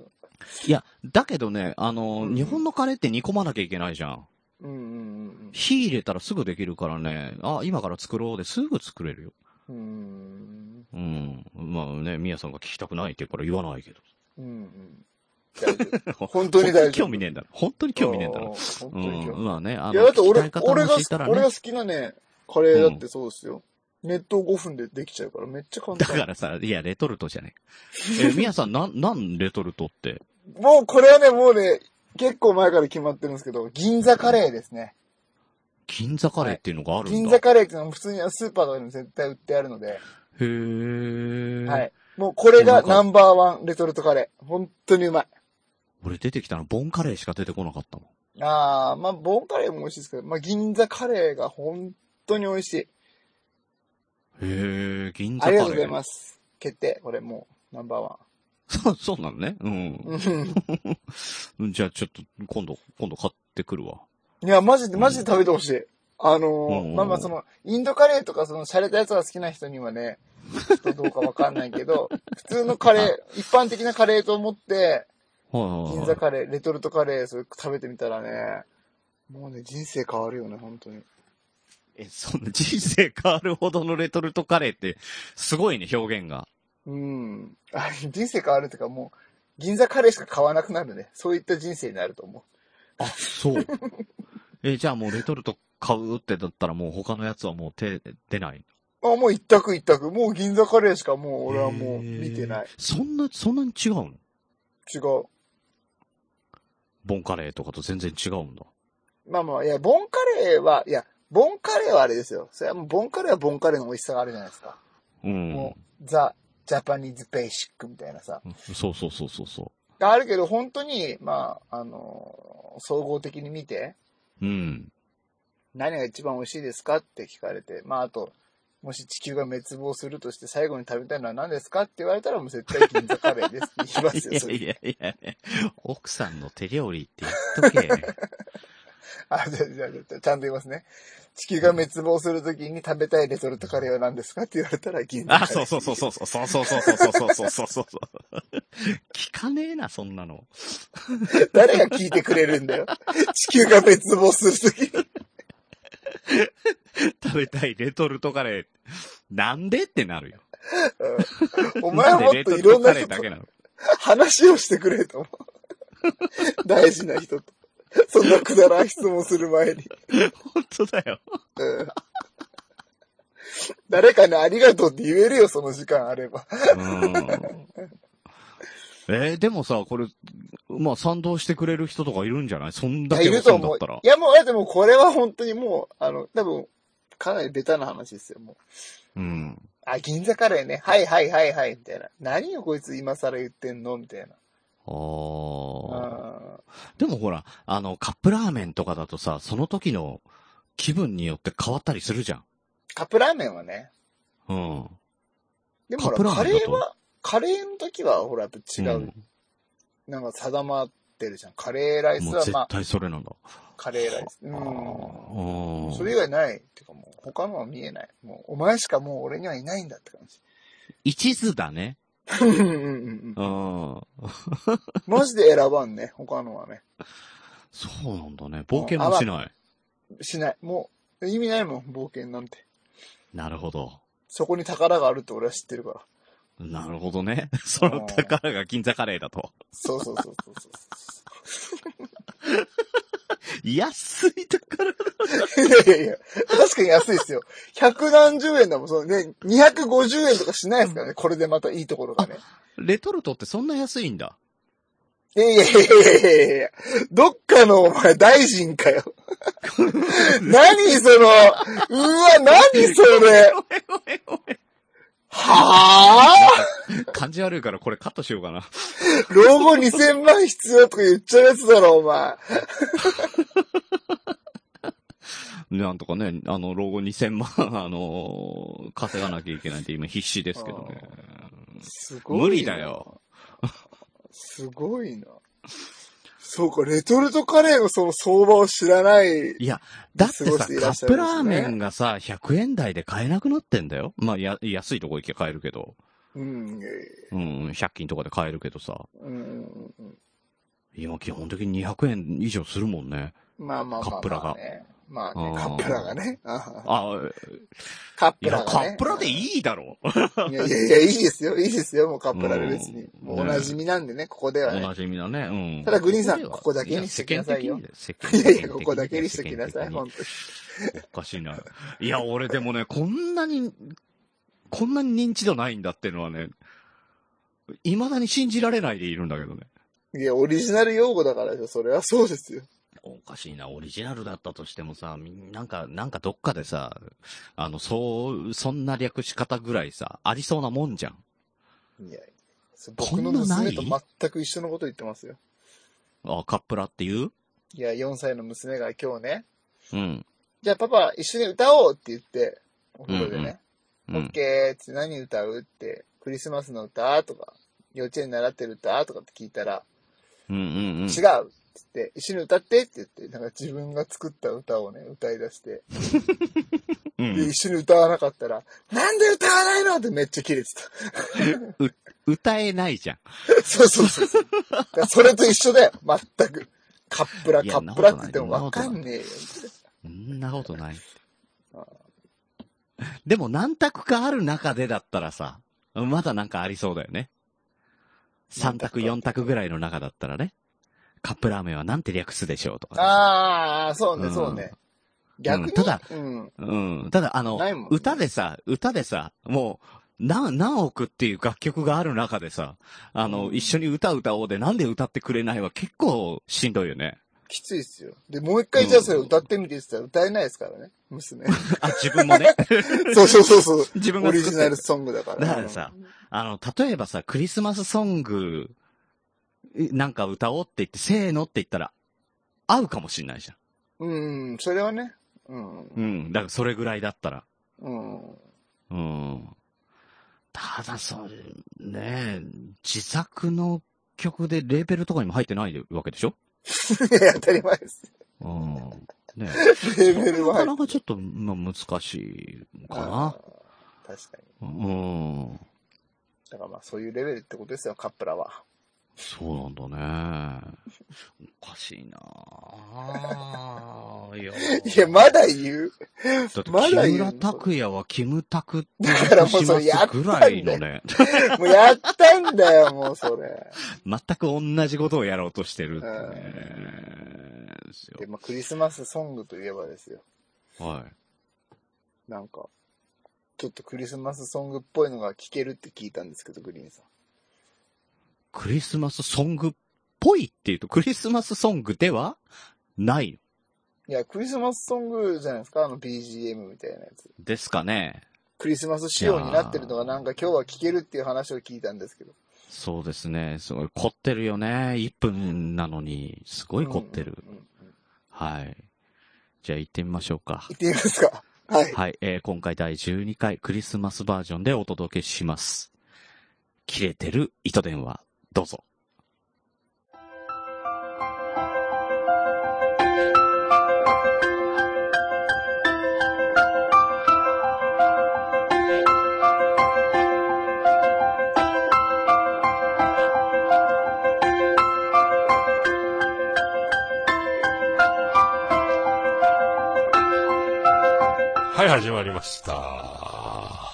[SPEAKER 3] いや、だけどね、あの、
[SPEAKER 4] うん
[SPEAKER 3] 日本のカレーって煮込まなきゃいけないじゃん。
[SPEAKER 4] うんうん
[SPEAKER 3] 火入れたらすぐできるからね、あ、今から作ろうですぐ作れるよ。
[SPEAKER 4] うんうん。
[SPEAKER 3] うん。まあね、みやさんが聞きたくないって言うから言わないけど。
[SPEAKER 4] うーん。うんうん。大丈 夫本当に大丈夫
[SPEAKER 3] 本興味ねえんだろ。本当に興味ねえんだろ。
[SPEAKER 4] 本当
[SPEAKER 3] う
[SPEAKER 4] に
[SPEAKER 3] ん
[SPEAKER 4] 興味。
[SPEAKER 3] まあね、あの、
[SPEAKER 4] いや、だって
[SPEAKER 3] 聞き
[SPEAKER 4] 俺
[SPEAKER 3] たい、方
[SPEAKER 4] 俺
[SPEAKER 3] も
[SPEAKER 4] が
[SPEAKER 3] 知ったら、ね、
[SPEAKER 4] 俺が好きなね、カレーだってそうですよ。熱湯5分でできちゃうからめっちゃ簡
[SPEAKER 3] だ
[SPEAKER 4] 単。
[SPEAKER 3] からさ、いや、レトルトじゃねえ。え、みやさん、なん、なんレトルトって。
[SPEAKER 4] もうこれはね、もうね、結構前から決まってるんですけど、銀座カレーですね。
[SPEAKER 3] 銀座カレーっていうのがあるんだ。
[SPEAKER 4] 銀座カレーっていうのは普通にスーパーとかでも絶対売ってあるので、
[SPEAKER 3] へー。
[SPEAKER 4] はい。もうこれが
[SPEAKER 3] なんか
[SPEAKER 4] ナンバーワンレトルトカレー。本当にうまい。
[SPEAKER 3] 俺出てきたの、ボンカレーしか出てこなかったもん。
[SPEAKER 4] あー、まあ、ボンカレーも美味しいですけど、まあ、銀座カレーが本当に美味しい。
[SPEAKER 3] へー、銀座
[SPEAKER 4] あ
[SPEAKER 3] カ
[SPEAKER 4] り
[SPEAKER 3] レー。
[SPEAKER 4] がとうございます。決定。これもう、ナンバーワ
[SPEAKER 3] す。 そう、そうなのね。うん。
[SPEAKER 4] ン。
[SPEAKER 3] じゃあ、ちょっと、今度、今度買ってくるわ。
[SPEAKER 4] いや、マジで、マジで食べてほしい。あの
[SPEAKER 3] う
[SPEAKER 4] ー、
[SPEAKER 3] ん
[SPEAKER 4] まあまあその、インドカレーとかその、洒落たやつが好きな人にはね、 ちょっとどうかわかんないけど、普通のカレー、一般的なカレーと思って、
[SPEAKER 3] はい
[SPEAKER 4] 銀
[SPEAKER 3] はい
[SPEAKER 4] 座
[SPEAKER 3] はい。
[SPEAKER 4] カレー、レトルトカレー、それ食べてみたらね、もうね、人生変わるよね、本当に。
[SPEAKER 3] え、そんな人生変わるほどのレトルトカレーって、すごいね、表現が。
[SPEAKER 4] うん。あ人生変わるっていうか、もう、銀座カレーしか買わなくなるね。そういった人生になると思
[SPEAKER 3] あ、そう。え、じゃあもうレトルト買うってだったらもう他のやつはもう手出ない。
[SPEAKER 4] う。あ、もう一択一択。もう銀座カレーしかもう俺はもう見てな
[SPEAKER 3] へ
[SPEAKER 4] い
[SPEAKER 3] ー。。そんな、そんなに違うの
[SPEAKER 4] 違う。
[SPEAKER 3] ボンカレーとかと全然違うんだ。
[SPEAKER 4] まあまあ、いや、ボンカレーは、いや、ボンカレーはあれですよ。それはもうボンカレーはボンカレーの美味しさがあるじゃないですか。
[SPEAKER 3] うん。
[SPEAKER 4] もう、ザ・ジャパニーズ・ベーシックみたいなさ。
[SPEAKER 3] そうそうそうそうそ
[SPEAKER 4] あるけど、本当に、まあ、あのー総合的に見て、
[SPEAKER 3] う。 うん。
[SPEAKER 4] 何が一番美味しいですかって聞かれて、まあ、あと、もし地球が滅亡するとして最後に食べたいのは何ですかって言われたらもう絶対銀座カレーですって言いま
[SPEAKER 3] い
[SPEAKER 4] すよ、
[SPEAKER 3] や
[SPEAKER 4] それ。
[SPEAKER 3] いやいやいや奥さんの手料理って言っとけ。
[SPEAKER 4] あ、じゃあじゃあじゃあちゃんと言いますね。地球が滅亡するときに食べたいレトルトカレーは何ですかって言われたら銀座カレー。
[SPEAKER 3] あ、そうそうそうそうそうそうそうそうそうそうそうそうそう。聞かねえな、そんなの。
[SPEAKER 4] 誰が聞いてくれるんだよ。地球が滅亡するときに。
[SPEAKER 3] 食べたいレトルトカレー。なんでってなるよ。
[SPEAKER 4] うんお前はもっといろん
[SPEAKER 3] でレトルトカ
[SPEAKER 4] な人と
[SPEAKER 3] レーだけなの。
[SPEAKER 4] 話をしてくれと思う。大事な人と。そんなくだらん質問する前に。
[SPEAKER 3] 本当だよ。
[SPEAKER 4] うん誰かにありがとうって言えるよ、その時間あれば。
[SPEAKER 3] えーでもさ、これ、まあ賛同してくれる人とかいるんじゃないそんだ
[SPEAKER 4] い
[SPEAKER 3] け
[SPEAKER 4] やい
[SPEAKER 3] の
[SPEAKER 4] ると
[SPEAKER 3] 人だ
[SPEAKER 4] 思う
[SPEAKER 3] ったら。。
[SPEAKER 4] いや、もう、だってもうこれは本当にもう、あの、多分、かなりベタな話ですよ、もう。
[SPEAKER 3] うん。
[SPEAKER 4] あ、銀座カレーね。はいはいはいはい、みたいな。何よ、こいつ今更言ってんのみたいな。
[SPEAKER 3] ああ。
[SPEAKER 4] あ
[SPEAKER 3] でもほら、あの、カップラーメンとかだとさ、その時の気分によって変わったりするじゃん。
[SPEAKER 4] ーカップラーメンはね。
[SPEAKER 3] うん。
[SPEAKER 4] でもほ
[SPEAKER 3] カップ
[SPEAKER 4] ら、
[SPEAKER 3] ラ
[SPEAKER 4] カ
[SPEAKER 3] ーメンだ
[SPEAKER 4] レ
[SPEAKER 3] と
[SPEAKER 4] ーは、カレーの時は、ほら、やっぱ違う。
[SPEAKER 3] ん
[SPEAKER 4] なんか定まってるじゃん。カレーライス
[SPEAKER 3] もう
[SPEAKER 4] は、
[SPEAKER 3] 絶
[SPEAKER 4] まあ、
[SPEAKER 3] 対それなんだ。
[SPEAKER 4] カレーライス。う
[SPEAKER 3] あ
[SPEAKER 4] ん。
[SPEAKER 3] ー
[SPEAKER 4] それ以外ない。てかもう、他のは見えない。もう、お前しかもう俺にはいないんだって感じ。
[SPEAKER 3] 一途だね。
[SPEAKER 4] うんうんうん
[SPEAKER 3] う
[SPEAKER 4] うん。
[SPEAKER 3] ん。
[SPEAKER 4] マジで選ばんね。他のはね。
[SPEAKER 3] そうなんだね。冒険もしない。
[SPEAKER 4] しない。もう、意味ないもん、冒険なんて。
[SPEAKER 3] なるほど。
[SPEAKER 4] そこに宝があるって俺は知ってるから。
[SPEAKER 3] なるほどね。 その宝が銀座カレーだと。
[SPEAKER 4] そうそうそうそうそ うそう。
[SPEAKER 3] 安い宝だ。
[SPEAKER 4] いやいやいや、確かに安いですよ。百何十円だもん、そのね、250円とかしないですからね、これでまたいいところがね。
[SPEAKER 3] レトルトってそんな安いん だ。
[SPEAKER 4] いやいやいやいやいやいやどっかのお前大臣かよ。 何その、うわ、何それ。はぁ
[SPEAKER 3] 感じ悪いからこれカットしようかな。
[SPEAKER 4] 老後2000万必要とか言っちゃうやつだろ、お前。
[SPEAKER 3] なんとかね、あの、老後2000万、あのー稼がなきゃいけないって今必死ですけどね。
[SPEAKER 4] すごいな
[SPEAKER 3] 無理だ。よ。
[SPEAKER 4] すごいな。そうか、レトルトカレーのその相場を知らない
[SPEAKER 3] いや、だって
[SPEAKER 4] すごい
[SPEAKER 3] さ、
[SPEAKER 4] 人い
[SPEAKER 3] カ
[SPEAKER 4] らっし
[SPEAKER 3] ッ
[SPEAKER 4] ゃる
[SPEAKER 3] プ
[SPEAKER 4] んで
[SPEAKER 3] ラ
[SPEAKER 4] す
[SPEAKER 3] ー
[SPEAKER 4] ね
[SPEAKER 3] メンがさ、100円台で買えなくなってんだよ。まあ、や、安いとこ行けば買えるけど。
[SPEAKER 4] うん、え
[SPEAKER 3] うん、100均とかで買えるけどさ。
[SPEAKER 4] ーうん、うん
[SPEAKER 3] 今基本的に200円以上するもんね。
[SPEAKER 4] まあまあまあ、まあ、
[SPEAKER 3] カ
[SPEAKER 4] ね。
[SPEAKER 3] ップラが
[SPEAKER 4] まあね
[SPEAKER 3] う、ん
[SPEAKER 4] カップラがね。あ
[SPEAKER 3] あ、
[SPEAKER 4] カッ
[SPEAKER 3] い
[SPEAKER 4] プラが、
[SPEAKER 3] や、
[SPEAKER 4] ね。
[SPEAKER 3] カップラでいいだろ。
[SPEAKER 4] いやいやいや、いいですよ、いいですよ、もうカップラで別に
[SPEAKER 3] う。ん
[SPEAKER 4] もうお馴染みなんでね、ここでは
[SPEAKER 3] お
[SPEAKER 4] ね
[SPEAKER 3] な。じみだね。うん。
[SPEAKER 4] ただグリーンさん
[SPEAKER 3] では
[SPEAKER 4] ここだけにしときなさいよ
[SPEAKER 3] いや世間
[SPEAKER 4] い
[SPEAKER 3] 的にだ
[SPEAKER 4] や
[SPEAKER 3] よ
[SPEAKER 4] いや、ここだけにしときなさい、
[SPEAKER 3] 世間
[SPEAKER 4] 本
[SPEAKER 3] 的におかしいな。いや、俺でもね、こんなに、こんなに認知度ないんだってのはね、未だに信じられないでいるんだけどね。
[SPEAKER 4] 当に。いや、オリジナル用語だからですよ、それはそうですよ。
[SPEAKER 3] おかしいな、オリジナルだったとしてもさ、みんなんか、なんかどっかでさ、あの、そう、そんな略し方ぐらいさ、ありそうなもんじゃん。
[SPEAKER 4] いや、それ
[SPEAKER 3] こ
[SPEAKER 4] 僕
[SPEAKER 3] んな
[SPEAKER 4] の
[SPEAKER 3] ない
[SPEAKER 4] 娘と全く一緒のこと言ってますよ。
[SPEAKER 3] あ、カップラっていう
[SPEAKER 4] いや、4歳の娘が今日ね、
[SPEAKER 3] うん。
[SPEAKER 4] じゃあパパ一緒に歌おうって言って、お風呂でね、
[SPEAKER 3] う
[SPEAKER 4] オッ
[SPEAKER 3] ん。
[SPEAKER 4] ケーって何歌うって、クリスマスの歌とか、幼稚園に習ってる歌とかって聞いたら、
[SPEAKER 3] うんうんうん。
[SPEAKER 4] 違うっつって、一緒に歌ってって言って、なんか自分が作った歌をね、歌い出して、
[SPEAKER 3] う
[SPEAKER 4] で
[SPEAKER 3] ん。
[SPEAKER 4] 一緒に歌わなかったら、なんで歌わないのってめっちゃキレてた。
[SPEAKER 3] う歌えないじゃん。
[SPEAKER 4] そうそうそうそう。だからそれと一緒だよ、全く。カップラ、
[SPEAKER 3] いや
[SPEAKER 4] カップラって言ってもわかんねえよ。
[SPEAKER 3] そんなことない。 でも何択かある中でだったらさ、まだなんかありそうだよね。3択、4択ぐらいの中だったらね。カップラーメンはなんて略すでしょうとかさ。
[SPEAKER 4] ああ、そうね、そうね。逆に、
[SPEAKER 3] ただ
[SPEAKER 4] うん。
[SPEAKER 3] うん。ただ、あの、
[SPEAKER 4] ないもんね
[SPEAKER 3] 歌でさ、歌でさ、もう、何、何億っていう楽曲がある中でさ、あの、
[SPEAKER 4] うん
[SPEAKER 3] 一緒に歌歌おうでなんで歌ってくれないは結構しんどいよ ね。
[SPEAKER 4] きついっすよ。で、もう一回じゃあそれ歌ってみてって言ったら歌えないですからね、娘。
[SPEAKER 3] あ、自分もね。
[SPEAKER 4] そうそうそうそう。
[SPEAKER 3] 自分が
[SPEAKER 4] オ
[SPEAKER 3] 作
[SPEAKER 4] リ
[SPEAKER 3] って
[SPEAKER 4] ジナルソングだから。
[SPEAKER 3] だからさ、あの、例えばさ、クリスマスソング、えなんか歌おうって言って、せーのって言ったら、合うかもしんないじゃ
[SPEAKER 4] うん。うん、それはね。うん。
[SPEAKER 3] ん。うん。だから、それぐらいだったら。
[SPEAKER 4] うん。
[SPEAKER 3] うん。ただ、それ、ねえ、自作の曲でレーベルとかにも入ってないわけでしょ
[SPEAKER 4] いや当たり前です。
[SPEAKER 3] うん。ね
[SPEAKER 4] レ
[SPEAKER 3] え。
[SPEAKER 4] ベル
[SPEAKER 3] なか
[SPEAKER 4] は。
[SPEAKER 3] なかちょっと、まあ、難しい
[SPEAKER 4] あ
[SPEAKER 3] か
[SPEAKER 4] ー確かに。
[SPEAKER 3] な。うん。
[SPEAKER 4] だからまあそういうレベルってことですよ、カップラは。
[SPEAKER 3] そうなんだね。おかしいなぁ。いや
[SPEAKER 4] いや、まだ言う。
[SPEAKER 3] だって、
[SPEAKER 4] まだ
[SPEAKER 3] 木
[SPEAKER 4] 言うの
[SPEAKER 3] 村拓哉はキムタクって
[SPEAKER 4] だからもう
[SPEAKER 3] し
[SPEAKER 4] そ
[SPEAKER 3] ま
[SPEAKER 4] れや
[SPEAKER 3] す
[SPEAKER 4] ったん
[SPEAKER 3] ぐ
[SPEAKER 4] だ
[SPEAKER 3] ら
[SPEAKER 4] よ
[SPEAKER 3] いのね、
[SPEAKER 4] もうやったんだよ、もうそれ。
[SPEAKER 3] 全く同じことをやろうとしてるってねですよ
[SPEAKER 4] で、まあクリスマスソングといえばですよ。
[SPEAKER 3] はい。
[SPEAKER 4] なんか、ちょっとクリスマスソングっぽいのが聴けるって聞いたんですけど、グリーンさん。
[SPEAKER 3] クリスマスソングっぽいっていうと、クリスマスソングではない
[SPEAKER 4] いや、クリスマスソングじゃないですか、あの BGM みたいなやつ。
[SPEAKER 3] ですかね。
[SPEAKER 4] クリスマス仕様になってるのがなんか今日は聴けるっていう話を聞いたんですけど。
[SPEAKER 3] そうですね。すごい凝ってるよね。1分なのに、すごい凝ってる。
[SPEAKER 4] うんうんうんうん
[SPEAKER 3] はい。じゃあ行ってみましょうか
[SPEAKER 4] 行。ってみますか。 はい。
[SPEAKER 3] はい、えー今回第12回クリスマスバージョンでお届けします。切れてる糸電話、どうぞ。
[SPEAKER 5] はい、始まりました。は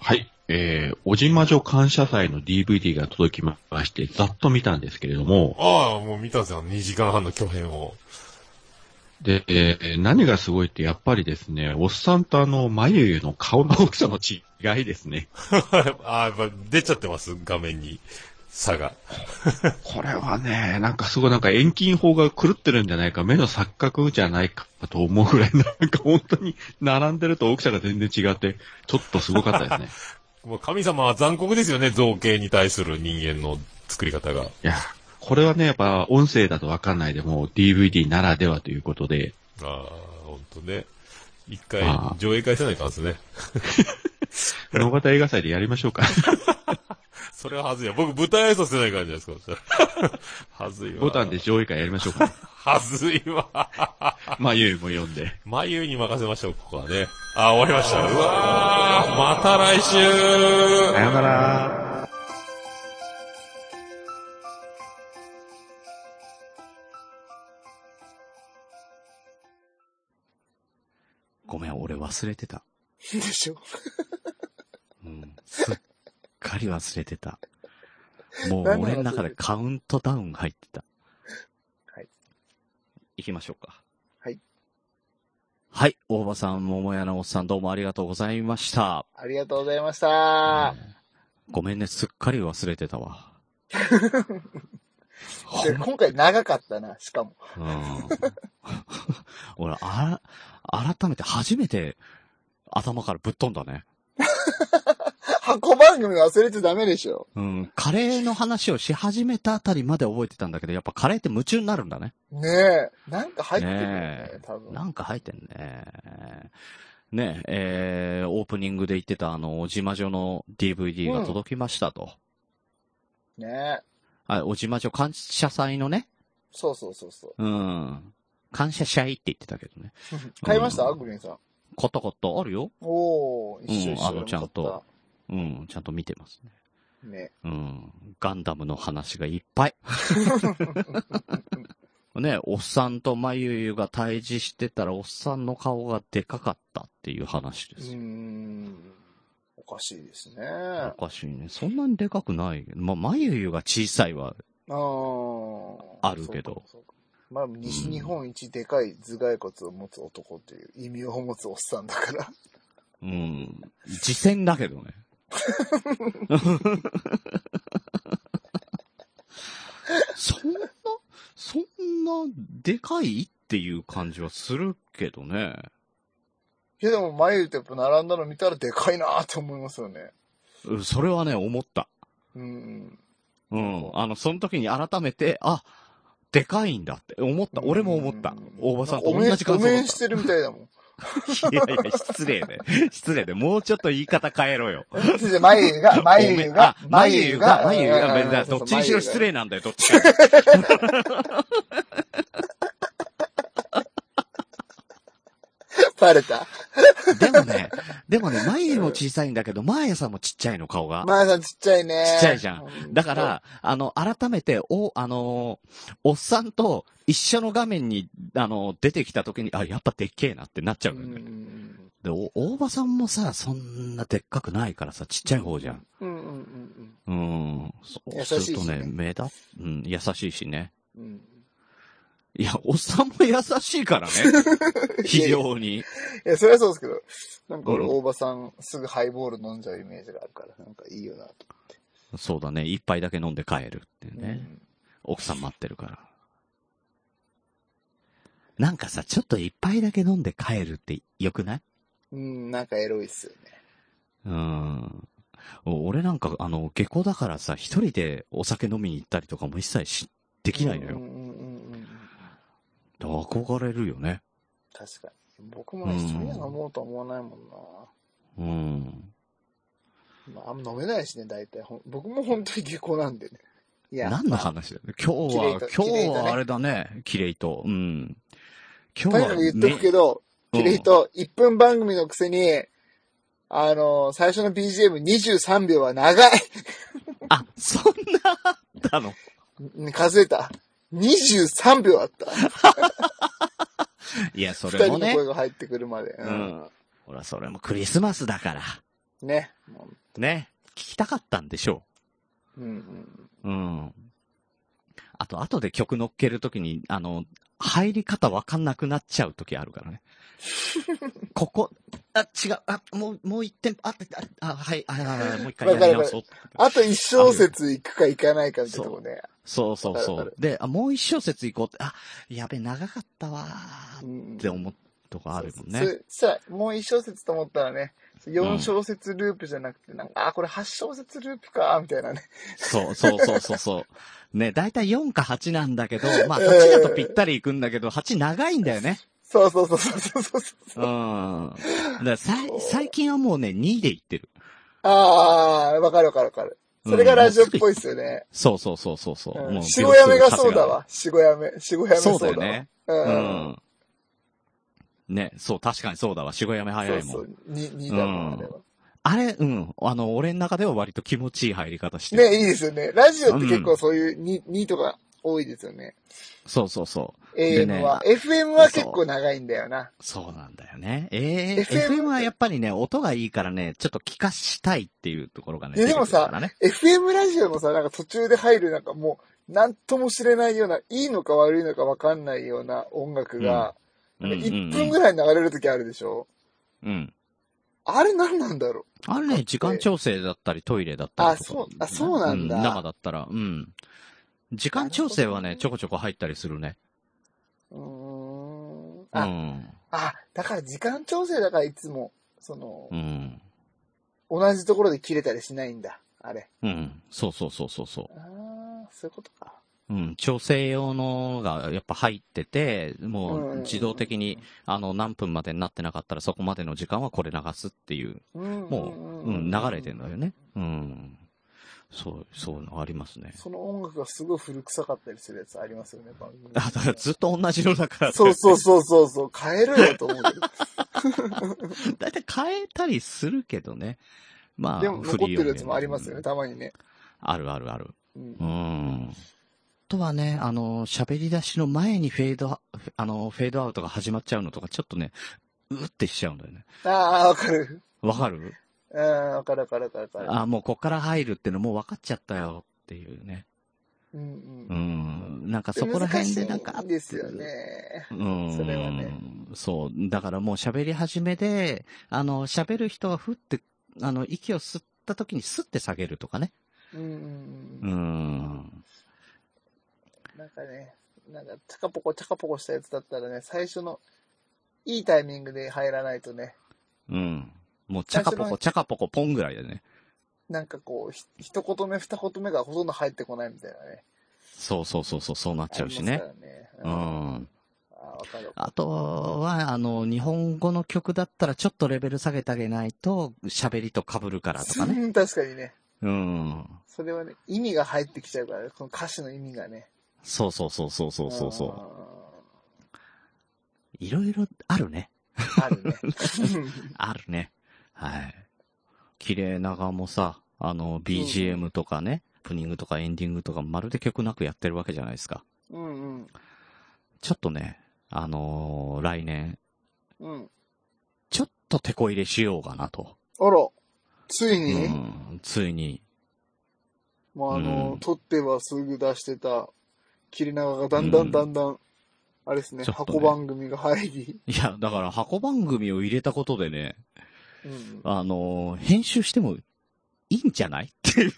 [SPEAKER 6] はい。えー、おじまじょ感謝祭の DVD が届きまして、ざっと見たんですけれども、
[SPEAKER 5] ああ、もう見たんですよ、2時間半の巨編を。
[SPEAKER 6] で、えー何がすごいって、やっぱりですね、おっさんとあの、眉毛の顔の大きさの違いですね。
[SPEAKER 5] ああ、やっぱ出ちゃってます、画面に。差が。
[SPEAKER 6] これはね、なんかすごいなんか遠近法が狂ってるんじゃないか、目の錯覚じゃないかと思うぐらい、なんか本当に並んでると大きさが全然違って、ちょっとすごかったですね。
[SPEAKER 5] もう神様は残酷ですよね、造形に対する人間の作り方が。
[SPEAKER 6] いや、これはね、やっぱ音声だとわかんないでもう DVD ならではということで、
[SPEAKER 5] ああ、ほんとね。一回
[SPEAKER 6] ああ、
[SPEAKER 5] 上映会せないかんですね。
[SPEAKER 6] 物語映画祭でやりましょうか。
[SPEAKER 5] それははずいや。僕、舞台挨拶せないかんじゃないですか そしたら、はずいわ。
[SPEAKER 6] ボタンで。上位会やりましょう か。
[SPEAKER 5] はずいわ。
[SPEAKER 6] まあ、ゆうも読んで。
[SPEAKER 5] 眉に任せましょう、ここはね。ああ、終わりました。うわあ、また来週
[SPEAKER 6] さよなら。
[SPEAKER 3] ごめん、俺忘れてた。
[SPEAKER 4] でしょ
[SPEAKER 3] うん。すっかり忘れてた。もう
[SPEAKER 4] 何の話
[SPEAKER 3] 俺の中でカウントダウン入ってた。
[SPEAKER 4] はい。
[SPEAKER 3] 行きましょうか。
[SPEAKER 4] はい。
[SPEAKER 3] はい、大場さん、桃屋のおっさん、どうもありがとうございました。
[SPEAKER 4] ありがとうございました。
[SPEAKER 3] ごめんね、すっかり忘れてたわ。
[SPEAKER 4] で今回長かったな、しかも。
[SPEAKER 3] うん。俺、あら、改めて初めて頭からぶっ飛んだね。
[SPEAKER 4] 箱番組忘れちゃダメでしょ。
[SPEAKER 3] うん。カレーの話をし始めたあたりまで覚えてたんだけど、やっぱカレーって夢中になるんだね。
[SPEAKER 4] ねえ。なんか入ってるよ
[SPEAKER 3] ね
[SPEAKER 4] ね
[SPEAKER 3] え、
[SPEAKER 4] 多分。
[SPEAKER 3] なんか入ってんね。ねえ、えー、オープニングで言ってたあの、おじまじょの DVD が届きましたと。
[SPEAKER 4] ねえ。
[SPEAKER 3] あ、おじまじょ感謝祭のね。
[SPEAKER 4] そうそうそうそう。
[SPEAKER 3] うん。感謝祭って言ってたけどね。
[SPEAKER 4] 買いました、
[SPEAKER 3] うん
[SPEAKER 4] グリーンさん。
[SPEAKER 3] 買った買った。あるよ。
[SPEAKER 4] おー、一緒一緒。
[SPEAKER 3] うんあのちゃんとうん、ちゃんと見てますね。
[SPEAKER 4] ね。
[SPEAKER 3] うん。ガンダムの話がいっぱい。 ね、おっさんとまゆゆが対峙してたら、おっさんの顔がでかかったっていう話
[SPEAKER 4] う
[SPEAKER 3] です
[SPEAKER 4] ー
[SPEAKER 3] よ。
[SPEAKER 4] ん。おかしいですね。
[SPEAKER 3] お
[SPEAKER 4] あ
[SPEAKER 3] かしいね。そんなにでかくない。まあ、まゆゆが小さいわ。
[SPEAKER 4] ー
[SPEAKER 3] あるけど。
[SPEAKER 4] そうかそうかまあ、西日本一でかい頭蓋骨を持つ男っていう異名を持つおっさんだから。
[SPEAKER 3] うん。自戦だけどね。 そんな、そんな、でかいっていう感じはするけどね。
[SPEAKER 4] いや、でも眉ってやっぱ並んだの見たらでかいなーって思いますよね。
[SPEAKER 3] うんそれはね、思った。
[SPEAKER 4] うん。
[SPEAKER 3] うん。あの、その時に改めて、あ、でかいんだって思った。俺も思った。大場さんと同じ感想
[SPEAKER 4] お
[SPEAKER 3] だ
[SPEAKER 4] 面
[SPEAKER 3] っ
[SPEAKER 4] してるみたいだもん。
[SPEAKER 3] た。いやいや、失礼ね。 失礼ね。もうちょっと言い方変えろよ。
[SPEAKER 4] 先生 眉が、眉が、
[SPEAKER 3] 眉が、眉が、眉が、どっちにしろ失。礼なんだよ、どっちか。
[SPEAKER 4] バレた。
[SPEAKER 3] でもね、 でもね、眉も小さいんだけど、前さんもちっちゃいの、顔が。
[SPEAKER 4] マヤさんちっちゃいね。
[SPEAKER 3] ちっちゃいじゃん
[SPEAKER 4] う。
[SPEAKER 3] だか、ら、あの、改めて、お、あのーおっさんと一緒の画面に、あのー出てきた時に、あ、やっぱでっけえなってなっちゃう
[SPEAKER 4] う
[SPEAKER 3] のよね。
[SPEAKER 4] ん。
[SPEAKER 3] で、お、大場さんもさ、そんなでっかくないからさ、ちっちゃい方じゃん。
[SPEAKER 4] うんうんうん
[SPEAKER 3] うん。そうするとね、
[SPEAKER 4] 優しいしね
[SPEAKER 3] 目立っ、うん、優しいしね。
[SPEAKER 4] うんうん。
[SPEAKER 3] いや、おっさんも優しい からね。非常に。
[SPEAKER 4] いや、それはそうですけど、なんか俺、
[SPEAKER 3] うん
[SPEAKER 4] 大場さん、すぐハイボール飲んじゃうイメージがあるから、なんかいいよなと。
[SPEAKER 3] そうだね、一杯だけ飲んで帰るっていうね。
[SPEAKER 4] うん
[SPEAKER 3] 奥さん待ってるから。なんかさ、ちょっと一杯だけ飲んで帰るって良くない
[SPEAKER 4] うん、なんかエロいっすよね。
[SPEAKER 3] うん。お俺なんか、あの、下校だからさ、一人でお酒飲みに行ったりとかも一切し、で
[SPEAKER 4] で
[SPEAKER 3] きないのよ。
[SPEAKER 4] うんうんうんうん。
[SPEAKER 3] 憧れるよね。
[SPEAKER 4] 確かに。僕もね、
[SPEAKER 3] うん
[SPEAKER 4] 一人で飲もうとは思わないもんな。
[SPEAKER 3] うん。
[SPEAKER 4] まあ、あんま飲めないしね、大体。ほん僕も本当に下校なんでね。いや、
[SPEAKER 3] 何の話だよね。今日
[SPEAKER 4] キレイ
[SPEAKER 3] は、今
[SPEAKER 4] とキレイ
[SPEAKER 3] 日
[SPEAKER 4] とね
[SPEAKER 3] はあれだね。キレイと。うん。今
[SPEAKER 4] パ
[SPEAKER 3] 日
[SPEAKER 4] イ
[SPEAKER 3] は
[SPEAKER 4] の言っとくけ
[SPEAKER 3] ね、
[SPEAKER 4] ど、
[SPEAKER 3] うん
[SPEAKER 4] キレイと1分番組のくせに、あの、最初の BGM23 秒は長い。
[SPEAKER 3] あ、そんなあったの。
[SPEAKER 4] うん数えた。23秒あった。
[SPEAKER 3] いや、そ
[SPEAKER 4] 二
[SPEAKER 3] れ
[SPEAKER 4] 人
[SPEAKER 3] も
[SPEAKER 4] の
[SPEAKER 3] ね
[SPEAKER 4] 声。が入ってくるまで。
[SPEAKER 3] う
[SPEAKER 4] うん。
[SPEAKER 3] ん。ほら、それもクリスマスだから。
[SPEAKER 4] ね。も
[SPEAKER 3] ね。聞きたかったんでしょ
[SPEAKER 4] ううんうん。
[SPEAKER 3] う。うん。あと、後で曲乗っけるときに、あの、入り方わかんなくなっちゃうときあるから ね。ここ、あ、違う、あ、もう、もう一点、あ、あ、あはい、あ、あ、あもう一回やり直そう。
[SPEAKER 4] あと1小節行くか行かないかみたいなとこね。
[SPEAKER 3] そうそうそ
[SPEAKER 4] わかるわか
[SPEAKER 3] う。で、あ、もう一小節行こうって、あ、やべ、長かったわ
[SPEAKER 4] う
[SPEAKER 3] ー
[SPEAKER 4] んうん
[SPEAKER 3] って思うとかあるもん
[SPEAKER 4] そ
[SPEAKER 3] ね。
[SPEAKER 4] うそしたら、もう1小節と思ったらね、4小節ループじゃなくて、なんか、あ、これ8小節ループか、みたいなね。
[SPEAKER 3] そうそうそうそうそう。 ね、だいたい4か8なんだけど、まあ、どっちかとぴったり行くんだけど、8長いんだよね。
[SPEAKER 4] そうそうそうそうそうそ
[SPEAKER 3] う
[SPEAKER 4] う そ
[SPEAKER 3] ん。
[SPEAKER 4] う。
[SPEAKER 3] だからさい最近はもうね、2で行ってる。
[SPEAKER 4] ああ、わかるわかるわかる。それがラジオっぽいっすよね。
[SPEAKER 3] そうそうそうそうそう。
[SPEAKER 4] うん
[SPEAKER 3] もう
[SPEAKER 4] しごやめがそうだわ。しごやめ。しご
[SPEAKER 3] 秒
[SPEAKER 4] やめ
[SPEAKER 3] 数稼がない。そ
[SPEAKER 4] そう
[SPEAKER 3] だ
[SPEAKER 4] う
[SPEAKER 3] よね。う
[SPEAKER 4] だわ。う。
[SPEAKER 3] んん。ね、そう、確かにそうだわ。しごやめ早いも。
[SPEAKER 4] そうんそう。に、にだもん、あれは。
[SPEAKER 3] あれ、うん。あの、俺の中では割と気持ちいい入り方してる。
[SPEAKER 4] ね、いいですよね。ラジオって結構そういう2、2とか多いですよね。
[SPEAKER 3] そうそうそう。で
[SPEAKER 4] AM
[SPEAKER 3] ね
[SPEAKER 4] は。FM は結構長いんだよな。
[SPEAKER 3] そうなんだよね。ええ
[SPEAKER 4] FM
[SPEAKER 3] FM はやっぱりね、音がいいからね、ちょっと聞かしたいっていうところがね、
[SPEAKER 4] いやでもさ
[SPEAKER 3] 出てくるからね、
[SPEAKER 4] FM ラジオのさ、なんか途中で入るなんかもう、なんとも知れないような、いいのか悪いのかわかんないような音楽
[SPEAKER 3] うんう
[SPEAKER 4] が、
[SPEAKER 3] ん
[SPEAKER 4] 1
[SPEAKER 3] う
[SPEAKER 4] 分
[SPEAKER 3] ん
[SPEAKER 4] ぐらい流れる時あるでしょ
[SPEAKER 3] うん。
[SPEAKER 4] あれ何なんだろ
[SPEAKER 3] あれね、時間調整だったりトイレだったりとか。
[SPEAKER 4] あそうあそうなんだ
[SPEAKER 3] う生だったら、うん。時間調整はね、ちょこちょこ入ったりするね。
[SPEAKER 4] ううーん。
[SPEAKER 3] う
[SPEAKER 4] あ、
[SPEAKER 3] ん。
[SPEAKER 4] あ、だから時間調整だからいつも、その
[SPEAKER 3] う、ん。
[SPEAKER 4] 同じところで切れたりしないんだ。あれ。
[SPEAKER 3] うん。そうそうそうそうそ
[SPEAKER 4] ああ、そういうことか。
[SPEAKER 3] う。うん。調整用のがやっぱ入ってて、もう自動的に、あの、何分までになってなかったらそこまでの時間はこれ流すっていうも
[SPEAKER 4] も
[SPEAKER 3] う、うん、流れてんだよね。うん。そう、そういうのありますね。
[SPEAKER 4] その音楽がすごい古臭かったりするやつありますよね、番組。
[SPEAKER 3] あ、だからずっと同じのだから。
[SPEAKER 4] そうそうそうそうそう、変えろよと思うけど。
[SPEAKER 3] だいたい変えたりするけどね。 まあ、
[SPEAKER 4] でも残っ
[SPEAKER 3] フ
[SPEAKER 4] て
[SPEAKER 3] リー
[SPEAKER 4] る
[SPEAKER 3] 音源
[SPEAKER 4] やつもありますよね、たまにね。
[SPEAKER 3] あるあるある。
[SPEAKER 4] うん
[SPEAKER 3] う。ん。あとはね、あの、喋り出しの前にフェードア、あの、フェードアウトが始まっちゃうのとか、ちょっとね、うってしちゃうんだよね。
[SPEAKER 4] ああ、わかる。
[SPEAKER 3] わかる
[SPEAKER 4] うん、わかるわかるわかるわかる。
[SPEAKER 3] あもうこっから入るってのもう分かっちゃったよっていうね。
[SPEAKER 4] うんう。
[SPEAKER 3] うんん。なんかそこら辺でなんかあ
[SPEAKER 4] 難
[SPEAKER 3] っ
[SPEAKER 4] しいん
[SPEAKER 3] て
[SPEAKER 4] ですよね。
[SPEAKER 3] うん。
[SPEAKER 4] それはね。
[SPEAKER 3] そう。だからもう喋り始めで、あの、喋る人はふって、あの、息を吸った時にスッて下げるとかね。
[SPEAKER 4] うんう
[SPEAKER 3] う
[SPEAKER 4] んうん。
[SPEAKER 3] ん。
[SPEAKER 4] なんかね、なんか、チャカポコチャカポコしたやつだったらね、最初の、いいタイミングで入らないとね、
[SPEAKER 3] うん。もう、チャカポコ、チャカポコ、ポンぐらいでね。
[SPEAKER 4] なんかこう、ひ一言目二言目がほとんど入ってこないみたいなね。
[SPEAKER 3] そうそうそうそう、そうなっちゃうし
[SPEAKER 4] あり
[SPEAKER 3] ね
[SPEAKER 4] ま。すからね。
[SPEAKER 3] う
[SPEAKER 4] あ
[SPEAKER 3] ん。
[SPEAKER 4] あ、わかる。
[SPEAKER 3] あとは、あの、日本語の曲だったらちょっとレベル下げてあげないと、喋りと被るからとかね。
[SPEAKER 4] うん確かにね。
[SPEAKER 3] うん。
[SPEAKER 4] それはね、意味が入ってきちゃうからね、この歌詞の意味がね。
[SPEAKER 3] そうそうそうそうそうそうそう。
[SPEAKER 4] う
[SPEAKER 3] いろいろあるね。
[SPEAKER 4] ん。あるね。
[SPEAKER 3] あるね。はい。綺麗ながもさ、あの、BGM とかね、オープニングとかエンディングとか、まるで曲なくやってるわけじゃないですか。
[SPEAKER 4] うんうん。
[SPEAKER 3] ちょっとね、あのー来年、
[SPEAKER 4] うん。
[SPEAKER 3] ちょっと手こ入れしようかなと。
[SPEAKER 4] あら、ついうに、
[SPEAKER 3] ん。ついに、
[SPEAKER 4] もうあの、
[SPEAKER 3] うん
[SPEAKER 4] 撮ってはすぐ出してた、切り長がだんだんだんだん、あれですね
[SPEAKER 3] ちょっとね
[SPEAKER 4] 箱番組が入り、
[SPEAKER 3] いや、だから箱番組を入れたことでね、
[SPEAKER 4] うん、
[SPEAKER 3] あのー編集してもいいんじゃないって いう。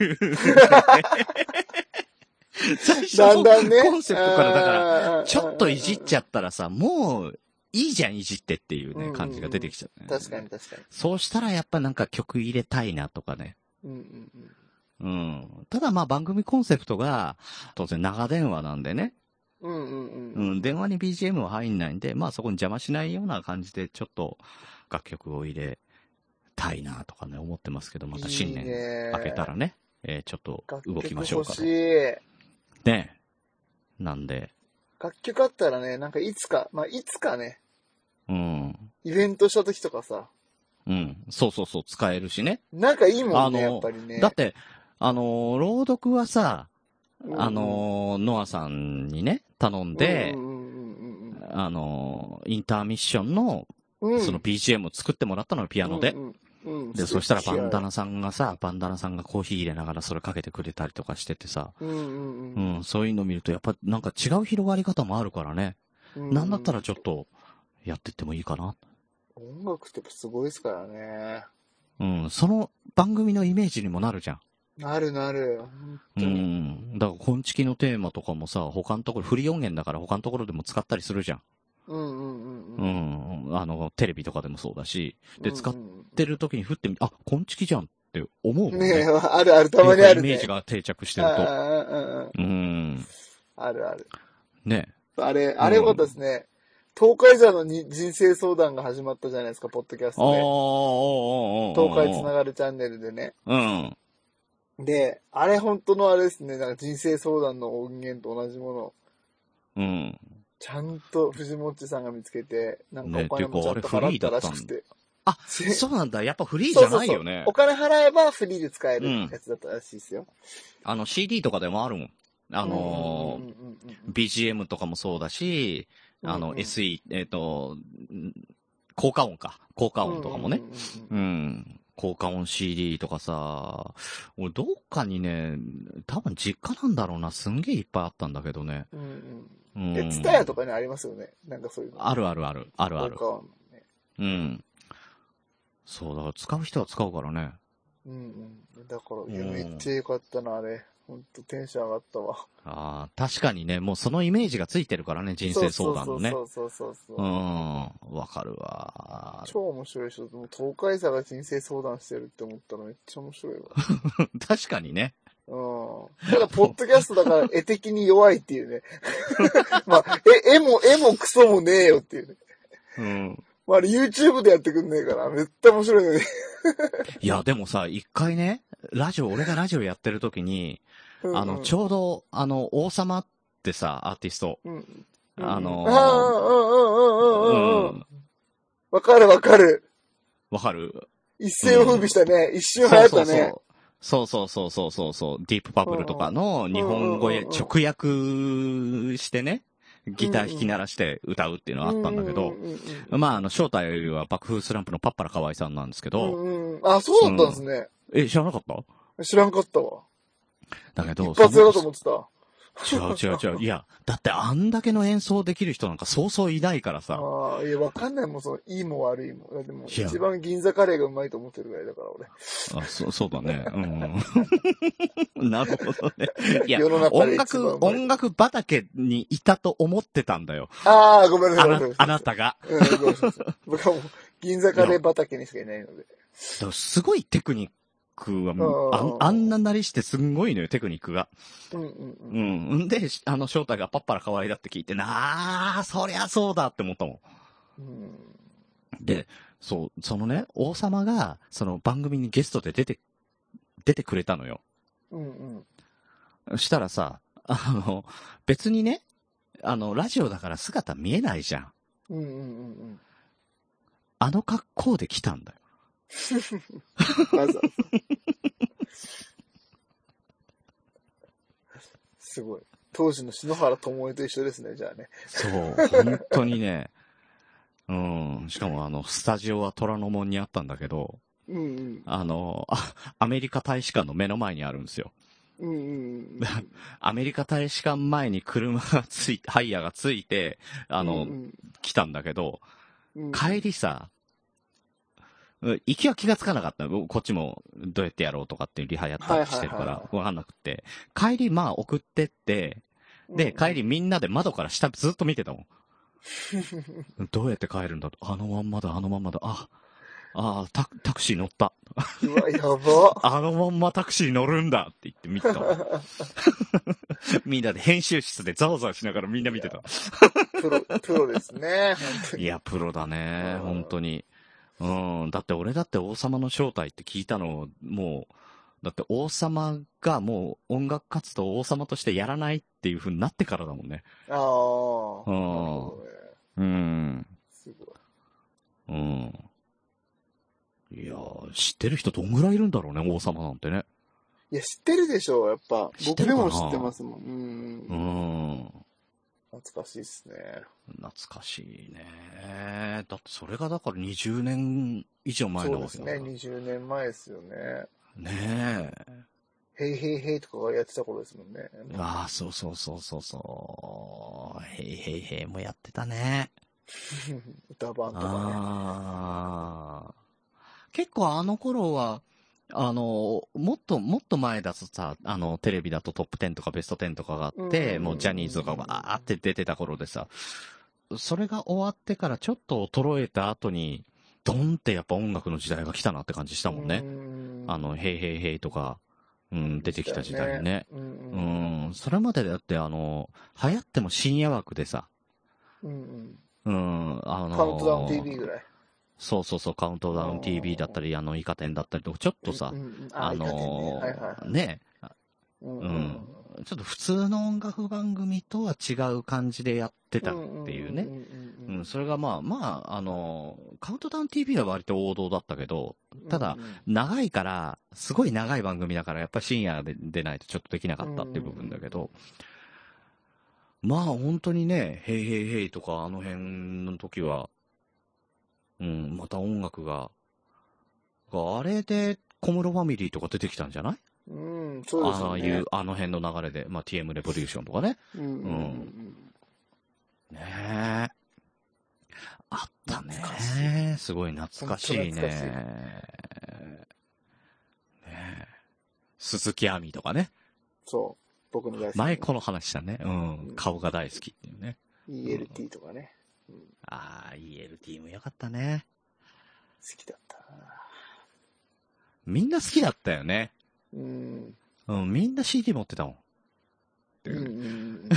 [SPEAKER 3] 最初
[SPEAKER 4] だん
[SPEAKER 3] の
[SPEAKER 4] だんね。
[SPEAKER 3] コンセプトからだから、
[SPEAKER 4] ら
[SPEAKER 3] ちょっといじっち
[SPEAKER 4] ゃ
[SPEAKER 3] ゃったらさ、もういいじゃんいじってっていう
[SPEAKER 4] うんうん
[SPEAKER 3] ね、
[SPEAKER 4] うん
[SPEAKER 3] 感じが出てきちゃう、ね
[SPEAKER 4] 確かに。確かに。
[SPEAKER 3] そうしたらやっぱなんか曲入れたいなとかね。
[SPEAKER 4] うんうんうん。
[SPEAKER 3] うん。ただまあ番組コンセプトが、当然長電話なんでね。
[SPEAKER 4] うんうん
[SPEAKER 3] う
[SPEAKER 4] うん。
[SPEAKER 3] ん、電話に BGM は入んないんで、まあそこに邪魔しないような感じでちょっと楽曲を入れたいなとかね、思ってますけど、また新
[SPEAKER 4] いい
[SPEAKER 3] 年
[SPEAKER 4] ね
[SPEAKER 3] 明けたらね、えーちょっと
[SPEAKER 4] 楽
[SPEAKER 3] 動
[SPEAKER 4] 曲
[SPEAKER 3] きましょう
[SPEAKER 4] 欲
[SPEAKER 3] か
[SPEAKER 4] し
[SPEAKER 3] と。
[SPEAKER 4] い。
[SPEAKER 3] ね。なんで、
[SPEAKER 4] 楽曲あったらね、なんかいつか、まあいつかね、
[SPEAKER 3] うん。
[SPEAKER 4] イベントした時とかさ、
[SPEAKER 3] うん。そうそうそう、使えるしね。
[SPEAKER 4] なんかいいもんね、
[SPEAKER 3] あの
[SPEAKER 4] やっぱりね。
[SPEAKER 3] だって、あのー朗読はさ、
[SPEAKER 4] うん
[SPEAKER 3] あのーノアさんにね、頼んで
[SPEAKER 4] う、んうんうんうん
[SPEAKER 3] あのーインターミッションの、
[SPEAKER 4] うんうん、
[SPEAKER 3] その BGM を作ってもらったのよ、ピ
[SPEAKER 4] ア
[SPEAKER 3] アノで。
[SPEAKER 4] うんうんうん
[SPEAKER 3] で、そしたらバンダ。ナさんがさ、バンダナさんがコーヒー入れながらそれかけてくれたりとかしててさ、
[SPEAKER 4] うんうん
[SPEAKER 3] う
[SPEAKER 4] うん
[SPEAKER 3] ん、そういうの見るとやっぱなんか違う広がり方もあるからね、
[SPEAKER 4] う
[SPEAKER 3] なんだったらちょっとやってってもいいかな。
[SPEAKER 4] 音楽ってやっぱすごいですからね。
[SPEAKER 3] うん、その番組のイメージにもなるじゃん。
[SPEAKER 4] なるなる。本
[SPEAKER 3] う
[SPEAKER 4] 当に
[SPEAKER 3] ん。だから、昆虫のテーマとかもさ、他のところ、フリー音源だから他のところでも使ったりするじゃん。
[SPEAKER 4] うんうんう
[SPEAKER 3] う
[SPEAKER 4] んうん。
[SPEAKER 3] ん。あの、テレビとかでもそうだし、で、使っ
[SPEAKER 4] うんうん
[SPEAKER 3] てる時に振ってみ、あ、昆虫じゃんって思うもん
[SPEAKER 4] ね
[SPEAKER 3] ね。
[SPEAKER 4] え、あるある、たまにある
[SPEAKER 3] イメ
[SPEAKER 4] ね。
[SPEAKER 3] ージが定着して
[SPEAKER 4] あ
[SPEAKER 3] る
[SPEAKER 4] あ
[SPEAKER 3] と。
[SPEAKER 4] ああああ
[SPEAKER 3] うん。
[SPEAKER 4] あるある。
[SPEAKER 3] ね。
[SPEAKER 4] あれ、あれよかったですね。東海座のに人生相談が始まったじゃないですか、ポッドキャス
[SPEAKER 3] ああ、
[SPEAKER 4] ト
[SPEAKER 3] あ
[SPEAKER 4] で。東
[SPEAKER 3] あ、
[SPEAKER 4] 海つながるチャンネルでね。
[SPEAKER 3] うん。
[SPEAKER 4] で、あれ本当のあれですね、なんか人生相談の音源と同じものを
[SPEAKER 3] うん。
[SPEAKER 4] ちゃんと藤本さんが見つけて、なんかお金
[SPEAKER 3] ねて
[SPEAKER 4] も
[SPEAKER 3] いう
[SPEAKER 4] ち
[SPEAKER 3] か
[SPEAKER 4] ゃ
[SPEAKER 3] あ
[SPEAKER 4] ん
[SPEAKER 3] れ
[SPEAKER 4] と払ったらしく
[SPEAKER 3] フリ
[SPEAKER 4] て。
[SPEAKER 3] あ、
[SPEAKER 4] せ
[SPEAKER 3] そうなんだ。やっぱフリー
[SPEAKER 4] そ
[SPEAKER 3] じ
[SPEAKER 4] う
[SPEAKER 3] ゃ
[SPEAKER 4] そう
[SPEAKER 3] な
[SPEAKER 4] そう
[SPEAKER 3] いよね
[SPEAKER 4] お。金払えばフリーで使えるやつだったらしいですよ。
[SPEAKER 3] あの、CD とかでもあるもん。あの
[SPEAKER 4] う
[SPEAKER 3] ー
[SPEAKER 4] んうんうんうんうん
[SPEAKER 3] BGM とかもそうだし、あ
[SPEAKER 4] うんう
[SPEAKER 3] の、
[SPEAKER 4] ん
[SPEAKER 3] SE、えっ、と、ん効果音か。効果音とかもね
[SPEAKER 4] うん。うんうん
[SPEAKER 3] うん効果音 CD とかさ、俺どっかにね、多分実家なんだろうな、すんげえいっぱいあったんだけどね。
[SPEAKER 4] うんうん
[SPEAKER 3] う。
[SPEAKER 4] うんん。え、ツタヤとかにありますよね。なんかそういうの。
[SPEAKER 3] あるあるある、あるある
[SPEAKER 4] 効。果音ね
[SPEAKER 3] うん。そう、だから使う人は使うからね。
[SPEAKER 4] うんうん。だから、
[SPEAKER 3] ん
[SPEAKER 4] いやめっちゃよかったな、あれ。ほんとテンション上がったわ。
[SPEAKER 3] ああ、確かにね、もうそのイメージがついてるからね、人生相談のね。
[SPEAKER 4] そううそうそうそう
[SPEAKER 3] う
[SPEAKER 4] そう。
[SPEAKER 3] ん、わかるわ。
[SPEAKER 4] 超面白いでしょ。もう東海座が人生相談してるって思ったらめっちゃ面白いわ。
[SPEAKER 3] 確かにね。
[SPEAKER 4] うんただ、ポッドキャストだから絵的に弱いっていうね。 まあ、え、絵も、絵もクソもねえよっていうね。
[SPEAKER 3] うん。
[SPEAKER 4] まあ、あれ YouTube でやってくんねえから、めっちゃ面白いのに。
[SPEAKER 3] いや、でもさ、一回ね、ラジオ、俺がラジオやってる時に、あの、ち
[SPEAKER 4] ょ、
[SPEAKER 3] ょうど、あの、王様ってさ、アーティスト、
[SPEAKER 4] うん
[SPEAKER 3] あの
[SPEAKER 4] ああ、うんうんうんうんうんうん。わかるわかる。
[SPEAKER 3] わかる
[SPEAKER 4] 一世を風靡したね。一瞬流行ったね。
[SPEAKER 3] そうそうそうそうそうそうそう、ディープパブルとかの日本語へ
[SPEAKER 4] うんうんうんうん
[SPEAKER 3] 直訳してね、ギター弾き鳴らして歌うっていうのはあったんだけど
[SPEAKER 4] う、ん
[SPEAKER 3] まあ、あの、正体よりは爆風スランプのパッパラ河合さんなんですけ
[SPEAKER 4] うん
[SPEAKER 3] ど、
[SPEAKER 4] うんうん。あ、そうだったんですね。
[SPEAKER 3] え、知らなかった
[SPEAKER 4] 知らんかったわ。
[SPEAKER 3] だけど、
[SPEAKER 4] 一発屋だと
[SPEAKER 3] そ
[SPEAKER 4] 思ってた。
[SPEAKER 3] の違う違う違う。いや、だってあんだけの演奏できる人なんかそうそういないからさ、
[SPEAKER 4] ああ、いや、わかんないもん、その、いいも悪いも。だってもう、
[SPEAKER 3] いや
[SPEAKER 4] 一番銀座カレーがうまいと思ってるぐらいだから、俺。
[SPEAKER 3] あそそうだね。うん、 なるほどね。いや、
[SPEAKER 4] 世の中
[SPEAKER 3] 音
[SPEAKER 4] で一番
[SPEAKER 3] 楽
[SPEAKER 4] う、まい
[SPEAKER 3] 音楽畑にいたと思ってたんだよ。
[SPEAKER 4] ああ、ごめんな
[SPEAKER 3] あ
[SPEAKER 4] さい。ごめ
[SPEAKER 3] なん
[SPEAKER 4] な、さ
[SPEAKER 3] あ
[SPEAKER 4] い
[SPEAKER 3] なたが。
[SPEAKER 4] うん、ごめんなさい。僕はもう、銀座カレー畑にしかいないので。
[SPEAKER 3] でもすごいテクニックはもう、あん
[SPEAKER 4] あー
[SPEAKER 3] あんななりしてすんごいのよ、テクニックが。
[SPEAKER 4] うんうんう。
[SPEAKER 3] うんん。んで、しあの、正体がパッパラ可愛いだって聞いて、なあ、そりゃそうだって思ったもん。
[SPEAKER 4] うん。
[SPEAKER 3] で、そう、そのね、王様が、その番組にゲストで出て、出てくれたのよ。
[SPEAKER 4] うんうん。
[SPEAKER 3] したらさ、あの、別にね、あの、ラジオだから姿見えないじゃん。
[SPEAKER 4] うんうんうん
[SPEAKER 3] あの格好で来たんだよ。
[SPEAKER 4] うん。わざわざすごい。当時の篠原智恵と一緒ですね、じゃあね。
[SPEAKER 3] そう、本当にね。うん、しかもあの、スタジオは虎ノ門にあったんだけど、
[SPEAKER 4] うんうん。
[SPEAKER 3] あの、あ、アメリカ大使館の目の前にあるんですよ。
[SPEAKER 4] うんうんうん。
[SPEAKER 3] アメリカ大使館前に車がつい、ハイヤーがついて、あの、
[SPEAKER 4] うん
[SPEAKER 3] 来たんだけど、
[SPEAKER 4] うん、
[SPEAKER 3] 帰りさ、うん行きは気がつかなかった。こっちもどうやってやろうとかっていうリハやったりしてるか
[SPEAKER 4] はいはい
[SPEAKER 3] ら
[SPEAKER 4] は、い
[SPEAKER 3] わかんなくて。帰り、まあ送ってって、で、帰りみんなで窓から下ずっと見てたも ん。どうやって帰るんだと。あのまんまだ、あのまんまだ。あ、あタク、タクシー乗った。
[SPEAKER 4] うわ、やば。
[SPEAKER 3] あのまんまタクシー乗るんだって言って見てた もん。みんなで編集室でザワザワしながらみんな見てた。
[SPEAKER 4] プロ、プロですね。本当
[SPEAKER 3] い
[SPEAKER 4] に。
[SPEAKER 3] や、プロだね、
[SPEAKER 4] うん
[SPEAKER 3] 本当に。うん、だって俺だって王様の正体って聞いたの、もう、だって王様がもう音楽活動を王様としてやらないっていう風になってからだもんね。
[SPEAKER 4] ああ。なるほど
[SPEAKER 3] う
[SPEAKER 4] ね
[SPEAKER 3] ん。
[SPEAKER 4] すごい。
[SPEAKER 3] うん。いやー、知ってる人どんぐらいいるんだろうね、王様なんてね。
[SPEAKER 4] いや、知ってるでしょ、やっぱ。
[SPEAKER 3] 知って
[SPEAKER 4] 僕
[SPEAKER 3] るかな
[SPEAKER 4] でも知ってますもん。うん
[SPEAKER 3] う。ん。
[SPEAKER 4] 懐かしいですね。
[SPEAKER 3] 懐かしいね。だってそれがだから20年以上前
[SPEAKER 4] そ
[SPEAKER 3] な
[SPEAKER 4] うで
[SPEAKER 3] わけ
[SPEAKER 4] す
[SPEAKER 3] だ
[SPEAKER 4] ね。
[SPEAKER 3] から
[SPEAKER 4] 20年前ですよね。
[SPEAKER 3] ねえ。
[SPEAKER 4] ヘイヘイヘイとかがやってた頃ですもんね。
[SPEAKER 3] ああ、そうそうそうそうそう。へいへいへいもやってたね。
[SPEAKER 4] 歌版とか
[SPEAKER 3] ああ。結構あの頃は、あの、もっと、もっと前だとさ、あの、テレビだとトップ10とかベスト10とかがあっ
[SPEAKER 4] うんうん
[SPEAKER 3] て、
[SPEAKER 4] うん
[SPEAKER 3] もうジャニーズとかわーって出てた頃でさ、それが終わってからちょっと衰えた後に、ドンってやっぱ音楽の時代が来たなって感じした
[SPEAKER 4] ね。
[SPEAKER 3] もんね。
[SPEAKER 4] うん
[SPEAKER 3] あの、へいへいへいとか、うん、出てきた時代にね。。
[SPEAKER 4] う
[SPEAKER 3] うんん、それまでだってあの、流行っても深夜枠でさ、
[SPEAKER 4] うん。うん
[SPEAKER 3] うん、あ
[SPEAKER 4] うん。
[SPEAKER 3] の、
[SPEAKER 4] カウントダウン TV ぐらい。
[SPEAKER 3] そうそうそう、カウントダウン TV だったり、あの、イカ天だったりとか、ちょっとさ
[SPEAKER 4] う、んうんあ
[SPEAKER 3] あ
[SPEAKER 4] ーいい感じね
[SPEAKER 3] の
[SPEAKER 4] はいはい、はい。
[SPEAKER 3] ね、
[SPEAKER 4] うん
[SPEAKER 3] うんちょっと普通の音楽番組とは違う感じでやってたっていうね。
[SPEAKER 4] う
[SPEAKER 3] うんん、それがまあ、まあ、あの、カウントダウン TV は割と王道だったけど、ただ、長いから、すごい長い番組だから、やっぱ深夜で出ないとちょっとできなかったっていう部分だけど、まあ本当にね、ヘイヘイヘイとかあの辺の時は、うん、また音楽が、があれで小室ファミリーとか出てきたんじゃない、
[SPEAKER 4] うん、うんそうです
[SPEAKER 3] あ
[SPEAKER 4] よ
[SPEAKER 3] あ
[SPEAKER 4] ね。
[SPEAKER 3] いう、あの辺の流れで、まあ TM レボリューションとかね。
[SPEAKER 4] うんうんうんうん。
[SPEAKER 3] ねえ。あったね
[SPEAKER 4] 懐かし
[SPEAKER 3] すごい懐かしいね。
[SPEAKER 4] 本当懐かしい
[SPEAKER 3] ねえ。鈴木亜美とかね。
[SPEAKER 4] そう。僕の大好きな。
[SPEAKER 3] 前この話だね。うん。顔が大好きっていうね。
[SPEAKER 4] ELT とかね。
[SPEAKER 3] ああ、ELT もよかったね。
[SPEAKER 4] 好きだったな
[SPEAKER 3] みんな好きだったよね。
[SPEAKER 4] うん。
[SPEAKER 3] うん、みんな CD 持って たもん。
[SPEAKER 4] うんうんうんお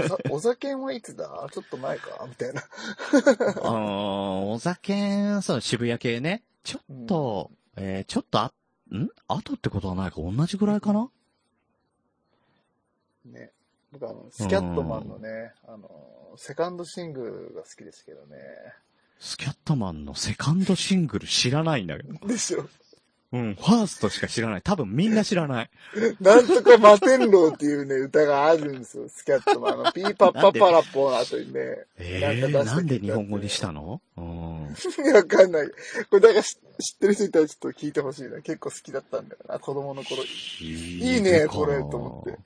[SPEAKER 4] さお酒はいつだちょっと前かみたいな。
[SPEAKER 3] あのお酒、そう、渋谷系ね。ちょっと、えーちょっとあ、ん後ってことはないか、同じぐらいかな
[SPEAKER 4] ね。僕あの、スキャットマンのね、あの、セカンドシングルが好きですけどね。
[SPEAKER 3] スキャットマンのセカンドシングル知らないんだけど。
[SPEAKER 4] ですよ。
[SPEAKER 3] うん、ファーストしか知らない。多分みんな知らない。
[SPEAKER 4] なんとか摩天楼っていうね、歌があるんですよ、スキャットマン。あの、ピーパッパパラポーの後にね。
[SPEAKER 3] ええ
[SPEAKER 4] なんか出してきたって
[SPEAKER 3] なんで日本語にしたのうん。
[SPEAKER 4] いやわかんない。これ、だから知知ってる人いたらちょっと聞いてほしいな。結構好きだったんだよな、子供の頃。も
[SPEAKER 3] い
[SPEAKER 4] いねこれと思って。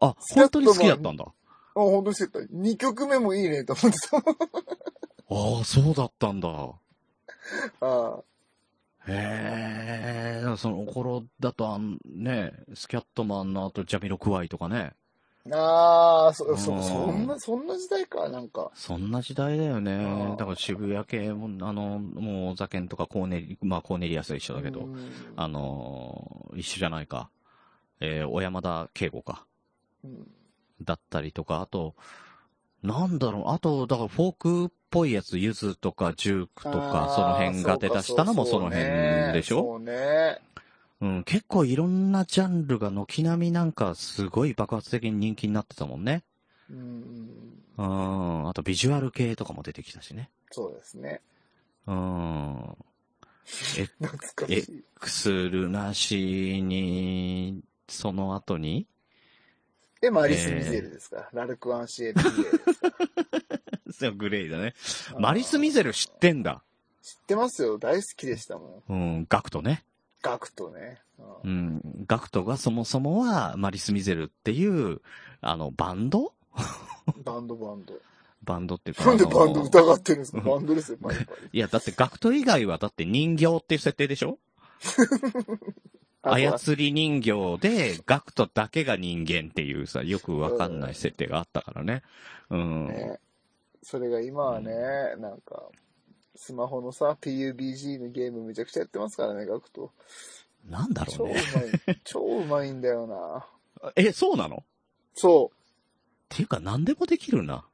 [SPEAKER 3] あ、本当に好きだったんだ。
[SPEAKER 4] う本当に知ってた。2曲目もいいね、と思ってた。
[SPEAKER 3] ああ、そうだったんだ。
[SPEAKER 4] ああ
[SPEAKER 3] へえ、だからその頃だとあん、ね、スキャットマンの後、ジャミロクワイとかね。
[SPEAKER 4] ああ、そ、
[SPEAKER 3] う
[SPEAKER 4] そ、
[SPEAKER 3] ん
[SPEAKER 4] そんな、そんな時代か、なんか。
[SPEAKER 3] そんな時代だよ
[SPEAKER 4] あ
[SPEAKER 3] ね
[SPEAKER 4] ー。
[SPEAKER 3] だから渋谷系も、あの、もう、ザケンとかコーネリ、まあコーネリアスは一緒だけ
[SPEAKER 4] う
[SPEAKER 3] ど、
[SPEAKER 4] ん
[SPEAKER 3] あのー一緒じゃないか。えー、小山田圭吾か。
[SPEAKER 4] うん
[SPEAKER 3] だったりとか、あと、なんだろう、あと、だからフォークっぽいやつ、ゆずとか、ジュークと
[SPEAKER 4] あ
[SPEAKER 3] か
[SPEAKER 4] ー、
[SPEAKER 3] その辺が出だしたのもその辺でしょ
[SPEAKER 4] そうね。
[SPEAKER 3] うん、結構いろんなジャンルが軒並みなんかすごい爆発的に人気になってたもんね。
[SPEAKER 4] そうねうん。
[SPEAKER 3] うん、あとビジュアル系とかも出てきたしね。
[SPEAKER 4] そうですね。
[SPEAKER 3] うん。
[SPEAKER 4] 懐かしい。
[SPEAKER 3] クスルなしに、その後に
[SPEAKER 4] で、マリス・ミゼルですから。ラルク・アンシエル・ミゼルですか
[SPEAKER 3] そうグレイだね。
[SPEAKER 4] ら
[SPEAKER 3] マリス・ミゼル知ってんだ。
[SPEAKER 4] 知ってますよ。大好きでしたもん。
[SPEAKER 3] うん、ガクトね。
[SPEAKER 4] ガクトね。
[SPEAKER 3] う
[SPEAKER 4] うん
[SPEAKER 3] ん、ガクトがそもそもはマリス・ミゼルっていう、あの、バンド
[SPEAKER 4] バンドバンド。
[SPEAKER 3] バンドっていうか。
[SPEAKER 4] なんで
[SPEAKER 3] あの
[SPEAKER 4] バンド疑ってるんですか
[SPEAKER 3] うん
[SPEAKER 4] バンドですよ、バリバリ。
[SPEAKER 3] いや、だってガクト以外はだって人形っていう設定でしょ
[SPEAKER 4] あ
[SPEAKER 3] 操り人形で、ガクトだけが人間っていうさ、よくわかんない設定があったからね。うん。
[SPEAKER 4] ね。それが今はね、なんか、スマホのさ、PUBG のゲームめちゃくちゃやってますからね、ガクト。
[SPEAKER 3] なんだろ
[SPEAKER 4] 超
[SPEAKER 3] う
[SPEAKER 4] うま
[SPEAKER 3] ね。
[SPEAKER 4] い。超うまいんだよな。
[SPEAKER 3] え、そうなのっ
[SPEAKER 4] そう。
[SPEAKER 3] ていうか何でもできるな。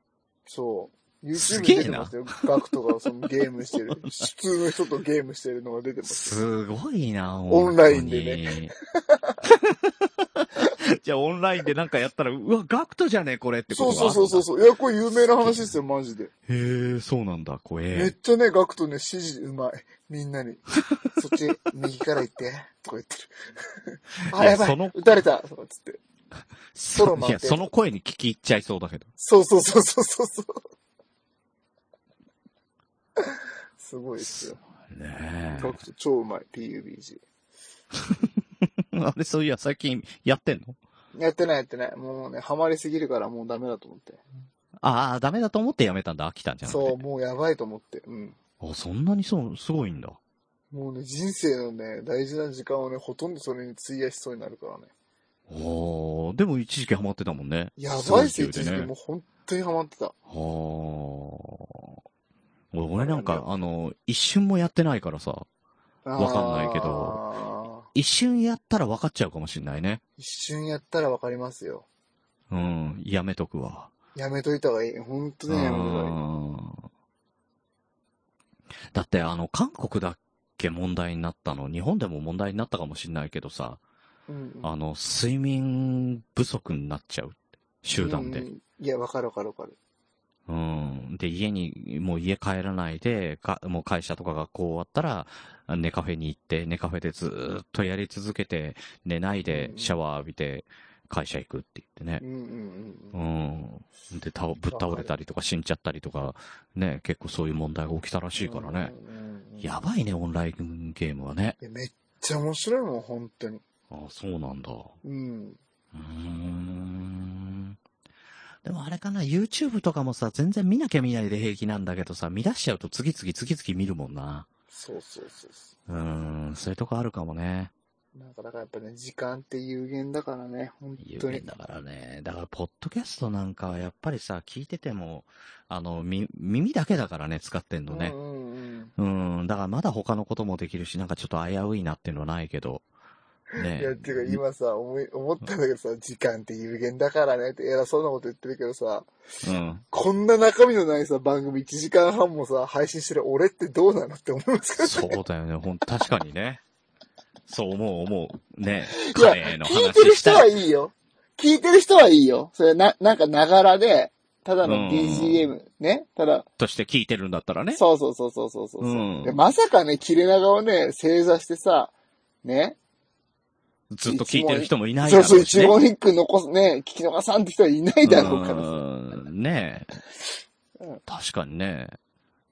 [SPEAKER 4] そう。
[SPEAKER 3] す
[SPEAKER 4] YouTube
[SPEAKER 3] げえ
[SPEAKER 4] に出て
[SPEAKER 3] な
[SPEAKER 4] ますよ。ガクトがそのゲームして る。普通の人とゲームしてるのが出てます。
[SPEAKER 3] すごいな、
[SPEAKER 4] オンラインで
[SPEAKER 3] ね。 じゃあオンラインでなんかやったら、うわ、ガクトじゃねえこれってこ
[SPEAKER 4] そう
[SPEAKER 3] とがあ
[SPEAKER 4] そ
[SPEAKER 3] る
[SPEAKER 4] うそうそう
[SPEAKER 3] う。
[SPEAKER 4] そう。いや、これ有名な話ですよ、マジで。
[SPEAKER 3] へえ、そうなんだ、怖
[SPEAKER 4] め
[SPEAKER 3] え
[SPEAKER 4] っ。ちゃね、ガクトね、指示うまい。みん なに。そっち、右から行って、とか言っ てる。あ、やば
[SPEAKER 3] その
[SPEAKER 4] い。撃たれた。とかつって。ソロ
[SPEAKER 3] そ
[SPEAKER 4] マン
[SPEAKER 3] いや、その声に聞き入っちゃいそうだけど。
[SPEAKER 4] そうそうそうそうそうそう。すごいですよ。
[SPEAKER 3] ね
[SPEAKER 4] ガクト超うまい、PUBG。
[SPEAKER 3] え。 あれ、そういや、最近やってんの
[SPEAKER 4] やってないやってない。もうね、ハマりすぎるからもうダメだと思って。
[SPEAKER 3] ああ、ダメだと思ってやめたんだ、飽きたんじゃなくて。
[SPEAKER 4] そう、もうやばいと思って。うん。
[SPEAKER 3] あ、そんなにそう、すごいんだ。
[SPEAKER 4] もうね、人生のね、大事な時間をね、ほとんどそれに費やしそうになるからね。
[SPEAKER 3] おー、でも一時期ハマってたもんね。
[SPEAKER 4] やばいっす
[SPEAKER 3] 勢
[SPEAKER 4] よ、
[SPEAKER 3] いで
[SPEAKER 4] 一時期も
[SPEAKER 3] ね
[SPEAKER 4] う。本当にハマってた。
[SPEAKER 3] はー。俺なんか、あの、一瞬もやってないからさ、わかんないけ
[SPEAKER 4] ど。
[SPEAKER 3] 一瞬やったら分かっちゃうかもしんないね。
[SPEAKER 4] 一瞬やったらわかりますよ。
[SPEAKER 3] うん、やめとくわ。
[SPEAKER 4] やめといた方がいい。本当
[SPEAKER 3] う
[SPEAKER 4] にやめといた方がいい。
[SPEAKER 3] ん。だって、あの、韓国だっけ問題になったの、日本でも問題になったかもしんないけどさ、
[SPEAKER 4] うん
[SPEAKER 3] あの、睡眠不足になっちゃう。集団で
[SPEAKER 4] う。んいや、わかるわかるわかる。
[SPEAKER 3] うん。で、家に、もう家帰らないで、か、もう会社とか学校終わったら、寝カフェに行って、寝カフェでずーっとやり続けて、寝ないで
[SPEAKER 4] うん
[SPEAKER 3] シャワー浴びて、会社行くって言ってね。
[SPEAKER 4] うんうん
[SPEAKER 3] う
[SPEAKER 4] うん
[SPEAKER 3] ん。で、倒、ぶっ倒れたりとか死んじゃったりとか、ね、結構そういう問題が起きたらしいからね。。
[SPEAKER 4] うんうんうん
[SPEAKER 3] やばいね、オンラインゲームはね。
[SPEAKER 4] いやめっちゃ面白いもん、本当に。
[SPEAKER 3] あそうなんだ。う
[SPEAKER 4] うん。
[SPEAKER 3] ーん。でもあれかな、YouTube とかもさ、全然見なきゃ見ないで平気なんだけどさ、見出しちゃうと次々次々見るもんな。
[SPEAKER 4] そうそうそうそう
[SPEAKER 3] ーん、そういうとこあるかもね。
[SPEAKER 4] う。なんか、だからやっぱね、時間って有限だからね、本
[SPEAKER 3] 有
[SPEAKER 4] 当に
[SPEAKER 3] 限。だからね。だから、ポッドキャストなんかはやっぱりさ、聞いてても、あの、み、耳だけだからね、使ってんのね
[SPEAKER 4] う。んうんうん
[SPEAKER 3] うん、だからまだ他のこともできるし、なんかちょっと危ういなっていうのはないけど。ね
[SPEAKER 4] いや、っていうか今さ、思い、思ったんだけどさ、時間って有限だからねって偉そうなこと言ってるけどさ、
[SPEAKER 3] うん。
[SPEAKER 4] こんな中身のないさ、番組1時間半もさ、配信してる俺ってどうなのって思いますか
[SPEAKER 3] そうだよね、ほん、確かにね。そう思う思う。ね。
[SPEAKER 4] いや
[SPEAKER 3] カレーの
[SPEAKER 4] 聞いてる
[SPEAKER 3] 話し
[SPEAKER 4] 人
[SPEAKER 3] た
[SPEAKER 4] は
[SPEAKER 3] り。
[SPEAKER 4] いいよ。聞いてる人はいいよ。それな、なんかながらで、ただ
[SPEAKER 3] うん
[SPEAKER 4] の BGM、ね。ただ、
[SPEAKER 3] として聞いてるんだったらね。
[SPEAKER 4] そうそうそうそうそうそう、
[SPEAKER 3] うん
[SPEAKER 4] で。まさかね、切れ長をね、正座してさ、ね。
[SPEAKER 3] ずっと聞いてる人もいないだ
[SPEAKER 4] そ
[SPEAKER 3] ろ
[SPEAKER 4] うそう、
[SPEAKER 3] うし
[SPEAKER 4] 一
[SPEAKER 3] ね。
[SPEAKER 4] 言一句残すね、聞き逃さんって人はいないだろうからさ。
[SPEAKER 3] うんねえ
[SPEAKER 4] うん。
[SPEAKER 3] 確かにね。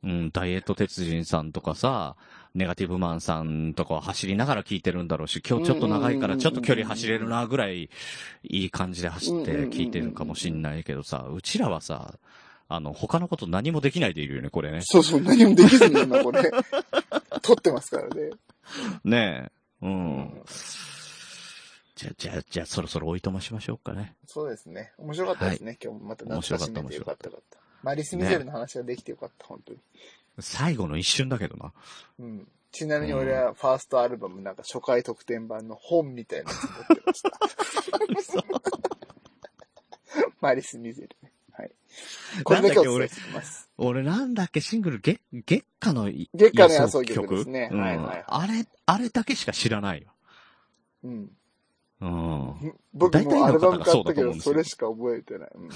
[SPEAKER 3] うん、ダイエット鉄人さんとかさ、ネガティブマンさんとかは走りながら聞いてるんだろうし、今日ちょっと長いからちょっと距離走れるなぐらいいい感じで走って聞いてるかもしんないけどさ、うちらはさ、あの、他のこと何もできないでいるよね、これね。
[SPEAKER 4] そうそう、何もできずに今こ れ、撮ってますからね。
[SPEAKER 3] ねえ。うん。じゃ、じゃ、じゃ、そろそろおいとましましょうかね。
[SPEAKER 4] そうですね。面白かったですね。今日もまた懐かしめ
[SPEAKER 3] 面
[SPEAKER 4] て
[SPEAKER 3] 白
[SPEAKER 4] よ
[SPEAKER 3] か
[SPEAKER 4] か
[SPEAKER 3] っ
[SPEAKER 4] ったたよかった。マリス・ミゼルの話ができてよかった、本当に。
[SPEAKER 3] 最後の一瞬だけどな。
[SPEAKER 4] うん。ちなみに俺はファーストアルバムなんか初回特典版の本みたいなやつ持ってました。 マリス・ミゼルね。はい。これだけお伝えしてます。
[SPEAKER 3] 俺なんだっけ、シングル、月、月下のい
[SPEAKER 4] 月下の野草曲ですね
[SPEAKER 3] うん
[SPEAKER 4] はいはいはい
[SPEAKER 3] あれ、あれだけしか知らないよ。
[SPEAKER 4] うん。
[SPEAKER 3] うん。
[SPEAKER 4] 僕もアルバ
[SPEAKER 3] 大体の方
[SPEAKER 4] ム買
[SPEAKER 3] がそ
[SPEAKER 4] っ
[SPEAKER 3] うだと
[SPEAKER 4] たけ
[SPEAKER 3] 思うん
[SPEAKER 4] ど、
[SPEAKER 3] ですよ
[SPEAKER 4] それしか覚えてない。うん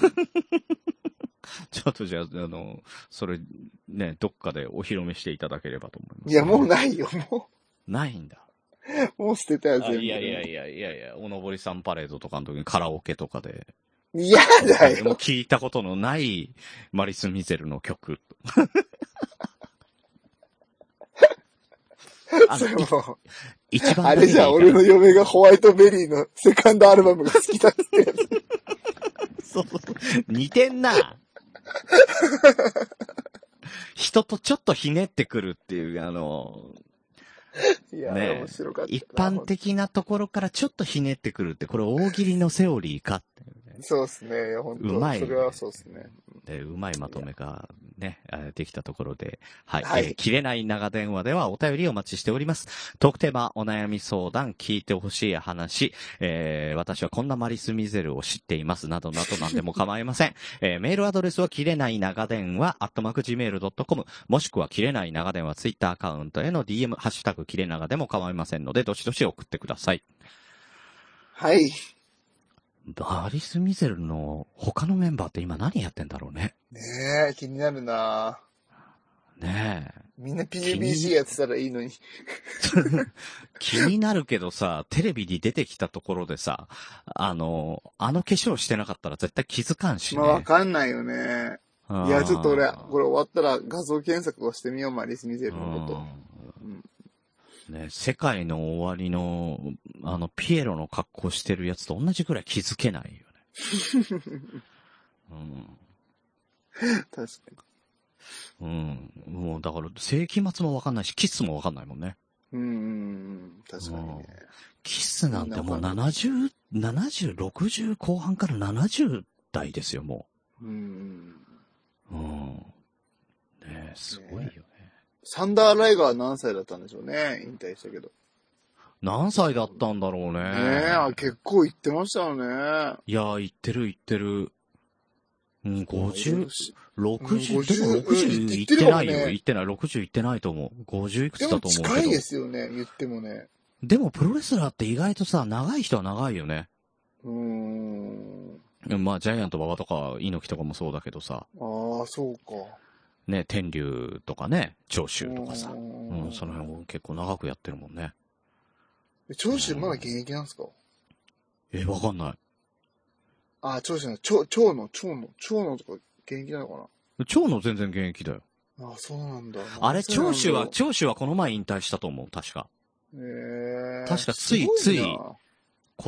[SPEAKER 3] ちょっとじゃあ、あの、それ、ね、どっかでお披露目していただければと思います、
[SPEAKER 4] いや、もうないよ。も
[SPEAKER 3] ないんだ。
[SPEAKER 4] う、もう捨てたよ、
[SPEAKER 3] あ
[SPEAKER 4] 全部。
[SPEAKER 3] いやいやいやいやいや、おのぼりさんパレードとかの時にカラオケとかで、
[SPEAKER 4] 嫌だ
[SPEAKER 3] もう
[SPEAKER 4] よ。
[SPEAKER 3] 聞いたことのないマリス・ミゼルの曲。あ
[SPEAKER 4] それ
[SPEAKER 3] の、い
[SPEAKER 4] もう
[SPEAKER 3] 一番
[SPEAKER 4] あれじゃん、
[SPEAKER 3] 何がいいか
[SPEAKER 4] 俺の嫁がホワイトベリーのセカンドアルバムが好きだってやつ。
[SPEAKER 3] そうそうそう。似てん な。人とちょっとひねってくるっていう、あの、
[SPEAKER 4] いや、
[SPEAKER 3] ねえ
[SPEAKER 4] 面白かったな。
[SPEAKER 3] 一般的なところからちょっとひねってくるって、これ大喜利のセオリーかっていうね。
[SPEAKER 4] そうですね、本当
[SPEAKER 3] うまい
[SPEAKER 4] それはそうですね。
[SPEAKER 3] で、うまいまとめがね、えーできたところで、はい。
[SPEAKER 4] はい
[SPEAKER 3] えー切れない長電話ではお便りお待ちしております。トークテーマ、お悩み相談、聞いてほしい話、えー私はこんなマリス・ミゼルを知っています、などなど何でも構いません。 えーメールアドレスは切れない長電話、アットマーク Gmail.com、もしくは切れない長電話、ツイッターアカウントへの DM、ハッシュタグ切れ長でも構いませんので、どしどし送ってください。
[SPEAKER 4] はい。
[SPEAKER 3] マリス・ミゼルの他のメンバーって今何やってんだろうね。
[SPEAKER 4] ねえ、気になるな
[SPEAKER 3] ねえ。
[SPEAKER 4] みんな
[SPEAKER 3] 気
[SPEAKER 4] PUBG
[SPEAKER 3] に
[SPEAKER 4] やってたらいいのに。
[SPEAKER 3] 気になるけどさ、 テレビに出てきたところでさ、あの、あの化粧してなかったら絶対気づかんし
[SPEAKER 4] まあ、わ
[SPEAKER 3] ね。
[SPEAKER 4] かんないよね。いや、ちょっと俺、これ終わったら画像検索をしてみよう、マリス・ミゼ
[SPEAKER 3] れ
[SPEAKER 4] ルのこと。
[SPEAKER 3] ね、世界の終わりの、あの、ピエロの格好してるやつと同じくらい気づけないよ ね。
[SPEAKER 4] 確か
[SPEAKER 3] うん。うん。もうだから、世紀末もわかんないし、キスもわかんないもんね。
[SPEAKER 4] に。うんうん、確かにね。
[SPEAKER 3] キスなんてもう
[SPEAKER 4] みんなわかんない
[SPEAKER 3] 70、70、60後半から70代ですよ、もう。
[SPEAKER 4] うんう
[SPEAKER 3] う
[SPEAKER 4] ん。
[SPEAKER 3] ん。ねえ、すごいよね。
[SPEAKER 4] サンダー・ライガーは何歳だったんでしょうね。引退したけど。
[SPEAKER 3] 何歳だったんだろうね。
[SPEAKER 4] ねえ、あ結構行ってましたよね。
[SPEAKER 3] いや、言ってる言ってる。うん、50、60、
[SPEAKER 4] うん
[SPEAKER 3] で
[SPEAKER 4] 50
[SPEAKER 3] も60
[SPEAKER 4] うん
[SPEAKER 3] 言
[SPEAKER 4] 言
[SPEAKER 3] っ
[SPEAKER 4] って
[SPEAKER 3] て
[SPEAKER 4] る
[SPEAKER 3] な
[SPEAKER 4] かもね
[SPEAKER 3] いよ。言ってない。60言ってないと思う。50いくつ
[SPEAKER 4] で
[SPEAKER 3] だと思
[SPEAKER 4] も
[SPEAKER 3] うけど。
[SPEAKER 4] 近いですよね、言ってもね。
[SPEAKER 3] でもプロレスラーって意外とさ、長い人は長いよね。
[SPEAKER 4] うーん。
[SPEAKER 3] まあ、ジャイアント馬場とか、猪木とかもそうだけどさ、
[SPEAKER 4] ああ、そうか。
[SPEAKER 3] ね、天竜とかね、長州とかさ
[SPEAKER 4] う、ん
[SPEAKER 3] うん、その辺を結構長くやってるもんね。
[SPEAKER 4] 長州まだ現役なんですか
[SPEAKER 3] え、わかんない。
[SPEAKER 4] ああ、長州の、長、長野、長野、長野とか現役なのか
[SPEAKER 3] 長野全然現役だよ。
[SPEAKER 4] なああ、そうなんだ。
[SPEAKER 3] あれ、長州は、
[SPEAKER 4] 長
[SPEAKER 3] 長州はこの前引退したと思う、確か。
[SPEAKER 4] え
[SPEAKER 3] 確かついつい今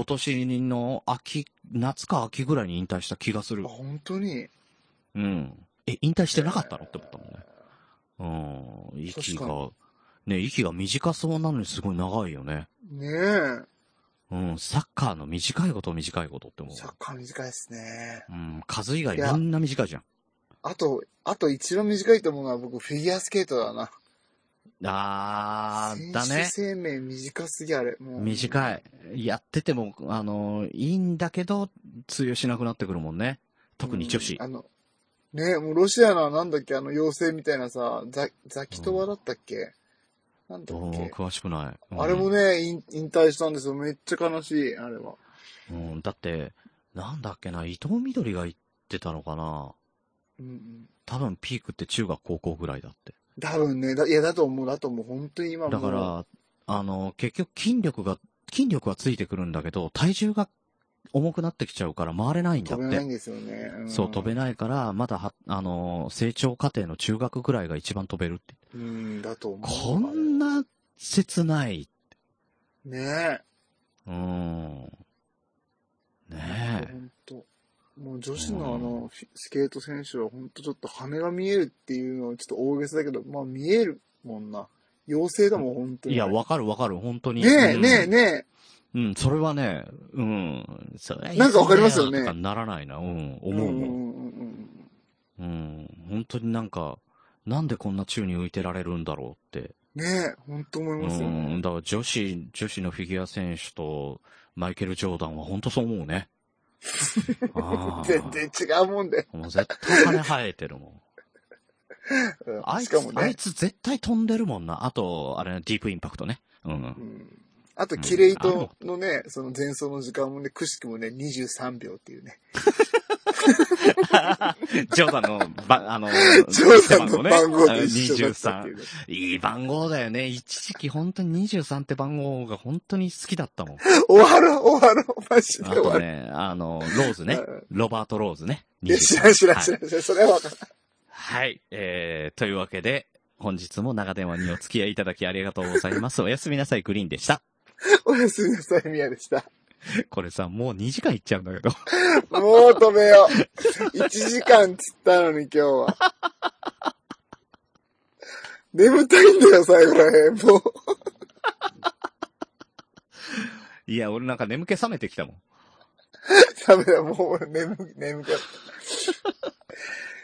[SPEAKER 3] 年の秋、夏か秋ぐらいに引退した気がする
[SPEAKER 4] あ、。本当に。
[SPEAKER 3] うん。え、引退してなかったのって思ったもんね。うん。息
[SPEAKER 4] 確
[SPEAKER 3] が、ね、息が短そうなのにすごい長いよね。
[SPEAKER 4] ねえ。
[SPEAKER 3] うん。サッカーの短いこと短いことって思う。
[SPEAKER 4] サッカー短いですね。
[SPEAKER 3] うん。数以外みんな短いじゃん。
[SPEAKER 4] あと、あと一番短いと思うのは僕フィギュアスケートだな。
[SPEAKER 3] あー、だね。
[SPEAKER 4] 選手生命短すぎあれ。もう
[SPEAKER 3] 短い。やってても、あの、いいんだけど、通用しなくなってくるもんね。特に女子。
[SPEAKER 4] うんあの、ねもうロシアのなんだっけ、あの妖精みたいなさ、ザザキトワだったっけ、なんだ
[SPEAKER 3] お
[SPEAKER 4] っ
[SPEAKER 3] ー
[SPEAKER 4] け、
[SPEAKER 3] 詳しくない。うん
[SPEAKER 4] あれもね、引引退したんですよ。めっちゃ悲しい、あれは。
[SPEAKER 3] うん、だって、なんだっけな、伊藤みどりが言ってたのかな。
[SPEAKER 4] うんうん。
[SPEAKER 3] 多分ピークって中学高校ぐらいだって。
[SPEAKER 4] 多分ね、だいや、だと思う、だと思う。本当に今もう。
[SPEAKER 3] だから、あの、結局筋力が、筋力はついてくるんだけど、体重が重くなってきちゃうから回れないんだっ
[SPEAKER 4] 飛べないん
[SPEAKER 3] て。
[SPEAKER 4] ですよね。ん
[SPEAKER 3] そう、飛べないから、まだは、あの、成長過程の中学ぐらいが一番飛べるって。
[SPEAKER 4] うん、だと思う。
[SPEAKER 3] こんな切ない。
[SPEAKER 4] ね
[SPEAKER 3] うーん。
[SPEAKER 4] え。
[SPEAKER 3] ねえ。
[SPEAKER 4] 本当。もう女子のあの、フィスケート選手は本当ちょっと羽が見えるっていうのはちょっと大げさだけど、まあ見えるもんな。妖精だもん、本当に。
[SPEAKER 3] いや、わかるわかる、本当に。
[SPEAKER 4] ねえ、
[SPEAKER 3] うん
[SPEAKER 4] ねえ、ね
[SPEAKER 3] うん、それはね、うん、それ
[SPEAKER 4] なんかわかりますよね
[SPEAKER 3] なんかならないな、うん、
[SPEAKER 4] え。
[SPEAKER 3] 思うもん。
[SPEAKER 4] んうんうん
[SPEAKER 3] うん、本当になんか、なんでこんな宙に浮いてられるんだろうって。
[SPEAKER 4] うん。ねえ、本当思いますよ
[SPEAKER 3] う
[SPEAKER 4] ね
[SPEAKER 3] ん、。だから女子、女子のフィギュア選手とマイケル・ジョーダンは本当そう思う ね。あー
[SPEAKER 4] 全然違うもんで。
[SPEAKER 3] もう絶対羽生えてるもん。
[SPEAKER 4] うん
[SPEAKER 3] あい
[SPEAKER 4] し
[SPEAKER 3] つ、
[SPEAKER 4] かも
[SPEAKER 3] あ
[SPEAKER 4] ね
[SPEAKER 3] い。つ絶対飛んでるもんな。あと、あれ、ディープインパクトね。うん
[SPEAKER 4] う。んあと、キレイトのね、その前走の時間もね、くしくもね、23秒っていうね。
[SPEAKER 3] ジョーダンの、ば、あの、
[SPEAKER 4] ジョーダンの番号
[SPEAKER 3] ね
[SPEAKER 4] と一緒だったって
[SPEAKER 3] 23
[SPEAKER 4] いう。ね。
[SPEAKER 3] いい番号だよね。一時期本当に23って番号が本当に好きだった もん。
[SPEAKER 4] 終わろう、終わろう、マジで
[SPEAKER 3] あ
[SPEAKER 4] 終わ
[SPEAKER 3] と
[SPEAKER 4] ろう。
[SPEAKER 3] ね、あの、ローズね
[SPEAKER 4] うん。
[SPEAKER 3] ロバート・ローズね。
[SPEAKER 4] いや、知らん、知らん、
[SPEAKER 3] はい
[SPEAKER 4] 知らん、知らん。それは分からん。
[SPEAKER 3] はい。えー、というわけで、本日も長電話にお付き合いいただきありがとうございます。おやすみなさい、グリーンでした。
[SPEAKER 4] おやすみなさい、みやでした。
[SPEAKER 3] これさ、もう2時間いっちゃうんだけ ど。
[SPEAKER 4] もう止めよう。1時 間つったのに今日は。眠たいんだよ、最後らへん。もう。
[SPEAKER 3] いや、俺なんか眠気覚めてきたもん。
[SPEAKER 4] ダメだ、もう俺眠、眠かった。